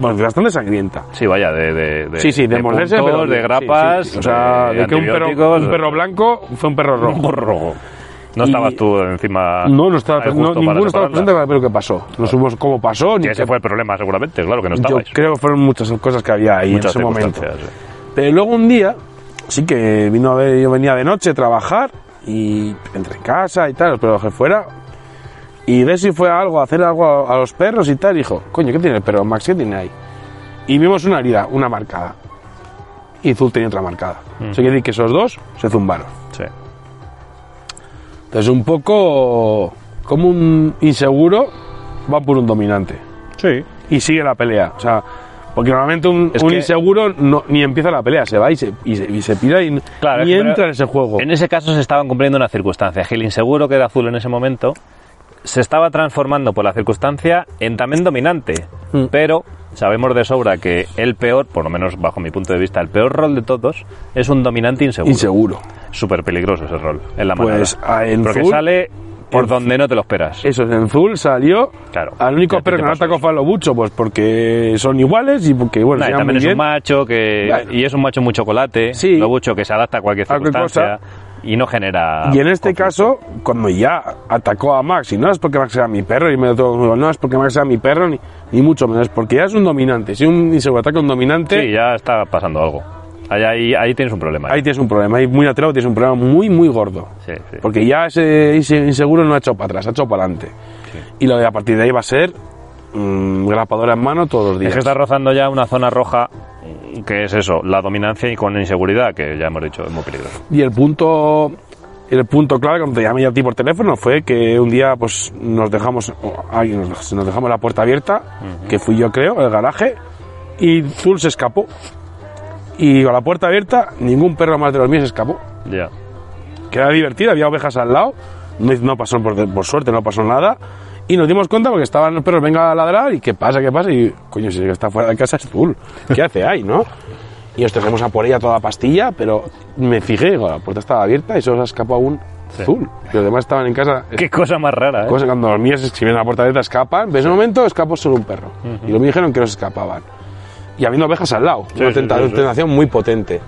Speaker 3: pues, bastante sangrienta.
Speaker 2: Sí, vaya, de. de, de
Speaker 3: sí, sí, de, morderse,
Speaker 2: puntos,
Speaker 3: pero-
Speaker 2: de
Speaker 3: sí,
Speaker 2: grapas.
Speaker 3: sí, sí. O sea, de que un perro,
Speaker 2: antibióticos.
Speaker 3: un perro blanco fue un perro rojo.
Speaker 2: rojo. No
Speaker 3: Y-
Speaker 2: estabas tú encima.
Speaker 3: No, no estaba,
Speaker 2: al
Speaker 3: no,
Speaker 2: Ah, justo para
Speaker 3: ninguno estaba
Speaker 2: separarla.
Speaker 3: presente para ver lo que pasó. No supimos cómo pasó, ni
Speaker 2: Que ese
Speaker 3: qué-
Speaker 2: fue el problema, seguramente, claro que no
Speaker 3: Yo
Speaker 2: estabais.
Speaker 3: creo que fueron muchas cosas que había ahí
Speaker 2: Muchas
Speaker 3: en ese momento.
Speaker 2: circunstancias,
Speaker 3: Pero luego un día, sí que vino a ver, yo venía de noche a trabajar y entré en casa y tal, pero dejé fuera. Y ver si fue a algo, a hacer algo a, a los perros y tal. y Dijo, coño, ¿qué tiene el perro, Max? ¿Qué tiene ahí? Y vimos una herida, una marcada. Y Zul tenía otra marcada. Eso quiere decir que esos dos se zumbaron.
Speaker 2: sí.
Speaker 3: Entonces, un poco como un inseguro, van por un dominante.
Speaker 2: Sí.
Speaker 3: y sigue la pelea. O sea, porque normalmente un,
Speaker 2: Es
Speaker 3: un
Speaker 2: que-
Speaker 3: inseguro no, ni empieza la pelea, se va y se, y se, y se pira y,
Speaker 2: Claro,
Speaker 3: ni
Speaker 2: es que-
Speaker 3: entra en ese juego.
Speaker 2: En ese caso se estaban cumpliendo una circunstancia. que El inseguro que era azul en ese momento se estaba transformando por la circunstancia en también dominante.
Speaker 3: Mm.
Speaker 2: Pero sabemos de sobra que el peor, por lo menos bajo mi punto de vista, el peor rol de todos es un dominante inseguro.
Speaker 3: Inseguro.
Speaker 2: Súper peligroso ese rol en la manada.
Speaker 3: Pues, ah, en
Speaker 2: Porque
Speaker 3: Zul-
Speaker 2: sale por
Speaker 3: en-
Speaker 2: donde no te lo esperas.
Speaker 3: Eso es, en Zul salió
Speaker 2: Claro.
Speaker 3: al
Speaker 2: Y
Speaker 3: único
Speaker 2: a ti
Speaker 3: perro
Speaker 2: te
Speaker 3: que no
Speaker 2: pasó
Speaker 3: atacó fue a Lobucho, pues porque son iguales y porque, bueno,
Speaker 2: Nah, y
Speaker 3: se llevan
Speaker 2: también
Speaker 3: muy
Speaker 2: es
Speaker 3: bien.
Speaker 2: un macho que
Speaker 3: Bueno.
Speaker 2: y es un macho muy chocolate,
Speaker 3: Sí.
Speaker 2: lo mucho que se adapta a cualquier
Speaker 3: A cualquier
Speaker 2: circunstancia y no genera.
Speaker 3: Y en este
Speaker 2: conflicto.
Speaker 3: caso, cuando ya atacó a Max, y no es porque Max sea mi perro, y me lo tengo- no es porque Max sea mi perro, ni, ni mucho menos, porque ya es un dominante. Si un inseguro ataca a un dominante,
Speaker 2: Sí, ya está pasando algo. Ahí, ahí, ahí tienes un problema.
Speaker 3: ahí tienes un problema, ahí muy atrás tienes un problema muy, muy gordo.
Speaker 2: Sí, sí.
Speaker 3: Porque ya ese inse- inseguro no ha hecho para atrás, ha hecho para adelante. Y lo de a partir de ahí va a ser mm, grapadora en mano todos los días.
Speaker 2: Es que está rozando ya una zona roja mm, que es eso, la dominancia y con inseguridad, que ya hemos dicho es muy peligroso.
Speaker 3: Y el punto el punto clave cuando te llamé a ti por teléfono fue que un día pues nos dejamos o alguien nos, nos dejamos la puerta abierta, que fui yo creo, el garaje, y Zul se escapó. Y con la puerta abierta, ningún perro más de los míos se escapó.
Speaker 2: Ya.
Speaker 3: que era divertido, había ovejas al lado, no, no pasó por, por suerte, no pasó nada, y nos dimos cuenta porque estaban los perros, venga a ladrar, y qué pasa, qué pasa, y coño, si el que está fuera de casa es Zul, ¿qué hace ahí, no? Y nos trajimos a por ella toda la pastilla, pero me fijé, digo, la puerta estaba abierta y solo se ha escapado un
Speaker 2: Sí.
Speaker 3: Zul, y los demás estaban en casa.
Speaker 2: Qué cosa más rara, ¿eh?
Speaker 3: Cosa que cuando los míos si ven la puerta abierta escapan, pero en ese momento escapó solo un perro. Y los míos dijeron que no se escapaban. Y habiendo ovejas al lado,
Speaker 2: Sí,
Speaker 3: una
Speaker 2: sí,
Speaker 3: tenta-
Speaker 2: sí,
Speaker 3: una
Speaker 2: sí.
Speaker 3: tentación muy potente.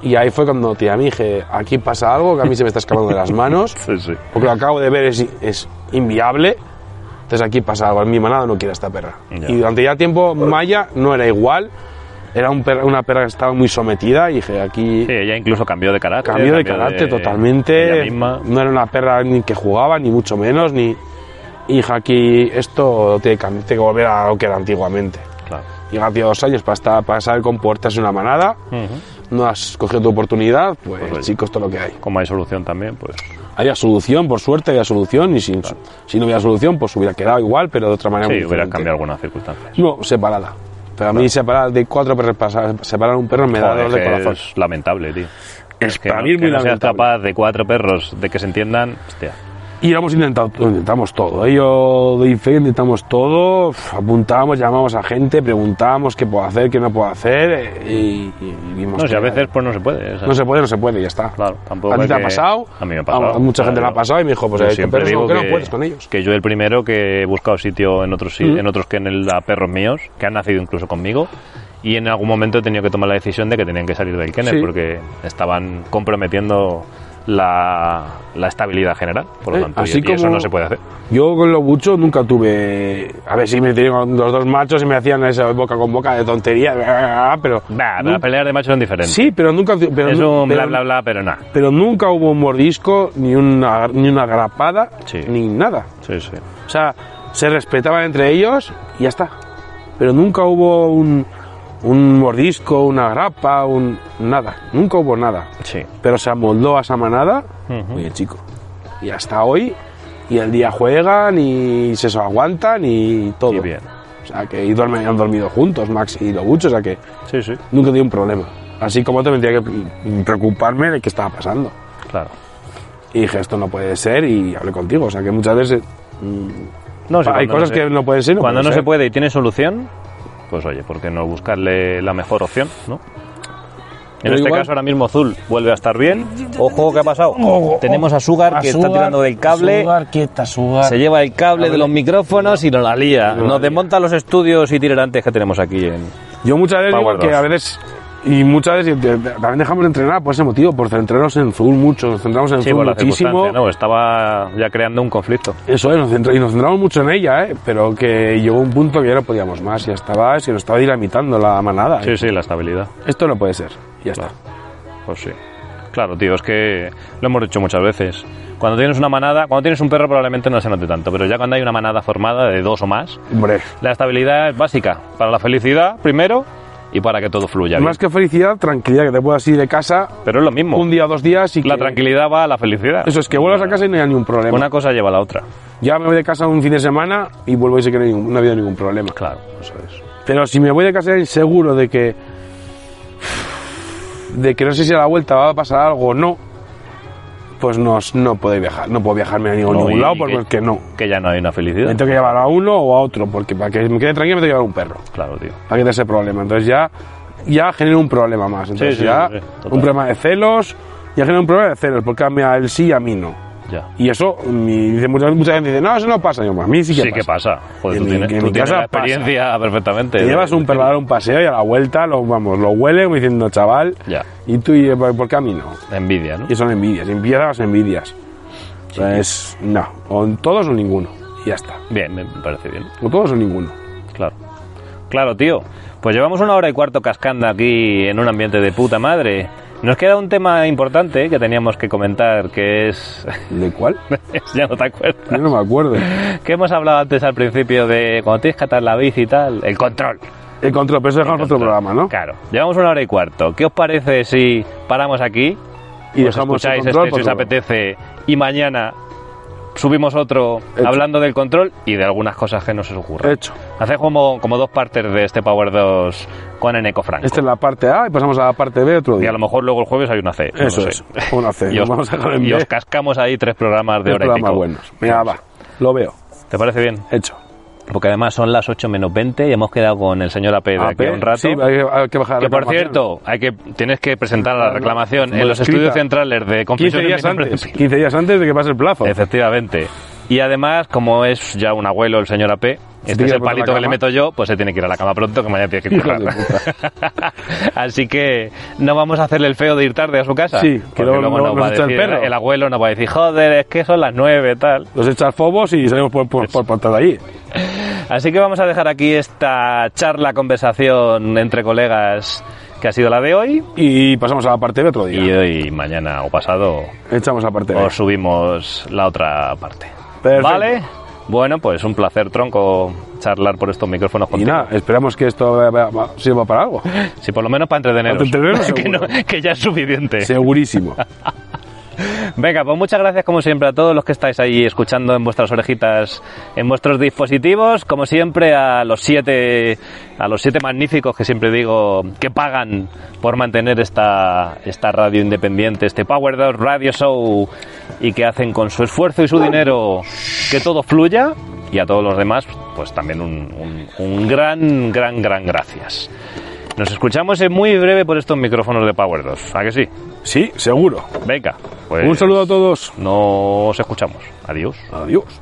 Speaker 3: Y ahí fue cuando tía, me dije, aquí pasa algo que a mí se me está escapando de las manos,
Speaker 2: Sí, sí.
Speaker 3: porque lo acabo de ver es, es inviable. Entonces aquí pasa algo, en mi manada no quiere a esta perra.
Speaker 2: Ya.
Speaker 3: Y durante ya tiempo Maya no era igual, era un perra- una perra que estaba muy sometida y dije, aquí
Speaker 2: Sí, ella incluso cambió de carácter.
Speaker 3: Cambio de carácter totalmente. Mm.
Speaker 2: ella misma.
Speaker 3: No era una perra ni que jugaba, ni mucho menos, ni. Hija, aquí esto tiene que, tiene que volver a lo que era antiguamente.
Speaker 2: Claro.
Speaker 3: Llega tío dos años para, estar, para saber comportarse en una manada. No has cogido tu oportunidad, pues,
Speaker 2: Pues oye.
Speaker 3: chicos, todo lo que hay.
Speaker 2: Como hay solución también, pues.
Speaker 3: Había solución, por suerte había solución, y si, si no hubiera solución, pues hubiera quedado igual, pero de otra manera.
Speaker 2: Sí,
Speaker 3: muy
Speaker 2: hubiera
Speaker 3: diferente.
Speaker 2: cambiado algunas circunstancias.
Speaker 3: No, separada. Pero a mí separada de cuatro perros, para separar un perro me da
Speaker 2: Joder,
Speaker 3: dolor de
Speaker 2: que
Speaker 3: corazón.
Speaker 2: es lamentable, tío.
Speaker 3: Es
Speaker 2: que
Speaker 3: para
Speaker 2: no,
Speaker 3: mí es
Speaker 2: que
Speaker 3: muy
Speaker 2: no seas
Speaker 3: lamentable.
Speaker 2: capaz de cuatro perros de que se entiendan, hostia.
Speaker 3: Y lo hemos intentado, lo intentamos todo. ¿eh? Yo de IFE intentamos todo, uf, apuntábamos, llamábamos a gente, preguntábamos qué puedo hacer, qué no puedo hacer eh, y, y- y vimos
Speaker 2: No, si
Speaker 3: que
Speaker 2: a veces pues no se puede. o sea,
Speaker 3: no se puede, no se puede y ya está.
Speaker 2: Claro, tampoco
Speaker 3: ¿A ti
Speaker 2: es
Speaker 3: te ha
Speaker 2: que-
Speaker 3: pasado?
Speaker 2: A mí me ha pasado.
Speaker 3: A mucha gente le
Speaker 2: claro.
Speaker 3: ha pasado y me dijo, pues
Speaker 2: Yo
Speaker 3: hay
Speaker 2: siempre
Speaker 3: perros
Speaker 2: digo
Speaker 3: con que, no puedes con ellos. Mm.
Speaker 2: que yo el primero que he buscado sitio en otros, si- en otros que en el, a perros míos, que han nacido incluso conmigo, y en algún momento he tenido que tomar la decisión de que tenían que salir del kennel
Speaker 3: Sí.
Speaker 2: porque estaban comprometiendo la, la estabilidad general. Por lo
Speaker 3: Eh,
Speaker 2: tanto, y-
Speaker 3: así
Speaker 2: y eso
Speaker 3: como-
Speaker 2: no se puede hacer.
Speaker 3: Yo con los buchos nunca tuve. A ver si me tenían los dos machos y me hacían esa boca con boca de tontería, pero.
Speaker 2: Bah,
Speaker 3: nun-
Speaker 2: las peleas de machos son diferentes.
Speaker 3: Mm. Sí, pero nunca. Pero,
Speaker 2: es
Speaker 3: nu-
Speaker 2: un
Speaker 3: pero-
Speaker 2: bla bla bla, pero nada.
Speaker 3: pero nunca hubo un mordisco, ni una, ni una grapada,
Speaker 2: Sí.
Speaker 3: ni nada.
Speaker 2: Sí, sí.
Speaker 3: O sea, se respetaban entre ellos y ya está. Pero nunca hubo un, un mordisco, una grapa, un. nada. Nunca hubo nada.
Speaker 2: Sí.
Speaker 3: Pero se amoldó a esa manada
Speaker 2: Ujú.
Speaker 3: muy el chico. Y hasta hoy, y el día juegan y se aguantan y todo.
Speaker 2: Y bien.
Speaker 3: O sea que y duermen, han dormido juntos, Max y Lobucho, o sea que
Speaker 2: Sí, sí.
Speaker 3: nunca tuve un problema. Así como también tenía que preocuparme de qué estaba pasando.
Speaker 2: Claro.
Speaker 3: Y dije, esto no puede ser y hablé contigo. O sea que muchas veces
Speaker 2: No, sí,
Speaker 3: hay
Speaker 2: cuando
Speaker 3: cosas
Speaker 2: no se-
Speaker 3: que no pueden ser. ¿eh?
Speaker 2: Cuando
Speaker 3: pueden
Speaker 2: no se
Speaker 3: ser.
Speaker 2: puede y tiene solución, pues oye, ¿por qué no buscarle la mejor opción, no? En
Speaker 3: Pero
Speaker 2: este
Speaker 3: igual-
Speaker 2: caso, ahora mismo Zul vuelve a estar bien. Ojo, ¿qué ha pasado?
Speaker 3: Ojo,
Speaker 2: Tenemos a Sugar que está
Speaker 3: Sugar,
Speaker 2: tirando del cable.
Speaker 3: Sugar, quieta, Sugar.
Speaker 2: Se lleva el cable de los micrófonos y nos la lía.
Speaker 3: la
Speaker 2: Nos
Speaker 3: lía.
Speaker 2: desmonta los estudios itinerantes que tenemos aquí. En...
Speaker 3: Yo muchas veces
Speaker 2: Power
Speaker 3: digo que
Speaker 2: dos.
Speaker 3: a veces. Y muchas veces te- te- también dejamos de entrenar por ese motivo, por centrarnos en Zul mucho, nos centramos en
Speaker 2: Sí,
Speaker 3: Zul
Speaker 2: por la
Speaker 3: muchísimo.
Speaker 2: circunstancia, ¿no? Estaba ya creando un conflicto.
Speaker 3: Eso, eh, nos centra- y nos centramos mucho en ella, eh, pero que llegó un punto que ya no podíamos más, ya estaba, se nos estaba dinamitando la manada.
Speaker 2: Sí,
Speaker 3: eh.
Speaker 2: sí, la estabilidad.
Speaker 3: Esto no puede ser, ya está.
Speaker 2: Pues sí. Claro, tío, es que lo hemos dicho muchas veces. Cuando tienes una manada, cuando tienes un perro probablemente no se note tanto, pero ya cuando hay una manada formada de dos o más,
Speaker 3: Hombre,
Speaker 2: la estabilidad es básica para la felicidad primero y para que todo fluya bien.
Speaker 3: más que felicidad, tranquilidad, que te puedas ir de casa
Speaker 2: Pero es lo mismo.
Speaker 3: un día o dos días y
Speaker 2: La
Speaker 3: que-
Speaker 2: tranquilidad va a la felicidad.
Speaker 3: Eso es que vuelvas a casa y no hay ningún problema.
Speaker 2: Una cosa lleva a la otra.
Speaker 3: Ya me voy de casa un fin de semana y vuelvo y sé que no, hay ningún- no ha habido ningún problema.
Speaker 2: Claro, eso es.
Speaker 3: Pero si me voy de casa inseguro de que. de que no sé si a la vuelta va a pasar algo o no, pues no, no puedo viajar, no puedo viajarme a ningún,
Speaker 2: No, y-
Speaker 3: ningún lado
Speaker 2: y que-
Speaker 3: porque no.
Speaker 2: Que ya no hay una felicidad.
Speaker 3: Me tengo que llevar a uno o a otro, porque para que me quede tranquilo me tengo que llevar un perro,
Speaker 2: Claro, tío.
Speaker 3: para que te ese problema. Entonces ya, ya genera un problema más. Entonces
Speaker 2: Sí, sí,
Speaker 3: ya,
Speaker 2: sí, sí, total.
Speaker 3: un problema de celos, ya genera un problema de celos, porque cambia el sí y a mí no.
Speaker 2: Ya.
Speaker 3: Y eso, mi- dice, mucha, mucha gente dice, no, eso no pasa. Y yo, "Pues a mí sí
Speaker 2: Sí,
Speaker 3: que
Speaker 2: que
Speaker 3: pasa.
Speaker 2: pasa. Joder,
Speaker 3: En
Speaker 2: tú
Speaker 3: mi-
Speaker 2: tienes,
Speaker 3: en
Speaker 2: tú
Speaker 3: mi
Speaker 2: tienes
Speaker 3: casa
Speaker 2: la experiencia perfectamente.
Speaker 3: Te llevas un perro a dar un paseo y a la vuelta lo, vamos, lo huele como diciendo, chaval,
Speaker 2: Ya.
Speaker 3: y tú, y, ¿por por qué a mí no?
Speaker 2: Envidia, ¿no?
Speaker 3: Y son envidias, y empiezan las envidias. O sea, es, no, o todos o ninguno, y ya está.
Speaker 2: Bien, me parece bien.
Speaker 3: O todos o ninguno.
Speaker 2: Claro. Claro, tío. Pues llevamos una hora y cuarto cascando aquí en un ambiente de puta madre. Nos queda un tema importante que teníamos que comentar, que es...
Speaker 3: ¿De cuál?
Speaker 2: ya no te acuerdas.
Speaker 3: Yo no me acuerdo.
Speaker 2: Que hemos hablado antes al principio de cuando tienes que atar la bici y tal. El control.
Speaker 3: El control, pero eso dejamos para
Speaker 2: Control.
Speaker 3: otro programa, ¿no?
Speaker 2: Claro. Llevamos una hora y cuarto. ¿Qué os parece si paramos aquí?
Speaker 3: Y
Speaker 2: Os
Speaker 3: dejamos el
Speaker 2: escucháis
Speaker 3: control
Speaker 2: este si os
Speaker 3: para otro
Speaker 2: apetece y mañana subimos otro
Speaker 3: Hecho.
Speaker 2: hablando del control y de algunas cosas que nos ocurran.
Speaker 3: Hecho.
Speaker 2: Hacer como, como dos partes de este Power 2 con Eneco Franco.
Speaker 3: Esta es la parte A y pasamos a la parte B otro
Speaker 2: Y
Speaker 3: día.
Speaker 2: a lo mejor luego el jueves hay una C. no lo
Speaker 3: Eso
Speaker 2: sé.
Speaker 3: es. Una C.
Speaker 2: Y
Speaker 3: nos
Speaker 2: os,
Speaker 3: vamos a dejar en
Speaker 2: y
Speaker 3: B. Este
Speaker 2: os cascamos ahí tres programas de
Speaker 3: Tres
Speaker 2: hora y
Speaker 3: programas
Speaker 2: pico.
Speaker 3: buenos. Mira, va. Lo veo.
Speaker 2: ¿Te parece bien?
Speaker 3: Hecho.
Speaker 2: Porque además son las 8 menos 20 y hemos quedado con el señor AP de aquí
Speaker 3: AP,
Speaker 2: a un rato.
Speaker 3: Sí, hay que, hay que bajar la
Speaker 2: Que por
Speaker 3: reclamación.
Speaker 2: cierto, hay que tienes que presentar la reclamación en
Speaker 3: Por
Speaker 2: los
Speaker 3: escrita.
Speaker 2: estudios centrales de
Speaker 3: 15
Speaker 2: Confesión de
Speaker 3: días
Speaker 2: Miembros de
Speaker 3: antes. 15 días antes de que pase el plazo.
Speaker 2: Efectivamente. Y además, como es ya un abuelo el señor AP, este
Speaker 3: tiene
Speaker 2: es
Speaker 3: que
Speaker 2: el
Speaker 3: ir a la
Speaker 2: palito que le
Speaker 3: cama.
Speaker 2: meto yo, pues se tiene que ir a la cama pronto, que mañana tiene que
Speaker 3: Hijo de
Speaker 2: currar. Así que no vamos a hacerle el feo de ir tarde a su casa.
Speaker 3: Sí, que
Speaker 2: porque
Speaker 3: luego no-
Speaker 2: nos
Speaker 3: nos
Speaker 2: va a
Speaker 3: echa el
Speaker 2: decir-
Speaker 3: perro.
Speaker 2: abuelo nos va a decir, joder, es que son las nueve, tal.
Speaker 3: Los echas fobos y salimos por, por, por pantalla de allí.
Speaker 2: Así que vamos a dejar aquí esta charla, conversación entre colegas que ha sido la de hoy.
Speaker 3: Y pasamos a la parte B otro
Speaker 2: Y
Speaker 3: día.
Speaker 2: hoy, mañana o pasado,
Speaker 3: Echamos la parte B.
Speaker 2: os subimos la otra parte.
Speaker 3: Perfecto.
Speaker 2: ¿Vale? Bueno, pues un placer, tronco, charlar por estos micrófonos
Speaker 3: Y
Speaker 2: contigo.
Speaker 3: nada, esperamos que esto va- va- va- sirva para algo.
Speaker 2: Sí, por lo menos para entreteneros.
Speaker 3: Para entreteneros,
Speaker 2: que, no-
Speaker 3: seguro.
Speaker 2: que ya es suficiente.
Speaker 3: Segurísimo.
Speaker 2: Venga, pues muchas gracias como siempre a todos los que estáis ahí escuchando en vuestras orejitas, en vuestros dispositivos, como siempre a los siete, a los siete magníficos que siempre digo que pagan por mantener esta, esta radio independiente, este Power 2 Radio Show y que hacen con su esfuerzo y su dinero que todo fluya y a todos los demás pues también un, un- un gran, gran, gran gracias. Nos escuchamos en muy breve por estos micrófonos de Power 2, ¿a que sí?
Speaker 3: Sí, seguro.
Speaker 2: Venga, pues
Speaker 3: Un saludo a todos.
Speaker 2: nos escuchamos. Adiós.
Speaker 3: Adiós.